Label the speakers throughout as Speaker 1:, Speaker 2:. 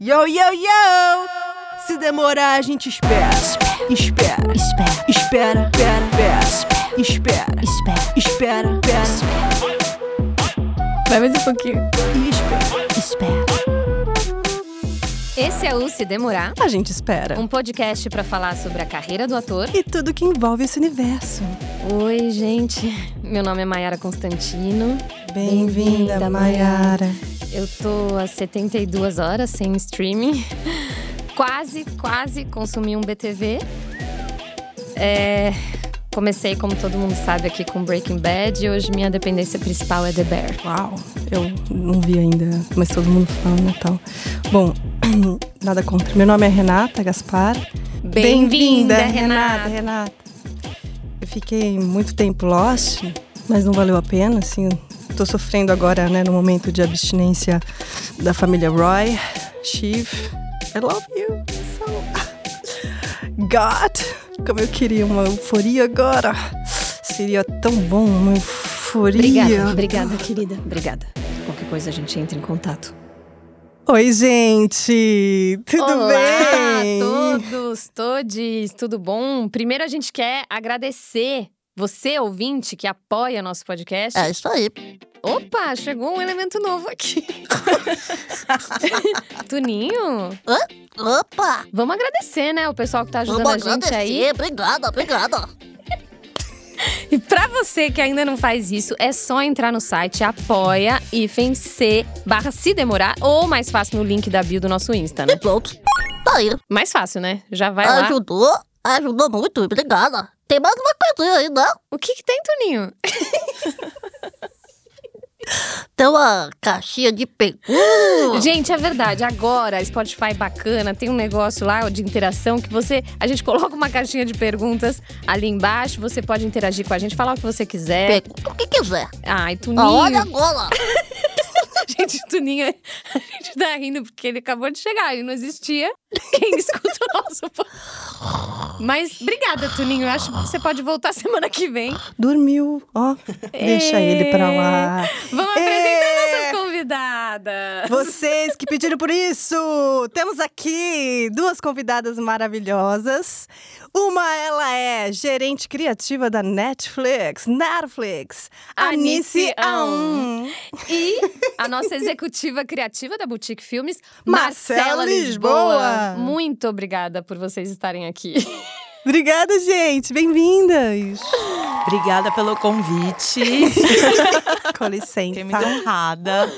Speaker 1: Yo, yo, yo! Se demorar, a gente espera. Espera.
Speaker 2: Espera,
Speaker 1: Espera. Espera. Espera. Espera.
Speaker 2: espera,
Speaker 1: Espera. Espera.
Speaker 3: Vai mais um pouquinho.
Speaker 1: E espera.
Speaker 2: espera.
Speaker 3: Esse é o Se Demorar,
Speaker 4: A gente espera.
Speaker 3: um podcast pra falar sobre a carreira do ator.
Speaker 4: E tudo que envolve esse universo.
Speaker 3: Oi, gente. Meu nome é Mayara Constantino. Bem-vinda,
Speaker 4: Bem-vinda, Maiara.
Speaker 3: Eu tô há 72 horas sem streaming. Quase, quase consumi um BTV. É, Comecei, como todo mundo sabe, aqui com Breaking Bad. E hoje minha dependência principal é The Bear.
Speaker 4: Uau, eu não vi ainda, mas todo mundo fala, né, tal. Bom, nada contra. Meu nome é Renata Gaspar.
Speaker 3: Bem-vinda,
Speaker 4: Renata,
Speaker 3: Renata.
Speaker 4: Renata. Eu fiquei muito tempo lost, mas não valeu a pena, assim. Tô sofrendo agora, né, no momento de abstinência da família Roy, Shiv. I love you so. God, como eu queria uma euforia agora. Seria tão bom uma euforia.
Speaker 3: Obrigada, obrigada, querida. Obrigada. Qualquer coisa a gente entra em contato.
Speaker 4: Oi, gente! Tudo
Speaker 3: Olá
Speaker 4: bem?
Speaker 3: a todos, todes, tudo bom? Primeiro a gente quer agradecer você, ouvinte, que apoia nosso podcast.
Speaker 4: É isso aí.
Speaker 3: Opa, chegou um elemento novo aqui. Tuninho,
Speaker 5: Opa!
Speaker 3: vamos agradecer, né? O pessoal que tá ajudando
Speaker 5: Vamos
Speaker 3: a gente aí.
Speaker 5: agradecer. Obrigada, obrigada.
Speaker 3: E pra você que ainda não faz isso, é só entrar no site apoia c barra se demorar ou mais fácil no link da bio do nosso Insta, né?
Speaker 5: E pronto. Tá aí.
Speaker 3: Mais fácil, né? Já vai lá.
Speaker 5: Ajudou. Ajudou muito. Obrigada. Tem mais uma coisinha aí, né?
Speaker 3: O que que tem, Tuninho?
Speaker 5: Tem uma caixinha de pecu.
Speaker 3: Gente, é verdade. Agora, Spotify bacana, tem um negócio lá de interação que você. A gente coloca uma caixinha de perguntas ali embaixo. Você pode interagir com a gente, falar o que você quiser.
Speaker 5: Pergunta o que quiser.
Speaker 3: Ai, Tuninho.
Speaker 5: A hora agora.
Speaker 3: Gente, Tuninho, a gente tá rindo porque ele acabou de chegar, ele não existia. Quem escuta o nosso. po- Mas obrigada, Tuninho. Eu acho que você pode voltar semana que vem.
Speaker 4: Dormiu, ó. Deixa ele pra lá.
Speaker 3: Vamos
Speaker 4: É.
Speaker 3: apresentar nossas convidadas.
Speaker 4: Vocês que pediram por isso! Temos aqui duas convidadas maravilhosas. Uma, ela é gerente criativa da Netflix, Netflix,
Speaker 3: Anice
Speaker 4: Anice Aum.
Speaker 3: E a nossa executiva criativa da Boutique Filmes, Marcela
Speaker 4: Marcela
Speaker 3: Lisboa.
Speaker 4: Lisboa.
Speaker 3: Muito obrigada por vocês estarem aqui.
Speaker 4: Obrigada, gente! Bem-vindas!
Speaker 6: Obrigada pelo convite.
Speaker 4: Com licença.
Speaker 6: Fiquei muito
Speaker 3: um
Speaker 6: honrada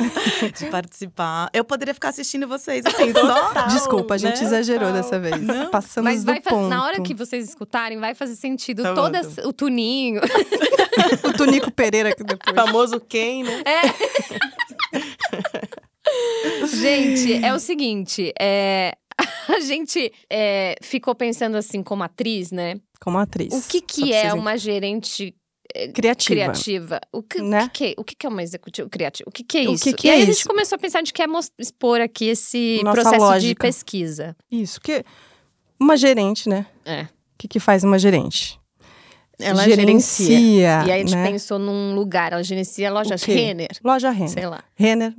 Speaker 6: de participar. Eu poderia ficar assistindo vocês assim, só.
Speaker 4: Desculpa, a gente
Speaker 6: né?
Speaker 4: exagerou dessa vez. Passamos
Speaker 3: Mas
Speaker 4: do
Speaker 3: vai fa-
Speaker 4: ponto.
Speaker 3: na hora que vocês escutarem, vai fazer sentido.
Speaker 6: Tá bom,
Speaker 3: Toda
Speaker 6: tá bom.
Speaker 3: s- o Tuninho.
Speaker 4: O Tunico Pereira que depois.
Speaker 6: Famoso quem, né?
Speaker 3: Gente, é o seguinte, é, a gente é, ficou pensando assim como atriz, né?
Speaker 4: Como atriz.
Speaker 3: O que que
Speaker 4: Só
Speaker 3: é
Speaker 4: precisa-
Speaker 3: uma gerente
Speaker 4: Criativa.
Speaker 3: criativa? O que, o
Speaker 4: Né?
Speaker 3: que que- o que que é uma executiva criativa? O que que é
Speaker 4: O
Speaker 3: isso?
Speaker 4: que que
Speaker 3: e
Speaker 4: é
Speaker 3: aí a gente
Speaker 4: isso?
Speaker 3: começou a pensar, a gente quer mos- expor aqui esse
Speaker 4: Nossa
Speaker 3: processo de
Speaker 4: lógica.
Speaker 3: pesquisa.
Speaker 4: Isso, que uma gerente, né?
Speaker 3: É.
Speaker 4: O que, que faz uma gerente?
Speaker 3: Ela
Speaker 4: gerencia.
Speaker 3: gerencia. E aí a gente
Speaker 4: né?
Speaker 3: pensou num lugar, ela gerencia a loja
Speaker 4: O quê?
Speaker 3: Renner,
Speaker 4: Loja Renner.
Speaker 3: sei lá,
Speaker 4: Renner.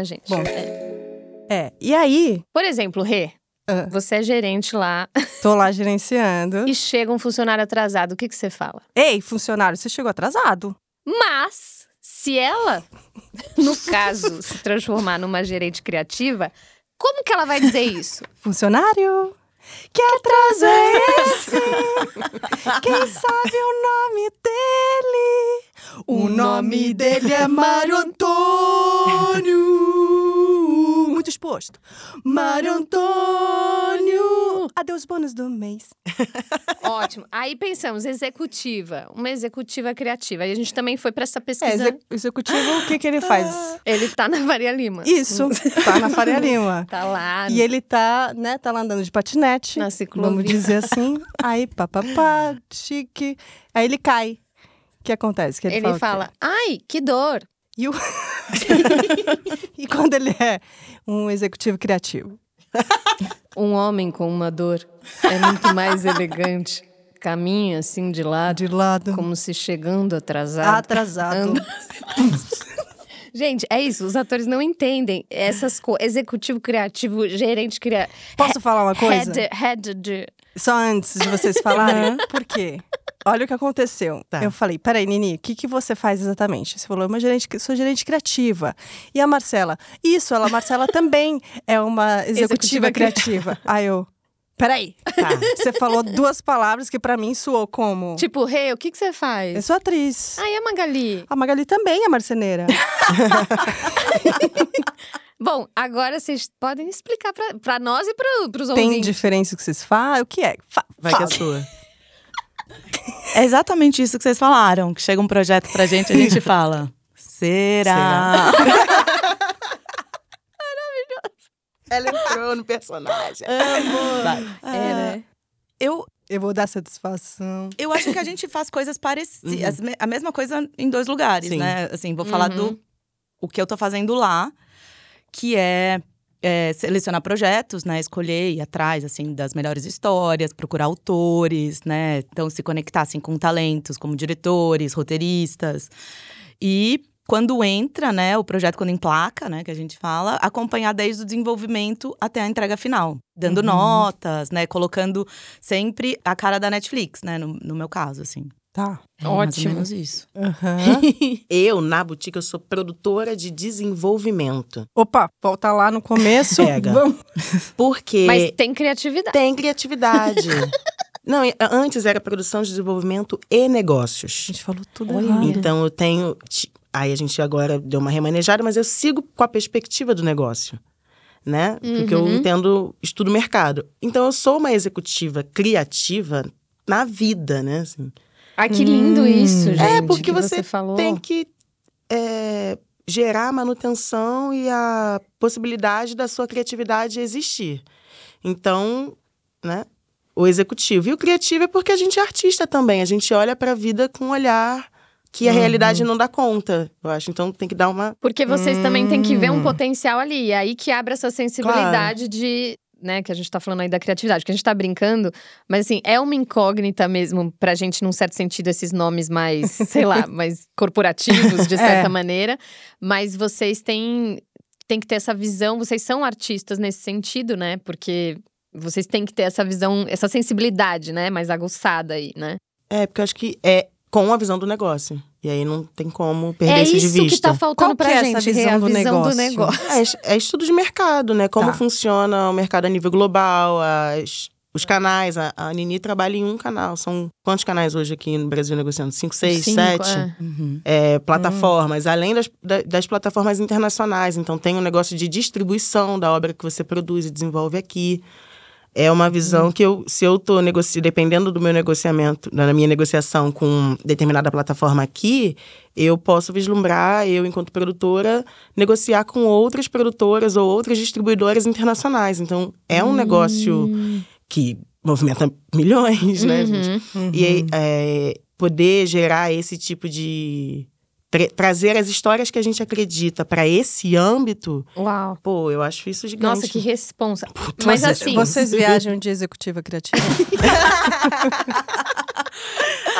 Speaker 4: aqui.
Speaker 3: a gente.
Speaker 4: Bom.
Speaker 3: É.
Speaker 4: É. E aí,
Speaker 3: Por exemplo, Rê,
Speaker 4: Ah.
Speaker 3: você é gerente lá
Speaker 4: tô lá gerenciando.
Speaker 3: e chega um funcionário atrasado, o que que você fala?
Speaker 4: Ei, funcionário, você chegou atrasado.
Speaker 3: Mas, se ela, no caso, se transformar numa gerente criativa, como que ela vai dizer isso?
Speaker 4: Funcionário. Que atraso é esse? Quem sabe o nome dele? O nome dele é Mário Antônio. Muito exposto. Mário Antônio. Adeus, bônus do mês.
Speaker 3: Ótimo. Aí pensamos, executiva, uma executiva criativa. E a gente também foi pra essa
Speaker 4: É,
Speaker 3: pesquisa.
Speaker 4: exe- executivo, o que, que ele faz?
Speaker 3: Ele tá na Faria Lima.
Speaker 4: Ah, Isso, tá na Faria Lima.
Speaker 3: Tá lá.
Speaker 4: E ele tá, né, tá lá andando de patinete.
Speaker 3: Na ciclovia.
Speaker 4: Vamos dizer assim. Aí, papapá, chique. Aí ele cai. O que acontece? Que ele,
Speaker 3: Ele
Speaker 4: fala, o quê?
Speaker 3: fala, ai, que dor.
Speaker 4: E, o- E quando ele é um executivo criativo?
Speaker 3: Um homem com uma dor é muito mais elegante. Caminha assim de lado,
Speaker 4: De lado. Tá
Speaker 3: como se chegando atrasado.
Speaker 4: Atrasado.
Speaker 3: Anda- Gente, é isso. Os atores não entendem essas coisas. Executivo criativo, gerente criativo.
Speaker 4: Posso falar uma coisa?
Speaker 3: Head, head de.
Speaker 4: Só antes de vocês falarem, por quê? Olha o que aconteceu.
Speaker 6: Tá.
Speaker 4: Eu falei, peraí, Nini, o que, que você faz exatamente? Você falou, uma gerente, sou gerente criativa. E a Marcela? Isso, ela, a Marcela também é uma executiva,
Speaker 3: Executiva
Speaker 4: criativa. Aí eu, peraí.
Speaker 6: Tá.
Speaker 4: Você falou duas palavras que pra mim soou como.
Speaker 3: Tipo, rei, o que, que você
Speaker 4: eu
Speaker 3: faz?
Speaker 4: sou atriz.
Speaker 3: Ah, e a Magali?
Speaker 4: A Magali também é marceneira.
Speaker 3: Bom, agora vocês podem explicar pra, pra nós e pro, pros
Speaker 4: Tem
Speaker 3: ouvintes.
Speaker 4: diferença que vocês falam? O que é? Fa-
Speaker 6: Vai que é
Speaker 4: fala.
Speaker 6: sua. É exatamente isso que vocês falaram. Que chega um projeto pra gente, a gente fala. Será?
Speaker 1: Ela entrou no personagem.
Speaker 3: É, né?
Speaker 6: Eu,
Speaker 4: Eu vou dar satisfação.
Speaker 6: eu acho que a gente faz coisas parecidas. A mesma coisa em dois lugares,
Speaker 1: Sim.
Speaker 6: né? Assim, vou falar do o que eu tô fazendo lá, que é, é, selecionar projetos, né? Escolher ir atrás, assim, das melhores histórias, procurar autores, né? Então, se conectar, assim, com talentos, como diretores, roteiristas. E quando entra, né, o projeto quando emplaca, né, que a gente fala, acompanhar desde o desenvolvimento até a entrega final, dando notas, né, colocando sempre a cara da Netflix, né, no, no meu caso, assim.
Speaker 4: Tá.
Speaker 3: É, mais ou
Speaker 6: Ótimo.
Speaker 3: menos
Speaker 6: isso.
Speaker 4: Aham.
Speaker 1: Eu, na boutique, eu sou produtora de desenvolvimento.
Speaker 4: Opa, volta lá no começo.
Speaker 1: Pega.
Speaker 4: Vamos.
Speaker 1: Porque
Speaker 3: Mas tem criatividade.
Speaker 1: tem criatividade. Não, e- ah, antes era produção de desenvolvimento e negócios.
Speaker 4: A gente falou tudo
Speaker 3: Olha.
Speaker 4: errado.
Speaker 1: Então eu tenho. ti- Aí a gente agora deu uma remanejada, mas eu sigo com a perspectiva do negócio. Né? Porque eu
Speaker 3: Uhum.
Speaker 1: entendo, estudo mercado. Então eu sou uma executiva criativa na vida, né? assim.
Speaker 3: Ai, que lindo isso, gente.
Speaker 1: É, porque
Speaker 3: que
Speaker 1: você
Speaker 3: falou.
Speaker 1: Tem que é, gerar a manutenção e a possibilidade da sua criatividade existir. Então, né? O executivo. E o criativo é porque a gente é artista também. A gente olha para a vida com um olhar que
Speaker 3: Uhum.
Speaker 1: a realidade não dá conta, eu acho. Então tem que dar uma
Speaker 3: Porque vocês também têm que ver um
Speaker 4: Hum.
Speaker 3: potencial ali. E aí que abre essa sensibilidade de. Né, que a gente tá falando aí da criatividade, que a gente tá brincando, mas assim, é uma incógnita mesmo pra gente, num certo sentido, esses nomes mais, sei lá, mais corporativos,
Speaker 4: É.
Speaker 3: de certa maneira. Mas vocês têm, têm que ter essa visão, vocês são artistas nesse sentido, né? Porque vocês têm que ter essa visão, essa sensibilidade, né? Mais aguçada aí, né?
Speaker 1: É, porque eu acho que é com a visão do negócio. E aí não tem como perder
Speaker 3: é
Speaker 1: isso de
Speaker 3: isso
Speaker 1: vista.
Speaker 3: que tá faltando
Speaker 4: Qual que
Speaker 3: pra
Speaker 4: é
Speaker 3: gente,
Speaker 4: essa visão
Speaker 3: Rê, a
Speaker 4: do
Speaker 3: visão
Speaker 4: negócio?
Speaker 3: do negócio.
Speaker 1: É, es- é estudo de mercado, né? Como
Speaker 4: Tá.
Speaker 1: funciona o mercado a nível global, as- os canais. A, a Nini trabalha em um canal. São quantos canais hoje aqui no Brasil negociando? Cinco, seis,
Speaker 3: Cinco,
Speaker 1: sete?
Speaker 3: é.
Speaker 6: Uhum.
Speaker 1: É, plataformas, além das, da- das plataformas internacionais. Então, tem um negócio de distribuição da obra que você produz e desenvolve aqui. É uma visão que eu, se eu tô negociando, dependendo do meu negociamento, da minha negociação com determinada plataforma aqui, eu posso vislumbrar, eu enquanto produtora, negociar com outras produtoras ou outras distribuidoras internacionais. Então, é
Speaker 3: Hum.
Speaker 1: um negócio que movimenta milhões, né, gente?
Speaker 3: Uhum.
Speaker 1: E aí, é, poder gerar esse tipo de. tra- trazer as histórias que a gente acredita pra esse âmbito,
Speaker 3: Uau.
Speaker 1: pô, eu acho isso gigante.
Speaker 3: Nossa, que responsa.
Speaker 1: Puta,
Speaker 3: Mas
Speaker 1: você-
Speaker 3: assim,
Speaker 4: Vocês viajam de executiva criativa?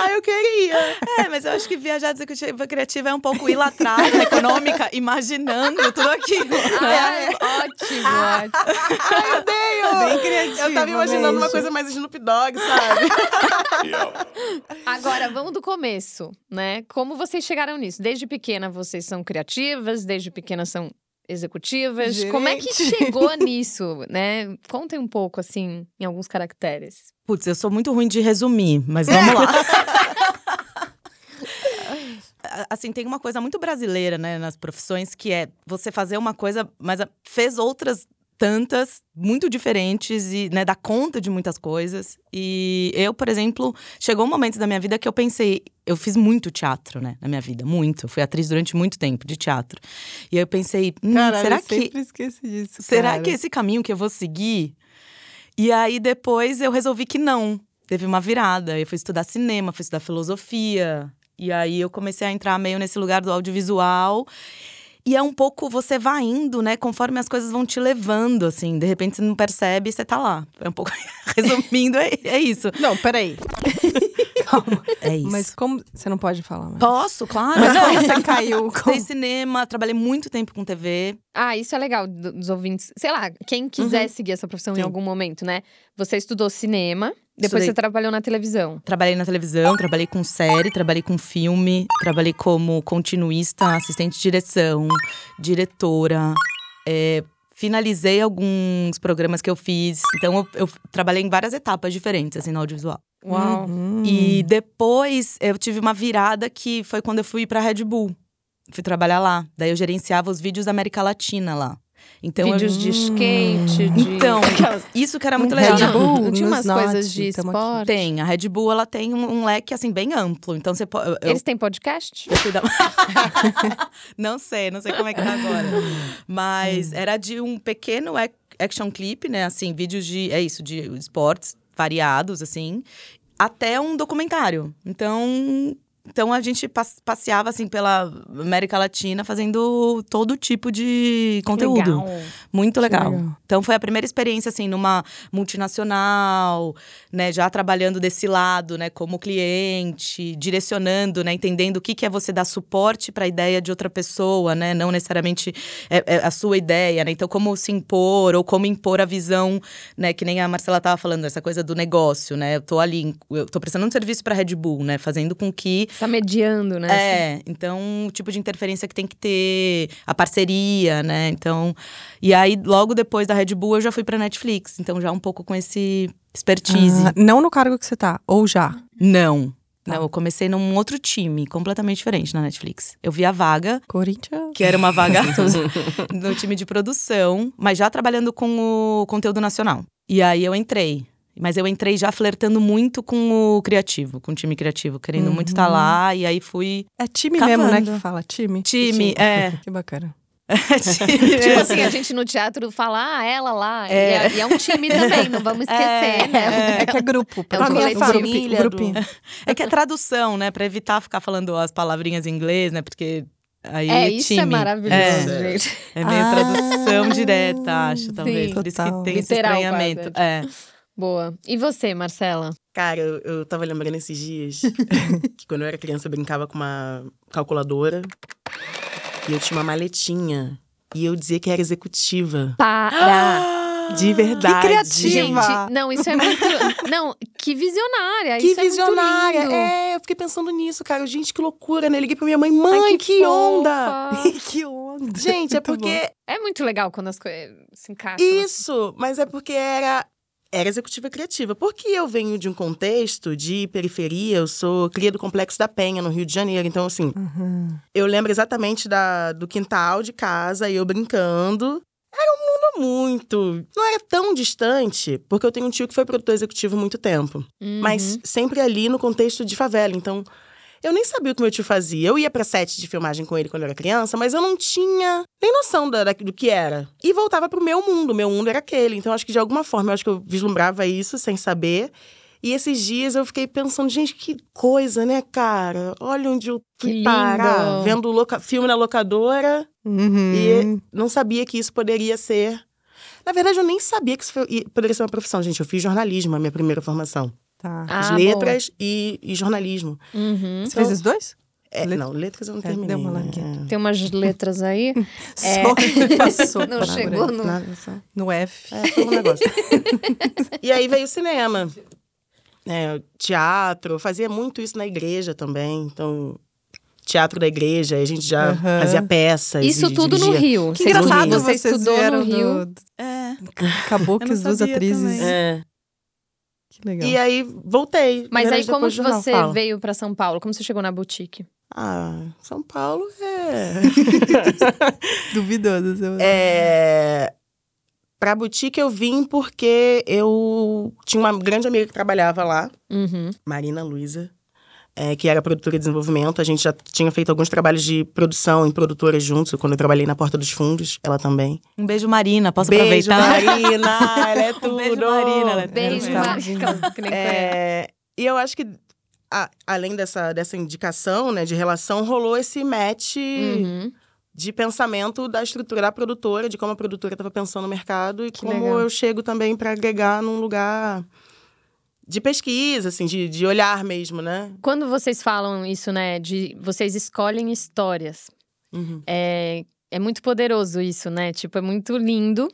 Speaker 6: Ah, eu queria. É, mas eu acho que viajar de executiva criativa é um pouco ir lá atrás, na econômica, imaginando tudo aquilo.
Speaker 3: Ai, ótimo, ótimo.
Speaker 4: Bem criativa.
Speaker 1: Eu tava imaginando uma
Speaker 4: mesmo.
Speaker 1: coisa mais Snoop Dogg, sabe?
Speaker 3: Agora, vamos do começo, né? Como vocês chegaram nisso? Desde pequena vocês são criativas, desde pequena são executivas. Como é que
Speaker 4: Gerente.
Speaker 3: chegou nisso, né? Contem um pouco, assim, em alguns caracteres.
Speaker 6: Putz, eu sou muito ruim de resumir, mas vamos lá. A- Assim, tem uma coisa muito brasileira, né, nas profissões, que é você fazer uma coisa, mas a- fez outras tantas, muito diferentes, e né, dá conta de muitas coisas. E eu, por exemplo, chegou um momento da minha vida que eu pensei, eu fiz muito teatro, né, na minha vida, muito. Eu fui atriz durante muito tempo de teatro. E aí eu pensei, hum,
Speaker 4: Caralho,
Speaker 6: será
Speaker 4: eu
Speaker 6: que.
Speaker 4: sempre esqueço disso,
Speaker 6: Será
Speaker 4: cara.
Speaker 6: que é esse caminho que eu vou seguir? E aí depois eu resolvi que não. Teve uma virada. Eu fui estudar cinema, fui estudar filosofia. E aí eu comecei a entrar meio nesse lugar do audiovisual. E é um pouco você vai indo, né? Conforme as coisas vão te levando, assim. De repente você não percebe e você tá lá. É um pouco. Resumindo, é, é isso.
Speaker 4: Não, peraí.
Speaker 6: Calma. É isso.
Speaker 4: Mas como. Você não pode falar mais.
Speaker 6: Posso, claro.
Speaker 4: Mas como
Speaker 6: Não,
Speaker 4: você caiu?
Speaker 6: Estudei
Speaker 4: Como...
Speaker 6: cinema, trabalhei muito tempo com TV.
Speaker 3: Ah, isso é legal do- dos ouvintes. Sei lá, quem quiser seguir essa profissão em
Speaker 6: Sim.
Speaker 3: algum momento, né? Você estudou cinema, depois
Speaker 6: Estudei.
Speaker 3: você trabalhou na televisão.
Speaker 6: Trabalhei na televisão, trabalhei com série, trabalhei com filme, trabalhei como continuista, assistente de direção, diretora. É, finalizei alguns programas que eu fiz. Então, eu, eu trabalhei em várias etapas diferentes, assim, no audiovisual.
Speaker 3: Hum.
Speaker 4: Uhum.
Speaker 6: E depois, eu tive uma virada que foi quando eu fui pra Red Bull. Fui trabalhar lá. Daí, eu gerenciava os vídeos da América Latina lá. Então, eu-
Speaker 3: Vídeos de skate, de.
Speaker 6: Então, isso que era muito
Speaker 4: Um
Speaker 6: legal.
Speaker 4: Red
Speaker 3: Não,
Speaker 4: Bull,
Speaker 3: não tinha
Speaker 4: nos
Speaker 3: umas coisas
Speaker 4: Norte,
Speaker 3: de
Speaker 4: tamo aqui.
Speaker 3: esporte.
Speaker 6: Tem, a Red Bull, ela tem um, um leque, assim, bem amplo. Então, você pode… eu-
Speaker 3: Eles têm podcast?
Speaker 6: Eu fui dar- não sei, não sei como é que tá agora. Mas era de um pequeno ac- action clip, né? Assim, vídeos de. É isso, de esportes variados, assim, até um documentário. Então. Então a gente pas- passeava assim pela América Latina fazendo todo tipo de conteúdo.
Speaker 3: Legal.
Speaker 6: Muito legal.
Speaker 4: legal.
Speaker 6: Então foi a primeira experiência assim numa multinacional, né, já trabalhando desse lado, né, como cliente, direcionando, né, entendendo o que que é você dar suporte para a ideia de outra pessoa, né, não necessariamente é, é a sua ideia, né? Então como se impor ou como impor a visão, né, que nem a Marcela tava falando essa coisa do negócio, né? Eu tô ali, eu tô prestando um serviço para Red Bull, né, fazendo com que
Speaker 3: Você tá mediando, né?
Speaker 6: é, então o tipo de interferência que tem que ter, a parceria, né? Então, e aí logo depois da Red Bull eu já fui pra Netflix, então já um pouco com esse expertise.
Speaker 4: Ah, não no cargo que você tá, ou já.
Speaker 6: Não.
Speaker 4: Tá.
Speaker 6: Não, eu comecei num outro time, completamente diferente na Netflix. Eu vi a vaga,
Speaker 4: Corinthians.
Speaker 6: que era uma vaga no time de produção, mas já trabalhando com o conteúdo nacional. E aí eu entrei. Mas eu entrei já flertando muito com o criativo, com o time criativo, querendo
Speaker 3: Uhum.
Speaker 6: muito estar lá. E aí fui.
Speaker 4: É time
Speaker 6: Cavando.
Speaker 4: mesmo, né? Que fala time.
Speaker 6: Time, é.
Speaker 4: Que bacana.
Speaker 6: time
Speaker 3: Tipo assim, a gente no teatro fala, ah, ela lá. E, é, e é um time também, não vamos esquecer, né?
Speaker 4: É, que é grupo.
Speaker 3: É um
Speaker 4: porque-
Speaker 3: coletivo.
Speaker 4: grupinho,
Speaker 1: Família do-
Speaker 4: grupinho.
Speaker 6: É que é tradução, né? Pra evitar ficar falando as palavrinhas em inglês, né? Porque aí
Speaker 3: É,
Speaker 6: é
Speaker 3: isso
Speaker 6: time.
Speaker 3: é maravilhoso,
Speaker 1: É.
Speaker 3: gente.
Speaker 6: É meio
Speaker 4: Ah,
Speaker 6: tradução direta, acho, talvez.
Speaker 3: sim.
Speaker 6: Por isso
Speaker 4: Total.
Speaker 6: que tem
Speaker 3: Literal,
Speaker 6: esse estranhamento. É.
Speaker 3: Boa. E você, Marcela?
Speaker 1: Cara, eu, eu tava lembrando esses dias que quando eu era criança eu brincava com uma calculadora e eu tinha uma maletinha e eu dizia que era executiva.
Speaker 3: Para!
Speaker 1: De verdade.
Speaker 4: criativa! Diva.
Speaker 3: Gente, não, isso é muito. Não, que visionária.
Speaker 1: Que
Speaker 3: isso
Speaker 1: visionária!
Speaker 3: É, muito lindo.
Speaker 1: É, eu fiquei pensando nisso, cara. Gente, que loucura, né? Eu liguei pra minha mãe, mãe, que, onda!
Speaker 3: fofa.
Speaker 4: que onda.
Speaker 1: Gente, é
Speaker 4: Muito bom.
Speaker 1: porque.
Speaker 3: É muito legal quando as coisas se encaixam.
Speaker 1: Isso! Mas é porque era. Era executiva criativa. Porque eu venho de um contexto de periferia, eu sou cria do Complexo da Penha, no Rio de Janeiro. Então, assim,
Speaker 4: Uhum.
Speaker 1: eu lembro exatamente da, do quintal de casa e eu brincando. Era um mundo muito. Não era tão distante, porque eu tenho um tio que foi produtor executivo há muito tempo.
Speaker 3: Uhum.
Speaker 1: mas sempre ali no contexto de favela. Então, eu nem sabia o que meu tio fazia. Eu ia pra set de filmagem com ele quando eu era criança, mas eu não tinha nem noção da, da- do que era. E voltava pro meu mundo, meu mundo era aquele. Então, acho que de alguma forma, eu acho que eu vislumbrava isso sem saber. E esses dias eu fiquei pensando, gente, que coisa, né, cara? Olha onde eu fui
Speaker 3: Que lindo.
Speaker 1: parar. Vendo loca- filme na locadora,
Speaker 4: Uhum.
Speaker 1: E- é- não sabia que isso poderia ser. Na verdade, eu nem sabia que isso foi- e- poderia ser uma profissão, gente. Eu fiz jornalismo, a minha primeira formação.
Speaker 4: Tá.
Speaker 3: Ah,
Speaker 1: Fiz
Speaker 3: boa.
Speaker 1: letras e, e jornalismo.
Speaker 3: Uhum.
Speaker 4: Você fez os dois?
Speaker 1: É,
Speaker 4: Let-
Speaker 1: Não, letras eu não
Speaker 4: É, deu
Speaker 1: terminei.
Speaker 4: uma
Speaker 1: né?
Speaker 4: langueta.
Speaker 3: Tem umas letras aí. É.
Speaker 4: Só que passou.
Speaker 3: Não
Speaker 4: por
Speaker 3: chegou
Speaker 4: aí.
Speaker 3: no-
Speaker 1: Nada, só-
Speaker 4: No F.
Speaker 1: É, foi um negócio. e aí veio o cinema. É, teatro, eu fazia muito isso na igreja também. Então, teatro da igreja, a gente já
Speaker 4: Aham.
Speaker 1: fazia peças.
Speaker 3: Isso
Speaker 1: e
Speaker 3: tudo no
Speaker 1: dirigia.
Speaker 3: Rio.
Speaker 4: Que
Speaker 3: Você estu-
Speaker 4: engraçado,
Speaker 3: Você
Speaker 4: vocês
Speaker 3: estudou
Speaker 4: vieram
Speaker 3: no Rio.
Speaker 4: do-
Speaker 6: É.
Speaker 4: Acabou
Speaker 6: Eu
Speaker 4: que
Speaker 6: não
Speaker 4: as duas
Speaker 6: sabia
Speaker 4: atrizes.
Speaker 6: também.
Speaker 1: É.
Speaker 4: Que legal.
Speaker 1: E aí voltei.
Speaker 3: Mas
Speaker 1: Primeira
Speaker 3: aí,
Speaker 1: vez
Speaker 3: como
Speaker 1: depois
Speaker 3: que
Speaker 1: do jornal.
Speaker 3: você
Speaker 1: Fala.
Speaker 3: veio pra São Paulo? Como você chegou na boutique?
Speaker 1: Ah, São Paulo é.
Speaker 4: Duvidosas. eu-
Speaker 1: É... Pra boutique eu vim porque eu tinha uma grande amiga que trabalhava lá,
Speaker 3: Uhum.
Speaker 1: Marina Luiza, é, que era produtora de desenvolvimento. A gente já tinha feito alguns trabalhos de produção em produtoras juntos, quando eu trabalhei na Porta dos Fundos, ela também.
Speaker 6: Um beijo, Marina. Posso
Speaker 1: beijo,
Speaker 6: aproveitar?
Speaker 1: Marina! Ela é tudo!
Speaker 6: Um beijo, Marina. ela é
Speaker 3: Beijo,
Speaker 6: tudo.
Speaker 4: Mar-
Speaker 3: Mari. Aquelas que nem conhece.
Speaker 1: É, e eu acho que, a- além dessa, dessa indicação, né, de relação, rolou esse match
Speaker 3: Uhum.
Speaker 1: de pensamento da estrutura da produtora, de como a produtora estava pensando no mercado e
Speaker 3: Que
Speaker 1: como
Speaker 3: legal.
Speaker 1: eu chego também para agregar num lugar de pesquisa, assim, de, de olhar mesmo, né?
Speaker 3: Quando vocês falam isso, né, de vocês escolhem histórias,
Speaker 1: Uhum.
Speaker 3: é, é muito poderoso isso, né? Tipo, é muito lindo.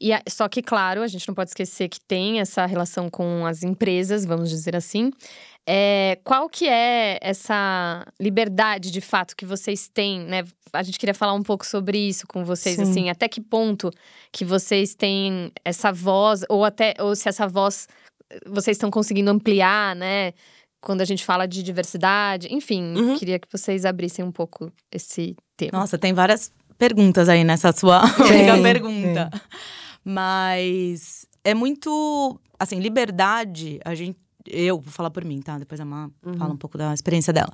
Speaker 3: E a- só que, claro, a gente não pode esquecer que tem essa relação com as empresas, vamos dizer assim. É, qual que é essa liberdade de fato que vocês têm, né? A gente queria falar um pouco sobre isso com vocês,
Speaker 4: Sim.
Speaker 3: assim, até que ponto que vocês têm essa voz, ou até ou se essa voz eh, vocês estão conseguindo ampliar, né? Quando a gente fala de diversidade, enfim,
Speaker 1: Uhum.
Speaker 3: queria que vocês abrissem um pouco esse tema.
Speaker 6: Nossa, tem várias perguntas aí nessa sua
Speaker 4: Tem,
Speaker 6: única pergunta. Mas é muito. Assim, liberdade, a gente. Eu vou falar por mim, tá? Depois a Má
Speaker 4: Uhum.
Speaker 6: fala um pouco da experiência dela.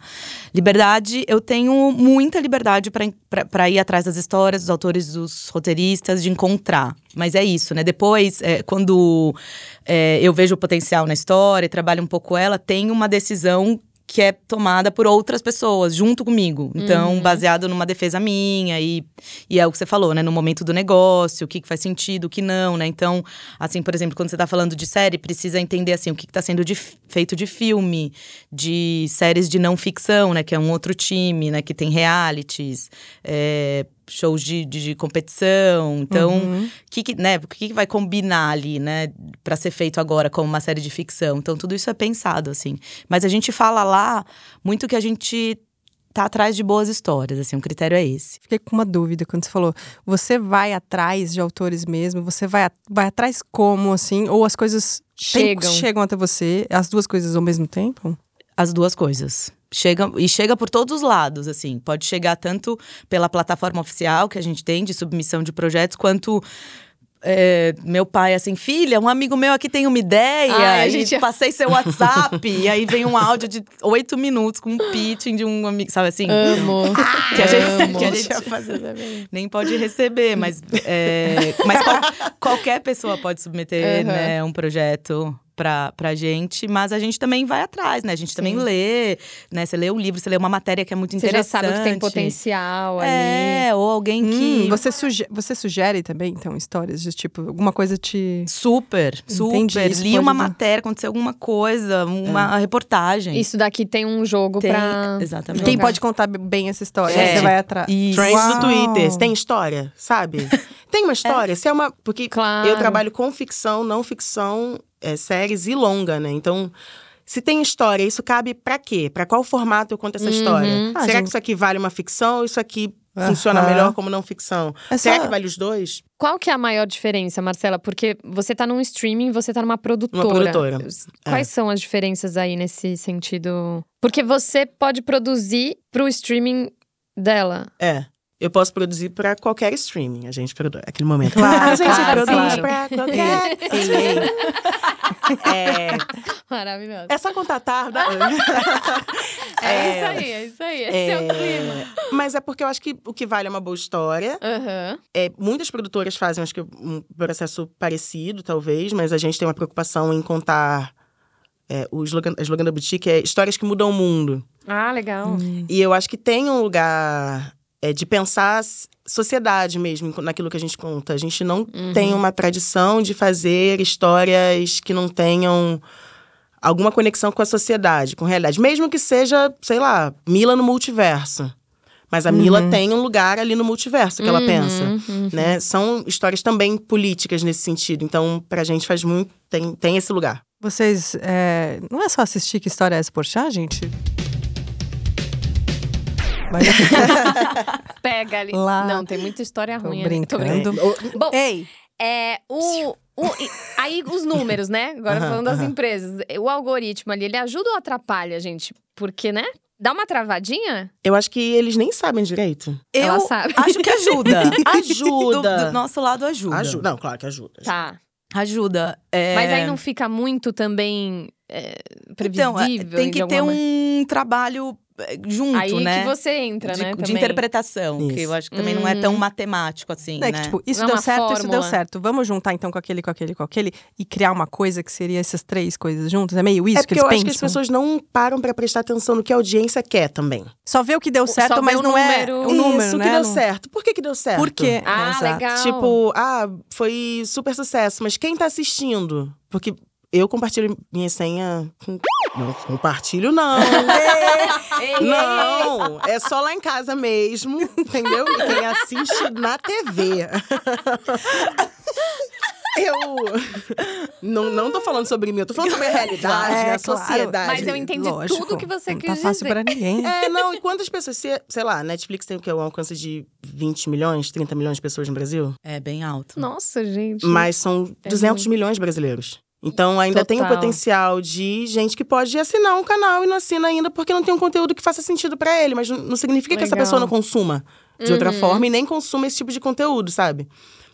Speaker 6: Liberdade, eu tenho muita liberdade pra en- pra pra ir atrás das histórias, dos autores, dos roteiristas, de encontrar. Mas é isso, né? Depois, é, quando é, eu vejo o potencial na história e trabalho um pouco ela, tem uma decisão que é tomada por outras pessoas junto comigo. Então, baseado numa defesa minha e, e é o que você falou, né? No momento do negócio, o que, que faz sentido, o que não, né? Então, assim, por exemplo, quando você tá falando de série, precisa entender, assim, o que, que tá sendo de- feito de filme, de séries de não ficção, né? Que é um outro time, né? Que tem realities, é, shows de, de- de competição. Então,
Speaker 4: Uhum.
Speaker 6: que que, né, o que, que vai combinar ali, né, para ser feito agora como uma série de ficção. Então tudo isso é pensado assim. Mas a gente fala lá muito que a gente tá atrás de boas histórias, assim, o critério é esse.
Speaker 4: Fiquei com uma dúvida quando você falou. Você vai atrás de autores mesmo? Você vai, a- vai atrás como, assim? Ou as coisas tem-
Speaker 3: Chegam.
Speaker 4: chegam até você? As duas coisas ao mesmo tempo?
Speaker 6: As duas coisas. Chega, e chega por todos os lados, assim. Pode chegar tanto pela plataforma oficial que a gente tem de submissão de projetos, quanto é, meu pai, assim, filha, um amigo meu aqui tem uma ideia,
Speaker 3: Ai, a
Speaker 6: e
Speaker 3: gente-
Speaker 6: passei seu WhatsApp, e aí vem um áudio de oito minutos com um pitching de um amigo, sabe assim?
Speaker 3: Amo.
Speaker 6: que a gente,
Speaker 3: Amo.
Speaker 6: que a gente é nem pode receber, mas, é, mas qual- qualquer pessoa pode submeter
Speaker 3: Uhum.
Speaker 6: né, um projeto pra, pra gente, mas a gente também vai atrás, né? A gente também lê, né? Você lê um livro, você lê uma matéria que é muito
Speaker 3: Você já
Speaker 6: interessante.
Speaker 3: sabe que tem potencial ali.
Speaker 6: É, ou alguém que.
Speaker 4: Hum, você, suge- você sugere também, então, histórias de tipo, alguma coisa te.
Speaker 6: Super, super.
Speaker 4: Entendi, isso
Speaker 6: Li
Speaker 4: pode
Speaker 6: uma
Speaker 4: dar.
Speaker 6: matéria, aconteceu alguma coisa, uma reportagem.
Speaker 3: É. Isso daqui tem um jogo
Speaker 6: Tem-
Speaker 3: pra.
Speaker 4: E
Speaker 6: Exatamente.
Speaker 4: quem
Speaker 3: Jogar.
Speaker 4: pode contar b- bem essa história?
Speaker 6: É.
Speaker 4: Você vai atrás.
Speaker 6: Isso.
Speaker 1: Trends
Speaker 4: Uau.
Speaker 1: do Twitter. Se tem história, sabe? Tem uma história. Se é uma. Porque
Speaker 3: Claro.
Speaker 1: eu trabalho com ficção, não ficção, é, séries e longa, né? Então. Se tem história, isso cabe pra quê? Pra qual formato eu conto essa
Speaker 3: Uhum.
Speaker 1: história?
Speaker 4: Ah,
Speaker 1: Será
Speaker 4: gente.
Speaker 1: que isso aqui vale uma ficção ou isso aqui funciona
Speaker 4: Aham.
Speaker 1: melhor como não ficção?
Speaker 4: É
Speaker 1: Será
Speaker 4: só-
Speaker 1: que vale os dois?
Speaker 3: Qual que é a maior diferença, Marcela? Porque você tá num streaming, você tá numa produtora.
Speaker 1: produtora,
Speaker 3: Quais são as diferenças aí nesse sentido? Porque você pode produzir pro streaming dela.
Speaker 1: É. Eu posso produzir pra qualquer streaming, a gente produz. Aquele momento.
Speaker 4: Claro,
Speaker 1: a gente
Speaker 3: claro,
Speaker 1: produz
Speaker 3: claro.
Speaker 1: pra qualquer. é,
Speaker 3: Maravilhosa.
Speaker 1: é só contatar. Né?
Speaker 3: É, isso aí, é isso aí. Esse é,
Speaker 1: É,
Speaker 3: o clima.
Speaker 1: Mas é porque eu acho que o que vale é uma boa história.
Speaker 3: Aham.
Speaker 1: É, muitas produtoras fazem, acho que, um processo parecido, talvez, mas a gente tem uma preocupação em contar. É, o slogan, o slogan da boutique é histórias que mudam o mundo.
Speaker 3: Ah, legal.
Speaker 1: E eu acho que tem um lugar é, de pensar s- sociedade mesmo, naquilo que a gente conta. A gente não tem uma tradição de fazer histórias que não tenham alguma conexão com a sociedade, com a realidade. Mesmo que seja, sei lá, Mila no multiverso. Mas a Mila tem um lugar ali no multiverso que ela pensa.
Speaker 3: Uhum.
Speaker 1: Né? São histórias também políticas nesse sentido. Então, pra gente faz muito. Tem, tem esse lugar.
Speaker 4: Vocês. é, Não é só assistir que história é essa por chá, gente? Mas...
Speaker 3: Pega ali.
Speaker 4: Lá.
Speaker 3: Não, tem muita história
Speaker 4: Tô
Speaker 3: ruim ali. Tô brincando.
Speaker 4: brincando.
Speaker 3: Bom,
Speaker 4: Ei!
Speaker 3: É, o, o- e- aí os números, né? Agora
Speaker 1: Aham,
Speaker 3: falando das
Speaker 1: aham.
Speaker 3: empresas. O algoritmo ali, ele ajuda ou atrapalha, gente? Porque, né? Dá uma travadinha?
Speaker 1: Eu acho que eles nem sabem direito.
Speaker 6: Eu
Speaker 3: Ela sabe.
Speaker 6: acho que ajuda.
Speaker 1: Ajuda.
Speaker 6: Do, do nosso lado ajuda.
Speaker 1: Ajuda. Não, claro que ajuda.
Speaker 3: Tá.
Speaker 6: Ajuda. é-
Speaker 3: Mas aí não fica muito também é, previsível?
Speaker 6: Então, é, tem
Speaker 3: de
Speaker 6: que
Speaker 3: alguma
Speaker 6: ter
Speaker 3: maneira?
Speaker 6: um trabalho é, junto,
Speaker 3: Aí
Speaker 6: né?
Speaker 3: que você entra,
Speaker 6: de,
Speaker 3: né?
Speaker 6: de
Speaker 3: também. Uhum.
Speaker 6: interpretação, que
Speaker 1: Isso.
Speaker 6: eu acho que também não é tão matemático assim,
Speaker 4: É
Speaker 6: né?
Speaker 4: que, tipo, isso
Speaker 3: Não é
Speaker 4: deu
Speaker 3: uma
Speaker 4: certo, isso
Speaker 3: fórmula.
Speaker 4: deu certo. Vamos juntar então com aquele, com aquele, com aquele e criar uma coisa que seria essas três coisas juntas? É meio isso
Speaker 1: é
Speaker 4: que
Speaker 1: porque
Speaker 4: eles
Speaker 1: eu acho
Speaker 4: pensam?
Speaker 1: que as pessoas não param pra prestar atenção no que a audiência quer também.
Speaker 4: Só vê o que deu
Speaker 3: Só
Speaker 4: certo,
Speaker 3: vê
Speaker 4: mas
Speaker 3: o
Speaker 4: não é
Speaker 3: número.
Speaker 4: o número,
Speaker 1: Isso
Speaker 4: né?
Speaker 1: que deu
Speaker 4: Não-
Speaker 1: certo. Por que que deu certo?
Speaker 4: Por quê?
Speaker 3: Ah,
Speaker 4: Exato.
Speaker 3: legal.
Speaker 1: Tipo, ah, foi super sucesso, mas quem tá assistindo? Porque eu compartilho minha senha. com- Não compartilho, não. não, é só lá em casa mesmo, entendeu? E Quem assiste na TV. Eu não, não tô falando sobre mim, eu tô falando sobre a realidade,
Speaker 4: É,
Speaker 1: né, a
Speaker 4: claro.
Speaker 1: sociedade.
Speaker 3: Mas eu entendi
Speaker 4: Lógico,
Speaker 3: tudo que você
Speaker 4: não
Speaker 3: quis
Speaker 4: tá fácil
Speaker 3: dizer.
Speaker 4: pra ninguém.
Speaker 1: É, não, e quantas pessoas, se- é, sei lá, Netflix tem o quê? Um alcance de 20 milhões, 30 milhões de pessoas no Brasil?
Speaker 6: É bem alto.
Speaker 3: Nossa, gente.
Speaker 1: Mas são
Speaker 3: É
Speaker 1: 200 milhões de brasileiros. Então ainda tem o
Speaker 3: Total.
Speaker 1: potencial de gente que pode assinar um canal e não assina ainda porque não tem um conteúdo que faça sentido pra ele, mas não- não significa que essa
Speaker 3: Legal.
Speaker 1: pessoa não consuma de outra
Speaker 3: Uhum.
Speaker 1: forma e nem consuma esse tipo de conteúdo, sabe?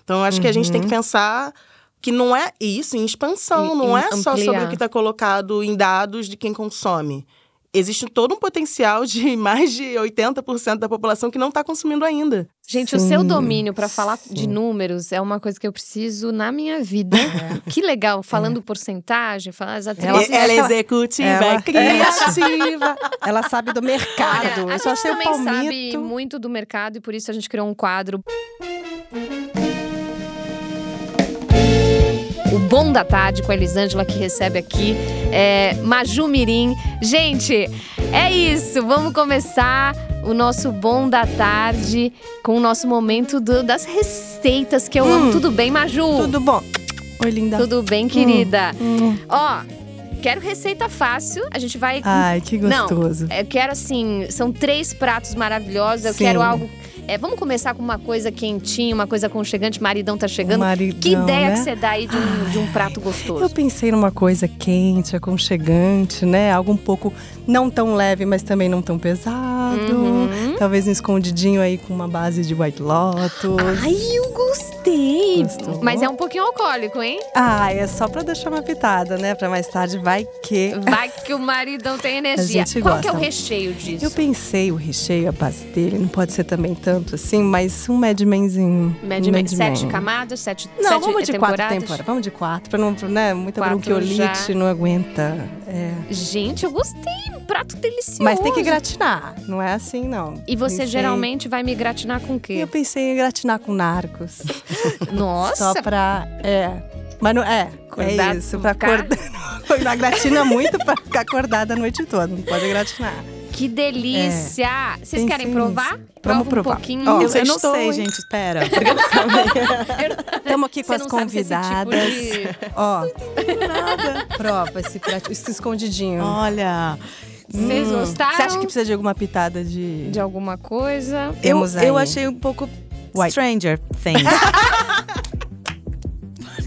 Speaker 1: Então eu acho que a gente tem que pensar que não é isso em expansão,
Speaker 3: Uhum. Em-
Speaker 1: não
Speaker 3: em
Speaker 1: é só sobre
Speaker 3: ampliar.
Speaker 1: o que está colocado em dados de quem consome. Existe todo um potencial de mais de 80% da população que não está consumindo ainda.
Speaker 3: Gente, o seu
Speaker 4: Sim.
Speaker 3: domínio pra falar de
Speaker 4: Sim.
Speaker 3: números é uma coisa que eu preciso na minha vida. Que legal,
Speaker 6: É.
Speaker 3: falando porcentagem, falando as
Speaker 4: Ela-
Speaker 3: atrizes.
Speaker 4: ela- aquela-
Speaker 1: executiva,
Speaker 4: Ela-
Speaker 1: é criativa.
Speaker 4: Ela sabe do mercado.
Speaker 3: Olha,
Speaker 4: eu
Speaker 3: a
Speaker 4: só
Speaker 3: gente
Speaker 4: sei o
Speaker 3: também sabe
Speaker 4: palmito.
Speaker 3: muito do mercado e por isso a gente criou um quadro. O Bom da Tarde com a Elisângela que recebe aqui é Maju Mirim. Gente, é isso. Vamos começar o nosso Bom da Tarde com o nosso momento do- das receitas que eu amo. Tudo bem, Maju?
Speaker 4: Hum. Tudo bom? Oi, linda.
Speaker 3: Tudo bem, querida?
Speaker 4: Hum.
Speaker 3: Ó, quero receita fácil. A gente vai
Speaker 4: Ai, que
Speaker 3: Não.
Speaker 4: gostoso.
Speaker 3: eu quero assim, são três pratos maravilhosos. Eu
Speaker 4: Sim.
Speaker 3: quero algo. é, vamos começar com uma coisa quentinha, uma coisa aconchegante. Maridão tá chegando.
Speaker 4: Maridão,
Speaker 3: que ideia
Speaker 4: né?
Speaker 3: que você dá aí de um, de um prato
Speaker 4: Eu
Speaker 3: gostoso?
Speaker 4: pensei numa coisa quente, aconchegante, né? Algo um pouco não tão leve, mas também não tão pesado.
Speaker 3: Uhum.
Speaker 4: Talvez um escondidinho aí com uma base de White Lotus.
Speaker 3: Ai, eu gostei!
Speaker 4: Gostou?
Speaker 3: Mas é um pouquinho alcoólico, hein?
Speaker 4: Ah, é só pra deixar uma pitada, né? Pra mais tarde vai que.
Speaker 3: Vai que o maridão tem energia.
Speaker 4: A gente
Speaker 3: Qual que é
Speaker 4: gosta.
Speaker 3: o recheio disso?
Speaker 4: Eu pensei o recheio, a base dele, não pode ser também tanto assim, mas um Mad Menzinho.
Speaker 3: Mad
Speaker 4: um
Speaker 3: Men,
Speaker 4: Mad
Speaker 3: sete
Speaker 4: Men.
Speaker 3: camadas, sete,
Speaker 4: Não,
Speaker 3: sete
Speaker 4: vamos de
Speaker 3: temporadas.
Speaker 4: quatro temporadas. Vamos de quatro, pra não, né? Muita
Speaker 3: Quatro
Speaker 4: bronquiolite,
Speaker 3: já.
Speaker 4: não aguenta. É.
Speaker 3: Gente, eu gostei! Um prato delicioso!
Speaker 4: Mas tem que gratinar, não é assim não.
Speaker 3: E você
Speaker 4: Pensei-
Speaker 3: geralmente vai me gratinar com o
Speaker 4: Eu
Speaker 3: quê?
Speaker 4: pensei em gratinar com narcos.
Speaker 3: Nossa,
Speaker 4: Só pra. É. Mas não é.
Speaker 3: Acordar,
Speaker 4: é isso, pra
Speaker 3: ficar-
Speaker 4: acordar. Não gratina muito pra ficar acordada a noite toda, não pode gratinar.
Speaker 3: Que delícia! Vocês
Speaker 4: Pensei
Speaker 3: querem provar? Prova
Speaker 4: É. Vamos
Speaker 3: um
Speaker 4: provar.
Speaker 3: pouquinho.
Speaker 4: Ó,
Speaker 6: Eu,
Speaker 3: eu,
Speaker 6: eu não
Speaker 4: sextou,
Speaker 6: sei,
Speaker 4: hein?
Speaker 6: gente, espera.
Speaker 4: Estamos aqui com
Speaker 3: Você
Speaker 4: as
Speaker 3: não sabe se esse tipo
Speaker 4: convidadas.
Speaker 3: de-
Speaker 4: Ó. Prova esse prato, esse escondidinho.
Speaker 6: Olha,
Speaker 3: Vocês gostaram?
Speaker 4: Hum. Você acha que precisa de alguma pitada de.
Speaker 3: de alguma coisa?
Speaker 6: eu,
Speaker 4: Temos
Speaker 6: eu
Speaker 4: aí.
Speaker 6: achei um pouco
Speaker 4: Uai.
Speaker 6: Stranger Things.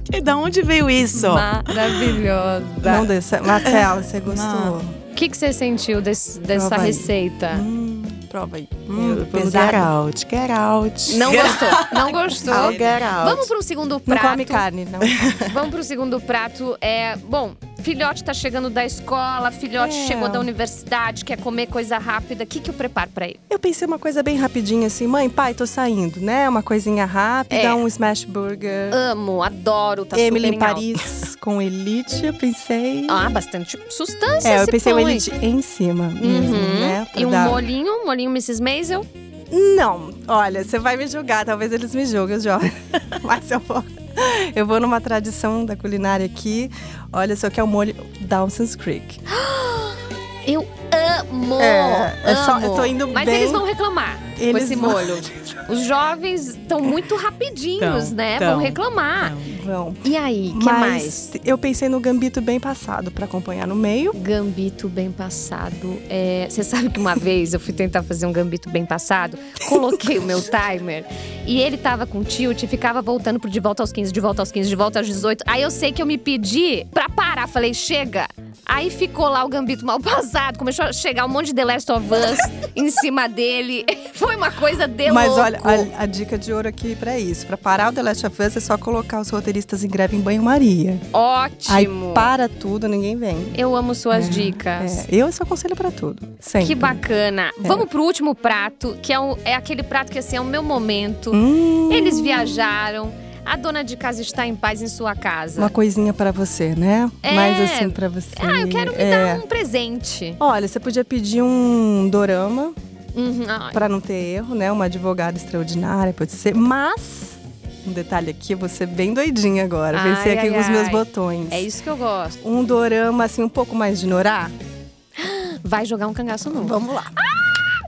Speaker 6: Porque da onde veio isso?
Speaker 3: Maravilhosa.
Speaker 4: Não deu certo. Marcela, você gostou?
Speaker 3: O que, que você sentiu desse- dessa
Speaker 4: Prova aí.
Speaker 3: receita?
Speaker 4: Hum, prova aí.
Speaker 1: Eu
Speaker 4: Hum,
Speaker 1: vou get
Speaker 4: pesado.
Speaker 1: out, get out.
Speaker 3: Não gostou, não gostou.
Speaker 1: I'll get out.
Speaker 3: Vamos para um segundo
Speaker 4: Não
Speaker 3: prato.
Speaker 4: come carne, não.
Speaker 3: Vamos pro segundo prato. É, bom, filhote tá chegando da escola, filhote
Speaker 4: É.
Speaker 3: chegou da universidade, quer comer coisa rápida. O que, que eu preparo pra ele?
Speaker 4: Eu pensei uma coisa bem rapidinha assim, mãe, pai, tô saindo, né? Uma coisinha rápida,
Speaker 3: É.
Speaker 4: um smash burger.
Speaker 3: Amo, adoro, tá
Speaker 4: Emily em
Speaker 3: super em alta.
Speaker 4: Paris com elite, eu pensei.
Speaker 3: Ah, bastante sustância
Speaker 4: é, eu
Speaker 3: esse
Speaker 4: pensei
Speaker 3: pão,
Speaker 4: o
Speaker 3: hein?
Speaker 4: elite em cima mesmo,
Speaker 3: Uhum.
Speaker 4: né? pra
Speaker 3: E um
Speaker 4: dar-
Speaker 3: molinho, um molinho Mrs. Maisel.
Speaker 4: Não, olha, você vai me julgar, talvez eles me julguem, eu jogo. Mas eu vou. Eu vou numa tradição da culinária aqui. Olha só que é o molho Dawson's Creek.
Speaker 3: Eu amo!
Speaker 4: É, é só-
Speaker 3: Oh, amo.
Speaker 4: eu tô indo
Speaker 3: Mas
Speaker 4: bem.
Speaker 3: eles vão reclamar com
Speaker 4: Eles
Speaker 3: esse
Speaker 4: vão-
Speaker 3: molho. Os jovens estão muito rapidinhos,
Speaker 6: Tão,
Speaker 3: né?
Speaker 6: tão,
Speaker 3: vão reclamar.
Speaker 4: Vão.
Speaker 3: E aí, que mais?
Speaker 4: Mas eu pensei no gambito bem passado pra acompanhar no meio.
Speaker 3: Gambito bem passado. É, Você sabe que uma vez eu fui tentar fazer um gambito bem passado, coloquei o meu timer e ele tava com tilt e ficava voltando pro de volta aos 15, de volta aos 15, de volta aos 18. Aí eu sei que eu me pedi pra parar, falei, chega. Aí ficou lá o gambito mal passado, começou a chegar um monte de The Last of Us em cima dele. Foi uma coisa de
Speaker 4: Mas
Speaker 3: louco.
Speaker 4: olha, a, a dica de ouro aqui pra isso. Pra parar o The Last of Us é só colocar os roteiristas em greve em banho-maria. Aí
Speaker 3: Ótimo.
Speaker 4: para tudo, ninguém vem.
Speaker 3: Eu amo suas dicas.
Speaker 4: É, eu só aconselho pra tudo. Sempre.
Speaker 3: Que bacana.
Speaker 4: É.
Speaker 3: Vamos pro último prato, que é, o- é aquele prato que assim é o meu momento.
Speaker 4: Hum,
Speaker 3: Eles viajaram. A dona de casa está em paz em sua casa.
Speaker 4: uma coisinha pra você, né?
Speaker 3: É.
Speaker 4: Mais assim pra você.
Speaker 3: Ah, eu quero me
Speaker 4: é.
Speaker 3: dar um presente.
Speaker 4: Olha, você podia pedir um dorama
Speaker 3: Uhum, ai.
Speaker 4: pra não ter erro, né? Uma advogada extraordinária, pode ser. Mas um detalhe aqui, eu vou ser bem doidinha agora.
Speaker 3: Ai,
Speaker 4: Pensei aqui
Speaker 3: ai,
Speaker 4: com os meus
Speaker 3: ai.
Speaker 4: botões.
Speaker 3: É isso que eu gosto.
Speaker 4: Um dorama, assim, um pouco mais de Norá.
Speaker 3: Vai jogar um cangaço novo.
Speaker 5: Vamos lá.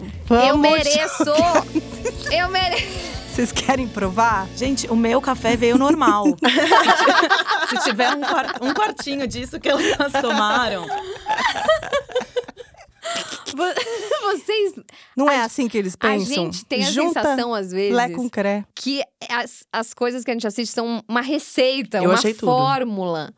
Speaker 3: eu
Speaker 1: Vamos-
Speaker 3: mereço! eu mereço!
Speaker 4: Vocês querem provar?
Speaker 6: Gente, o meu café veio normal. Se- Se tiver um, quar- um quartinho disso que elas tomaram.
Speaker 3: Vo- Vocês.
Speaker 4: Não é assim que eles
Speaker 3: A
Speaker 4: pensam?
Speaker 3: gente tem a
Speaker 4: Junta
Speaker 3: sensação, às vezes,
Speaker 4: Lé com cré.
Speaker 3: que as, as coisas que a gente assiste são uma receita,
Speaker 1: Eu
Speaker 3: uma
Speaker 1: achei tudo.
Speaker 3: fórmula.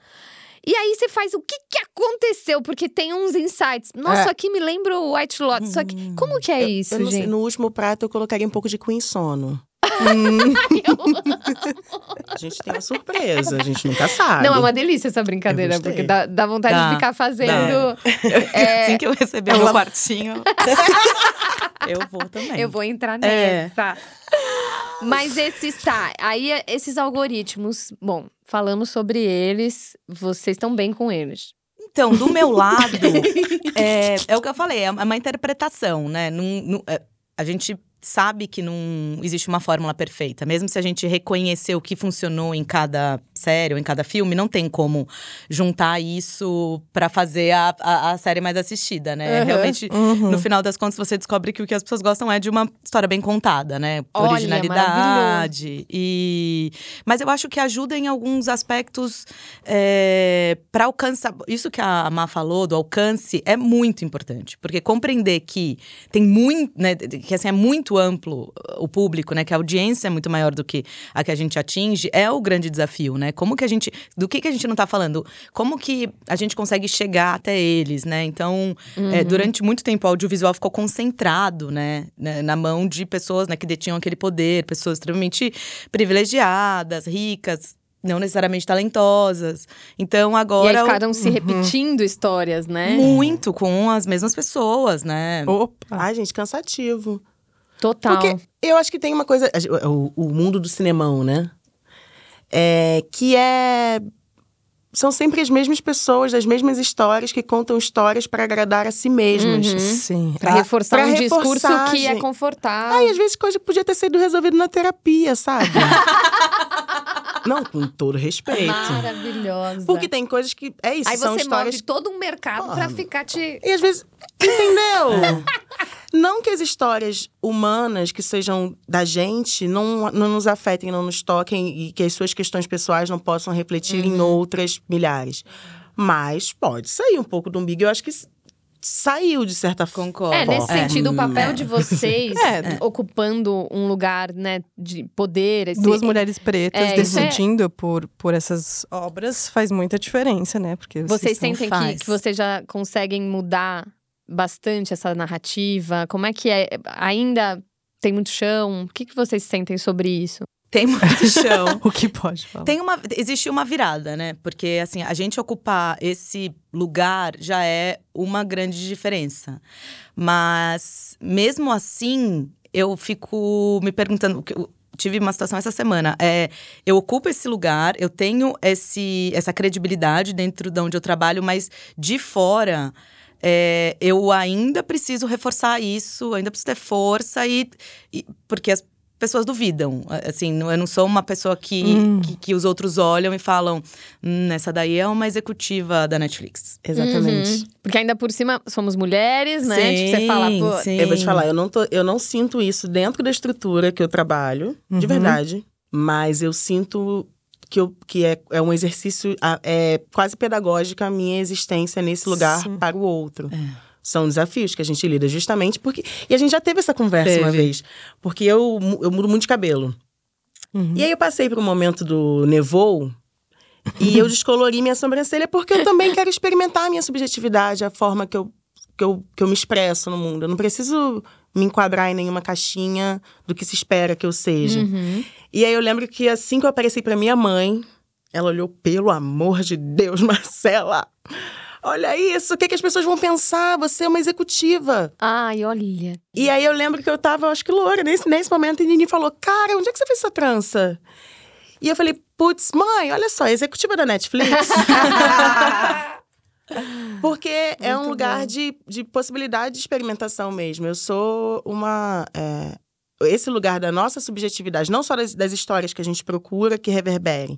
Speaker 3: E aí você faz o que, que aconteceu, porque tem uns insights. Nossa,
Speaker 1: É. Hum.
Speaker 3: isso aqui me lembra o White Lotus. Isso aqui. Como que é isso,
Speaker 1: Eu não sei,
Speaker 3: gente?
Speaker 1: no último prato eu colocaria um pouco de Queen Sono. A gente tem uma surpresa, a gente nunca sabe.
Speaker 3: Não, é uma delícia essa brincadeira,
Speaker 1: Ah, Eu gostei.
Speaker 3: porque dá, dá vontade
Speaker 6: Dá,
Speaker 3: de ficar fazendo. É,
Speaker 6: Assim que eu receber meu quartinho, eu vou também.
Speaker 3: Eu vou entrar
Speaker 6: É.
Speaker 3: nessa. Mas esses, tá. Aí, esses algoritmos, bom, falamos sobre eles, vocês estão bem com eles.
Speaker 6: Então, do meu lado, é, é o que eu falei, é uma interpretação, né? Não- não- é, a gente sabe que não existe uma fórmula perfeita. Mesmo se a gente reconhecer o que funcionou em cada série ou em cada filme, não tem como juntar isso pra fazer a, a- a série mais assistida, né?
Speaker 1: Uhum.
Speaker 6: Realmente,
Speaker 4: Uhum.
Speaker 6: no final das contas, você descobre que o que as pessoas gostam é de uma história bem contada, né?
Speaker 3: Olha,
Speaker 6: Originalidade. E... Mas eu acho que ajuda em alguns aspectos é... para alcançar. Isso que a Má falou, do alcance, é muito importante. Porque compreender que tem muito. Né, que assim, é muito amplo uh, o público, né? Que a audiência é muito maior do que a que a gente atinge, é o grande desafio, né? Como que a gente. Do que, que a gente não tá falando? Como que a gente consegue chegar até eles, né? Então.
Speaker 3: Uhum.
Speaker 6: É, durante muito tempo, o audiovisual ficou concentrado, né? né, Na mão de pessoas né, que detinham aquele poder, pessoas extremamente privilegiadas, ricas, não necessariamente talentosas. Então,
Speaker 3: E aí
Speaker 6: agora.
Speaker 3: ficaram se repetindo histórias, né?
Speaker 6: Muito com as mesmas pessoas, né?
Speaker 1: Opa! Ai, gente, cansativo.
Speaker 3: Total.
Speaker 1: Porque eu acho que tem uma coisa. O, o mundo do cinemão, né? É, que é. São sempre as mesmas pessoas, as mesmas histórias que contam histórias pra agradar a si mesmas.
Speaker 4: Sim.
Speaker 3: Uhum. Pra reforçar
Speaker 1: pra
Speaker 3: um
Speaker 1: reforçar,
Speaker 3: discurso que é
Speaker 1: gente.
Speaker 3: confortável.
Speaker 1: Ai, às vezes coisa podia ter sido resolvida na terapia, sabe? Não, com todo respeito.
Speaker 3: Maravilhosa.
Speaker 1: é Porque tem coisas que. É isso,
Speaker 3: Aí
Speaker 1: são
Speaker 3: você
Speaker 1: histórias
Speaker 3: move todo um mercado pra
Speaker 1: Porra.
Speaker 3: ficar te.
Speaker 1: E às vezes. Entendeu? não que as histórias humanas que sejam da gente não, não nos afetem, não nos toquem e que as suas questões pessoais não possam refletir em outras milhares. Mas pode sair um pouco do umbigo. Eu acho que s- saiu, de certa forma.
Speaker 6: Concordo.
Speaker 3: É, nesse
Speaker 1: É.
Speaker 3: sentido, o papel
Speaker 1: É.
Speaker 3: de vocês ocupando um lugar, né, de poder. esse-
Speaker 4: Duas mulheres pretas
Speaker 3: É, isso é-
Speaker 4: decidindo por, por essas obras faz muita diferença, né? Porque
Speaker 3: Vocês
Speaker 4: são
Speaker 3: sentem que,
Speaker 6: faz.
Speaker 3: que vocês já conseguem mudar bastante essa narrativa? Como é que é? Ainda tem muito chão? O que, que vocês sentem sobre isso?
Speaker 6: Tem muito chão.
Speaker 4: O que pode falar?
Speaker 6: Tem uma, existe uma virada, né? Porque assim, a gente ocupar esse lugar já é uma grande diferença. Mas mesmo assim, eu fico me perguntando o que- eu Tive uma situação essa semana. É, eu ocupo esse lugar, eu tenho esse, essa credibilidade dentro de onde eu trabalho, mas de fora é, eu ainda preciso reforçar isso, ainda preciso ter força e, e- porque as pessoas duvidam. a- Assim, não- eu não sou uma pessoa que,
Speaker 4: Hum.
Speaker 6: que, que os outros olham e falam, hum, essa daí é uma executiva da Netflix.
Speaker 1: Exatamente.
Speaker 3: Uhum. Porque ainda por cima somos mulheres, né? Tipo, você fala, pô,
Speaker 6: sim.
Speaker 1: Eu vou te falar, eu não, tô, eu não sinto isso dentro da estrutura que eu trabalho, de
Speaker 4: Uhum.
Speaker 1: verdade. Mas eu sinto que, eu, que é, é um exercício ah, é, quase pedagógico a minha existência nesse lugar
Speaker 4: Sim.
Speaker 1: para o outro. São desafios que a gente lida justamente porque. E a gente já teve essa conversa uma
Speaker 6: Teve.
Speaker 1: vez. Porque eu, mu- eu mudo muito de cabelo.
Speaker 4: Uhum.
Speaker 1: E aí eu passei por um momento do nevou. E eu descolori minha sobrancelha porque eu também quero experimentar a minha subjetividade, a forma que eu, que, eu, que eu me expresso no mundo. Eu não preciso me enquadrar em nenhuma caixinha do que se espera que eu seja.
Speaker 3: Uhum.
Speaker 1: E aí eu lembro que assim que eu apareci pra minha mãe, ela olhou, pelo amor de Deus, Marcela! Olha isso, o que, que as pessoas vão pensar? Você é uma executiva.
Speaker 3: Ai, olha.
Speaker 1: E aí eu lembro que eu tava, acho que loura, nesse, nesse momento, e Nini falou: Cara, onde é que você fez essa trança? E eu falei, putz, mãe, olha só, executiva da Netflix. Porque é um lugar de, de possibilidade de experimentação mesmo. Eu sou uma. é, esse lugar da nossa subjetividade, não só das, das histórias que a gente procura que reverberem,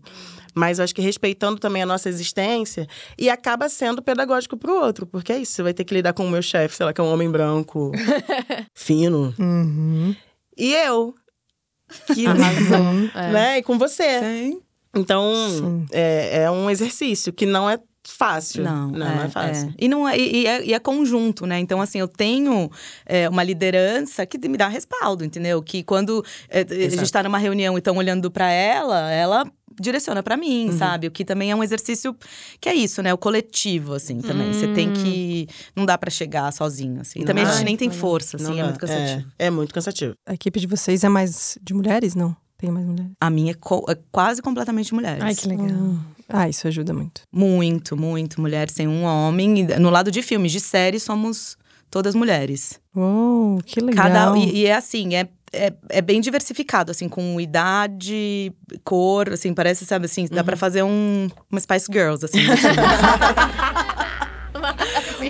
Speaker 1: mas eu acho que respeitando também a nossa existência e acaba sendo pedagógico pro outro, porque é isso, você vai ter que lidar com o meu chefe, sei lá, que é um homem branco, fino.
Speaker 4: Uhum.
Speaker 1: E eu, que,
Speaker 4: Uhum.
Speaker 3: É.
Speaker 1: né, e com você.
Speaker 2: Sim.
Speaker 1: Então,
Speaker 4: Sim.
Speaker 1: é, é um exercício que não é fácil.
Speaker 6: Não,
Speaker 1: não é, fácil.
Speaker 6: E, não é, e, e é, e é conjunto, né? Então, assim, eu tenho é, uma liderança que me dá respaldo, entendeu? Que quando é, a gente
Speaker 1: Exato.
Speaker 6: está numa reunião e estão olhando para ela, ela direciona para mim,
Speaker 1: Uhum.
Speaker 6: sabe? O que também é um exercício que é isso, né? O coletivo, assim, também. Você tem que. Não dá para chegar sozinho, assim. E
Speaker 1: Hum. Não
Speaker 6: também a
Speaker 1: dá.
Speaker 6: gente nem tem
Speaker 3: Não dá.
Speaker 6: força, assim,
Speaker 1: Não
Speaker 6: é
Speaker 1: dá.
Speaker 6: muito cansativo.
Speaker 1: É, é muito cansativo.
Speaker 4: A equipe de vocês é mais de mulheres? Não, tem mais mulheres.
Speaker 6: A minha é, co- é quase completamente mulheres.
Speaker 3: Ai, que legal.
Speaker 4: Hum. Ah, isso ajuda muito.
Speaker 6: Muito, muito. Mulher sem um homem. E No lado de filmes, de série, somos todas mulheres.
Speaker 4: Uou, que legal.
Speaker 1: um,
Speaker 6: Cada, e, e é assim, é, é, é bem diversificado, assim, com idade, cor, assim, parece, sabe, assim, dá
Speaker 1: Uhum.
Speaker 6: pra fazer um, uma Spice Girls, assim.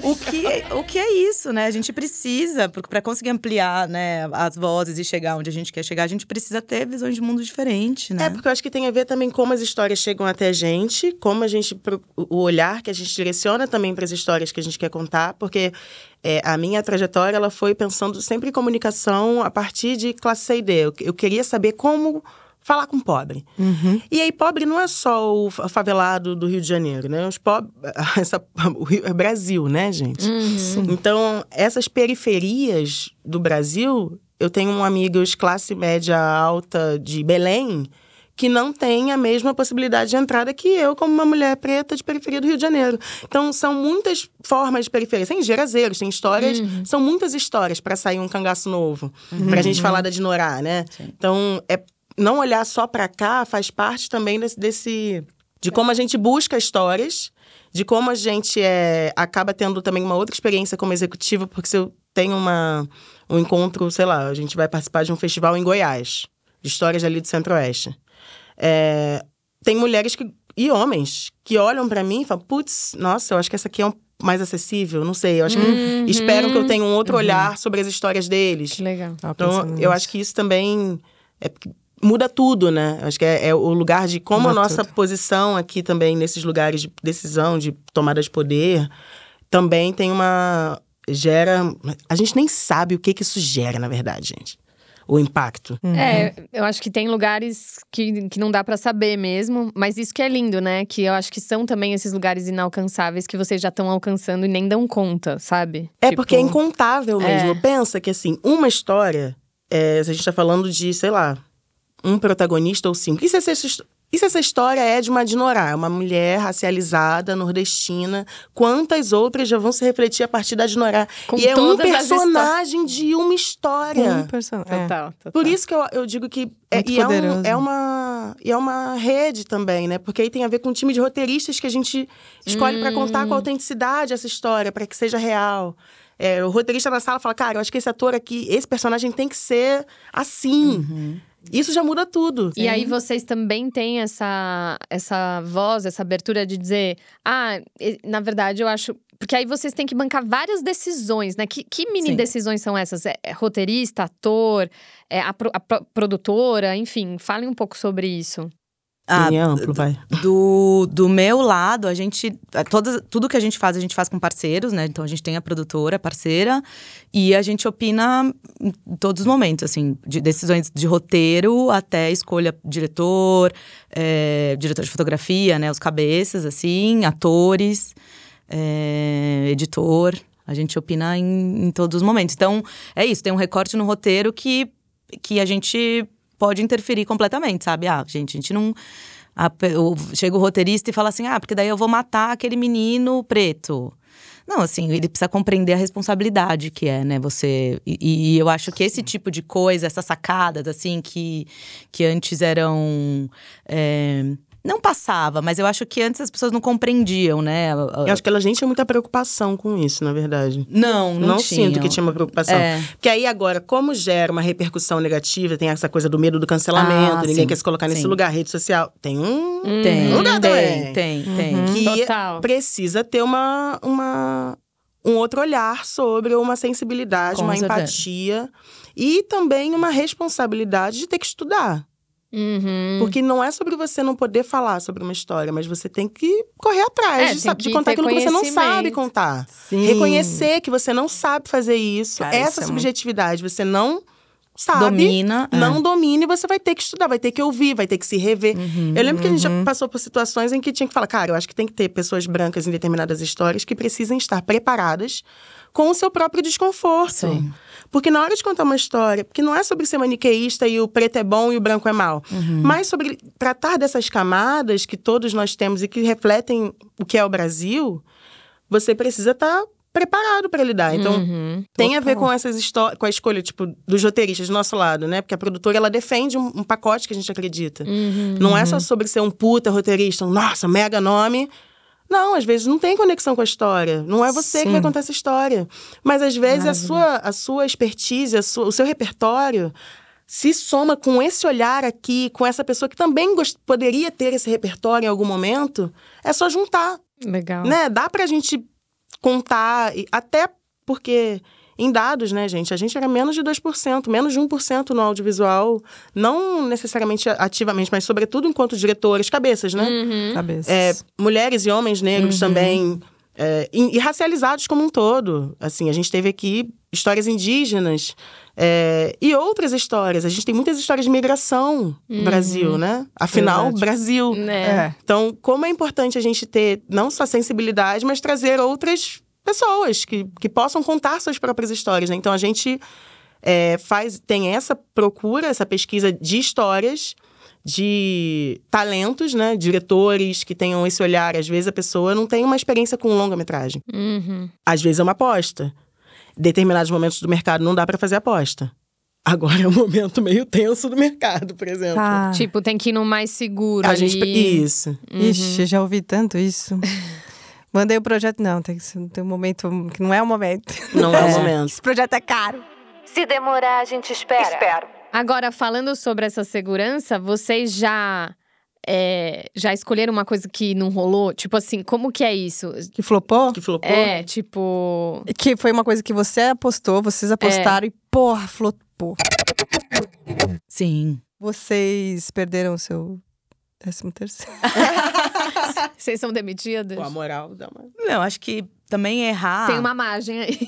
Speaker 6: o, que, é- o que é isso, né? A gente precisa, porque pra conseguir ampliar, né, as vozes e chegar onde a gente quer chegar, a gente precisa ter visões de mundo diferente, né?
Speaker 1: É, porque eu acho que tem a ver também como as histórias chegam até a gente, como a gente. pro- O olhar que a gente direciona também para as histórias que a gente quer contar, porque é, a minha trajetória ela foi pensando sempre em comunicação a partir de classe C e D. Eu, eu queria saber como falar com pobre.
Speaker 4: Uhum.
Speaker 1: E aí, pobre não é só o fa- favelado do Rio de Janeiro, né? Os pobres. Essa, o Rio, é Brasil, né, gente?
Speaker 4: Sim.
Speaker 1: Então, essas periferias do Brasil, eu tenho um amigos classe média alta de Belém que não têm a mesma possibilidade de entrada que eu, como uma mulher preta de periferia do Rio de Janeiro. Então, são muitas formas de periferia. Tem geraseiros, tem histórias, são muitas histórias para sair um cangaço novo,
Speaker 6: Uhum.
Speaker 1: para a gente falar da Dinorá, né? Então, é não olhar só para cá faz parte também desse, desse- de como a gente busca histórias, de como a gente é, acaba tendo também uma outra experiência como executiva, porque se eu tenho uma, um encontro, sei lá, a gente vai participar de um festival em Goiás, de histórias ali do Centro-Oeste. É, tem mulheres que, e homens que olham para mim e falam, putz, nossa, eu acho que essa aqui é um mais acessível, não sei, eu acho que esperam que eu tenha um outro olhar sobre as histórias deles.
Speaker 3: Que legal.
Speaker 4: Tava
Speaker 1: Então,
Speaker 4: pensando
Speaker 1: eu
Speaker 4: nisso.
Speaker 1: acho que isso também é porque muda tudo, né? Acho que é, é o lugar de como
Speaker 4: Muda
Speaker 1: a nossa
Speaker 4: tudo.
Speaker 1: posição aqui também, nesses lugares de decisão, de tomada de poder, também tem uma. gera. A gente nem sabe o que, que isso gera, na verdade, gente. O impacto.
Speaker 4: Uhum.
Speaker 3: É, eu acho que tem lugares que, que não dá pra saber mesmo, mas isso que é lindo, né? Que eu acho que são também esses lugares inalcançáveis que vocês já estão alcançando e nem dão conta, sabe?
Speaker 1: É
Speaker 3: Tipo,
Speaker 1: porque é incontável
Speaker 3: é.
Speaker 1: mesmo. Pensa que, assim, uma história, é, se a gente tá falando de, sei lá, um protagonista ou cinco. E se essa, his- e se essa história é de uma Dinorá, uma mulher racializada, nordestina? Quantas outras já vão se refletir a partir da Dinorá?
Speaker 3: Com
Speaker 1: e é um
Speaker 3: todas as
Speaker 1: personagem de uma
Speaker 4: Um
Speaker 1: história.
Speaker 4: personagem. É.
Speaker 3: Total, total.
Speaker 6: Tá.
Speaker 1: Por isso que eu, eu digo que é,
Speaker 4: Muito
Speaker 1: e é, um-
Speaker 4: poderoso.
Speaker 1: é uma e é uma rede também, né? Porque aí tem a ver com o time de roteiristas que a gente escolhe pra contar com
Speaker 6: Hum.
Speaker 1: autenticidade essa história, pra que seja real. É, o roteirista na sala fala, cara, eu acho que esse ator aqui, esse personagem tem que ser assim.
Speaker 6: Uhum.
Speaker 1: Isso já muda tudo.
Speaker 3: E aí vocês também têm essa, essa voz, essa abertura de dizer, ah, e- na verdade eu acho. Porque aí vocês têm que bancar várias decisões, né? Que, que mini
Speaker 6: Sim.
Speaker 3: decisões são essas? É, é roteirista, ator, é a, pro- a pro- produtora, enfim, falem um pouco sobre isso.
Speaker 6: Ah,
Speaker 1: Bem amplo, vai.
Speaker 6: Do, do meu lado, a gente. a Todas, tudo que a gente faz, a gente faz com parceiros, né? Então a gente tem a produtora, parceira, e a gente opina em todos os momentos, assim, de decisões de roteiro até escolha diretor, eh, diretor de fotografia, né? Os cabeças, assim, atores, eh, editor. A gente opina em, em todos os momentos. Então, é isso, tem um recorte no roteiro que, que a gente pode interferir completamente, sabe? Ah, gente, a gente não. A pe- o- chega o roteirista e fala assim: ah, porque daí eu vou matar aquele menino preto. Não, assim, ele precisa compreender a responsabilidade que é, né? Você. E, e eu acho que esse tipo de coisa, essas sacadas, assim, que, que antes eram. é, não passava, mas eu acho que antes as pessoas não compreendiam, né? A- a-
Speaker 1: Eu acho que a gente tinha muita preocupação com isso, na verdade.
Speaker 6: Não, não,
Speaker 1: Não, sinto
Speaker 6: tinham.
Speaker 1: que tinha uma preocupação.
Speaker 6: É.
Speaker 1: Porque aí agora, como gera uma repercussão negativa, tem essa coisa do medo do cancelamento,
Speaker 6: Ah,
Speaker 1: ninguém
Speaker 6: sim,
Speaker 1: quer se colocar nesse
Speaker 6: sim.
Speaker 1: lugar, rede social. Tem um.
Speaker 6: Tem,
Speaker 1: Não dá
Speaker 6: tem,
Speaker 1: também. Uhum.
Speaker 6: tem, tem.
Speaker 1: Que
Speaker 3: Total.
Speaker 1: precisa ter uma, uma, um outro olhar sobre uma sensibilidade,
Speaker 6: Com
Speaker 1: uma
Speaker 6: certeza.
Speaker 1: empatia. E também uma responsabilidade de ter que estudar.
Speaker 6: Hum.
Speaker 3: Uhum.
Speaker 1: Porque não é sobre você não poder falar sobre uma história, mas você tem que correr atrás
Speaker 3: É,
Speaker 1: de,
Speaker 3: tem
Speaker 1: sa- de
Speaker 3: que
Speaker 1: contar
Speaker 3: ter
Speaker 1: aquilo que você não sabe
Speaker 3: conhecimento.
Speaker 1: contar.
Speaker 4: Sim.
Speaker 1: Reconhecer que você não sabe fazer isso.
Speaker 6: Cara, isso
Speaker 1: essa
Speaker 6: é muito-
Speaker 1: subjetividade, você não sabe.
Speaker 6: Domina. é.
Speaker 1: Não domine, você vai ter que estudar, vai ter que ouvir, vai ter que se rever.
Speaker 6: Uhum.
Speaker 1: Eu lembro que a gente já
Speaker 4: Uhum.
Speaker 1: passou por situações em que tinha que falar, cara, eu acho que tem que ter pessoas brancas em determinadas histórias que precisam estar preparadas com o seu próprio desconforto.
Speaker 6: Sim.
Speaker 1: Porque na hora de contar uma história, porque não é sobre ser maniqueísta e o preto é bom e o branco é mal, mas sobre tratar dessas camadas que todos nós temos e que refletem o que é o Brasil, você precisa estar preparado para lidar. Então,
Speaker 3: Uhum.
Speaker 1: tem a ver com essas histórias, com a escolha, tipo, dos roteiristas do nosso lado, né? Porque a produtora, ela defende um, um pacote que a gente acredita.
Speaker 3: Uhum.
Speaker 1: Não é só sobre ser um puta roteirista, um nossa, mega nome. Não, às vezes não tem conexão com a história. Não é você que vai
Speaker 6: Sim.
Speaker 1: contar essa história. Mas às vezes a sua, a sua expertise, a sua- o seu repertório se soma com esse olhar aqui, com essa pessoa que também gos- poderia ter esse repertório em algum momento. É só juntar
Speaker 3: Legal.
Speaker 1: né, dá pra gente contar, e- até porque em dados, né, gente, a gente era menos de 2%, menos de 1% no audiovisual, não necessariamente ativamente, mas sobretudo enquanto diretores, cabeças, né?
Speaker 3: Uhum.
Speaker 4: Cabeças.
Speaker 1: É, mulheres e homens negros também, é, e, e racializados como um todo. Assim, a gente teve aqui histórias indígenas é, e outras histórias. A gente tem muitas histórias de migração no Brasil, né? Afinal,
Speaker 4: Verdade.
Speaker 1: Brasil.
Speaker 3: Né?
Speaker 4: É.
Speaker 1: Então, como é importante a gente ter não só sensibilidade, mas trazer outras pessoas que, que possam contar suas próprias histórias, né? Então, a gente é, faz, tem essa procura, essa pesquisa de histórias, de talentos, né? Diretores que tenham esse olhar. Às vezes, a pessoa não tem uma experiência com longa-metragem.
Speaker 3: Uhum.
Speaker 1: Às vezes, é uma aposta. Determinados momentos do mercado não dá para fazer aposta. Agora é um momento meio tenso do mercado, por exemplo.
Speaker 4: Tá.
Speaker 3: Tipo, uhum. tem que ir no mais seguro.
Speaker 1: Ah. A
Speaker 3: ali.
Speaker 1: gente... Isso.
Speaker 4: Ixi, já ouvi tanto isso. Mandei o projeto. Não, tem que ser- tem um momento que não é o momento.
Speaker 1: Não é o momento.
Speaker 4: Esse projeto é caro.
Speaker 2: Se demorar, a gente espera. Espero.
Speaker 3: Agora, falando sobre essa segurança, vocês já. é, já escolheram uma coisa que não rolou? Tipo assim, como que é isso?
Speaker 4: Que flopou?
Speaker 1: Que flopou.
Speaker 3: É, tipo.
Speaker 4: Que foi uma coisa que você apostou, vocês apostaram
Speaker 3: É.
Speaker 4: e, porra, flopou.
Speaker 6: Sim.
Speaker 4: Vocês perderam o seu décimo terceiro.
Speaker 3: Vocês são demitidos?
Speaker 1: Pô, a moral dá uma.
Speaker 6: Não, acho que também errar.
Speaker 3: Tem uma margem aí.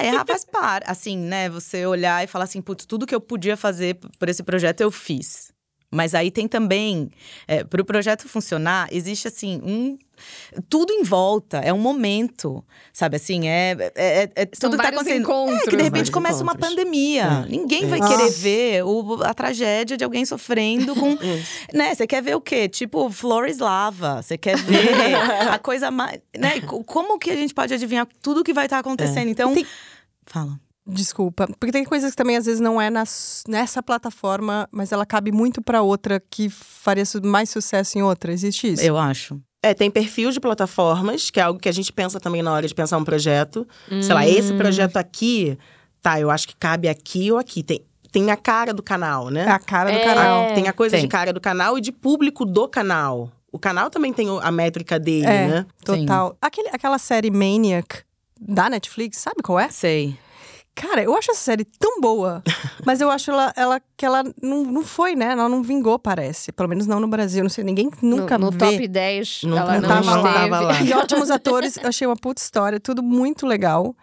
Speaker 6: É, errar faz parte. Assim, né? Você olhar e falar assim, putz, tudo que eu podia fazer p- por esse projeto eu fiz. Mas aí tem também, é, para o projeto funcionar, existe assim um tudo em volta, é um momento, sabe? Assim, é, é, é- é-
Speaker 3: São
Speaker 6: tudo tá
Speaker 3: vários
Speaker 6: acontecendo.
Speaker 3: encontros.
Speaker 6: É que de repente
Speaker 1: Vários
Speaker 6: começa uma
Speaker 1: encontros.
Speaker 6: pandemia.
Speaker 1: É.
Speaker 6: Ninguém
Speaker 1: É.
Speaker 6: vai
Speaker 1: Nossa.
Speaker 6: querer ver o- a tragédia de alguém sofrendo com. né? Você quer ver o quê? Tipo, flores lava. Você quer ver a coisa mais. Né? co- Como que a gente pode adivinhar tudo que vai estar acontecendo? Então.
Speaker 4: Tem-
Speaker 6: Fala.
Speaker 4: Desculpa. Porque tem coisas que também às vezes não é nas- nessa plataforma, mas ela cabe muito pra outra que faria su- mais sucesso em outra. Existe isso?
Speaker 6: Eu acho.
Speaker 1: É, tem perfil de plataformas, que é algo que a gente pensa também na hora de pensar um projeto. Sei lá, esse projeto aqui, tá, eu acho que cabe aqui ou aqui. Tem, tem a cara do canal,
Speaker 4: É
Speaker 1: né?
Speaker 4: a cara do
Speaker 3: É.
Speaker 4: canal.
Speaker 1: Ah, Tem a coisa
Speaker 6: Tem.
Speaker 1: de cara do canal e de público do canal. O canal também tem o- a métrica dele,
Speaker 4: É.
Speaker 1: né?
Speaker 4: Total. Aquele, aquela série Maniac da Netflix, sabe qual é?
Speaker 6: Sei.
Speaker 4: Cara, eu acho essa série tão boa, mas eu acho ela, ela- que ela não, não foi, né? Ela não vingou, parece. Pelo menos não no Brasil. Não sei, ninguém nunca
Speaker 3: no, no
Speaker 4: vê.
Speaker 3: top 10,
Speaker 1: Nunca-
Speaker 3: ela
Speaker 1: não
Speaker 3: não,
Speaker 1: tava- não
Speaker 3: esteve.
Speaker 1: tava lá.
Speaker 4: E ótimos atores, eu achei uma puta história, tudo muito legal.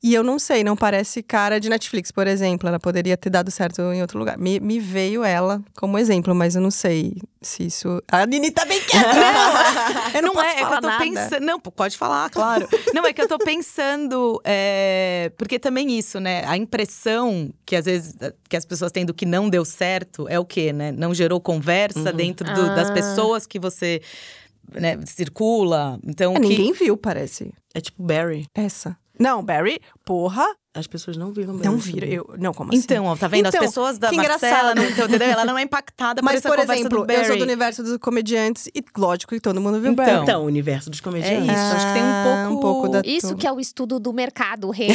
Speaker 4: E eu não sei, não parece cara de Netflix, por exemplo. Ela poderia ter dado certo em outro lugar. Me, me veio ela como exemplo, mas eu não sei se isso. A Nini tá bem quieta! Não, eu não, posso
Speaker 6: é, é que
Speaker 4: falar
Speaker 6: eu tô
Speaker 4: nada.
Speaker 6: pensando. Não, pô, pode falar, claro. não, é que eu tô pensando. é, Porque também isso, né? A impressão que às vezes eh, que as pessoas têm do que não deu certo é o quê, né? Não gerou
Speaker 4: Uhum.
Speaker 6: conversa dentro do- das
Speaker 3: Ah.
Speaker 6: pessoas que você né, circula. Então,
Speaker 4: É,
Speaker 6: que-
Speaker 4: ninguém viu, parece.
Speaker 1: É tipo Barry.
Speaker 4: Essa. Não, Barry, porra,
Speaker 1: As pessoas não viram Barry.
Speaker 4: não viram. Eu, não, como assim?
Speaker 6: Então, ó, tá vendo?
Speaker 4: Então,
Speaker 6: As pessoas da
Speaker 4: que
Speaker 6: Marcela,
Speaker 4: engraçado.
Speaker 6: não, então, entendeu? Ela não é impactada por
Speaker 4: Mas,
Speaker 6: essa
Speaker 4: por
Speaker 6: conversa
Speaker 4: exemplo,
Speaker 6: do Barry.
Speaker 4: eu sou do universo dos comediantes e, lógico, que todo mundo viu
Speaker 6: Então,
Speaker 4: Barry.
Speaker 1: Então, o universo dos
Speaker 6: É
Speaker 1: comediantes.
Speaker 6: isso, acho que tem um
Speaker 4: Ah,
Speaker 3: é
Speaker 6: pouco…
Speaker 4: um pouco da-
Speaker 3: Isso
Speaker 4: Tudo.
Speaker 3: que é o estudo do mercado, rei.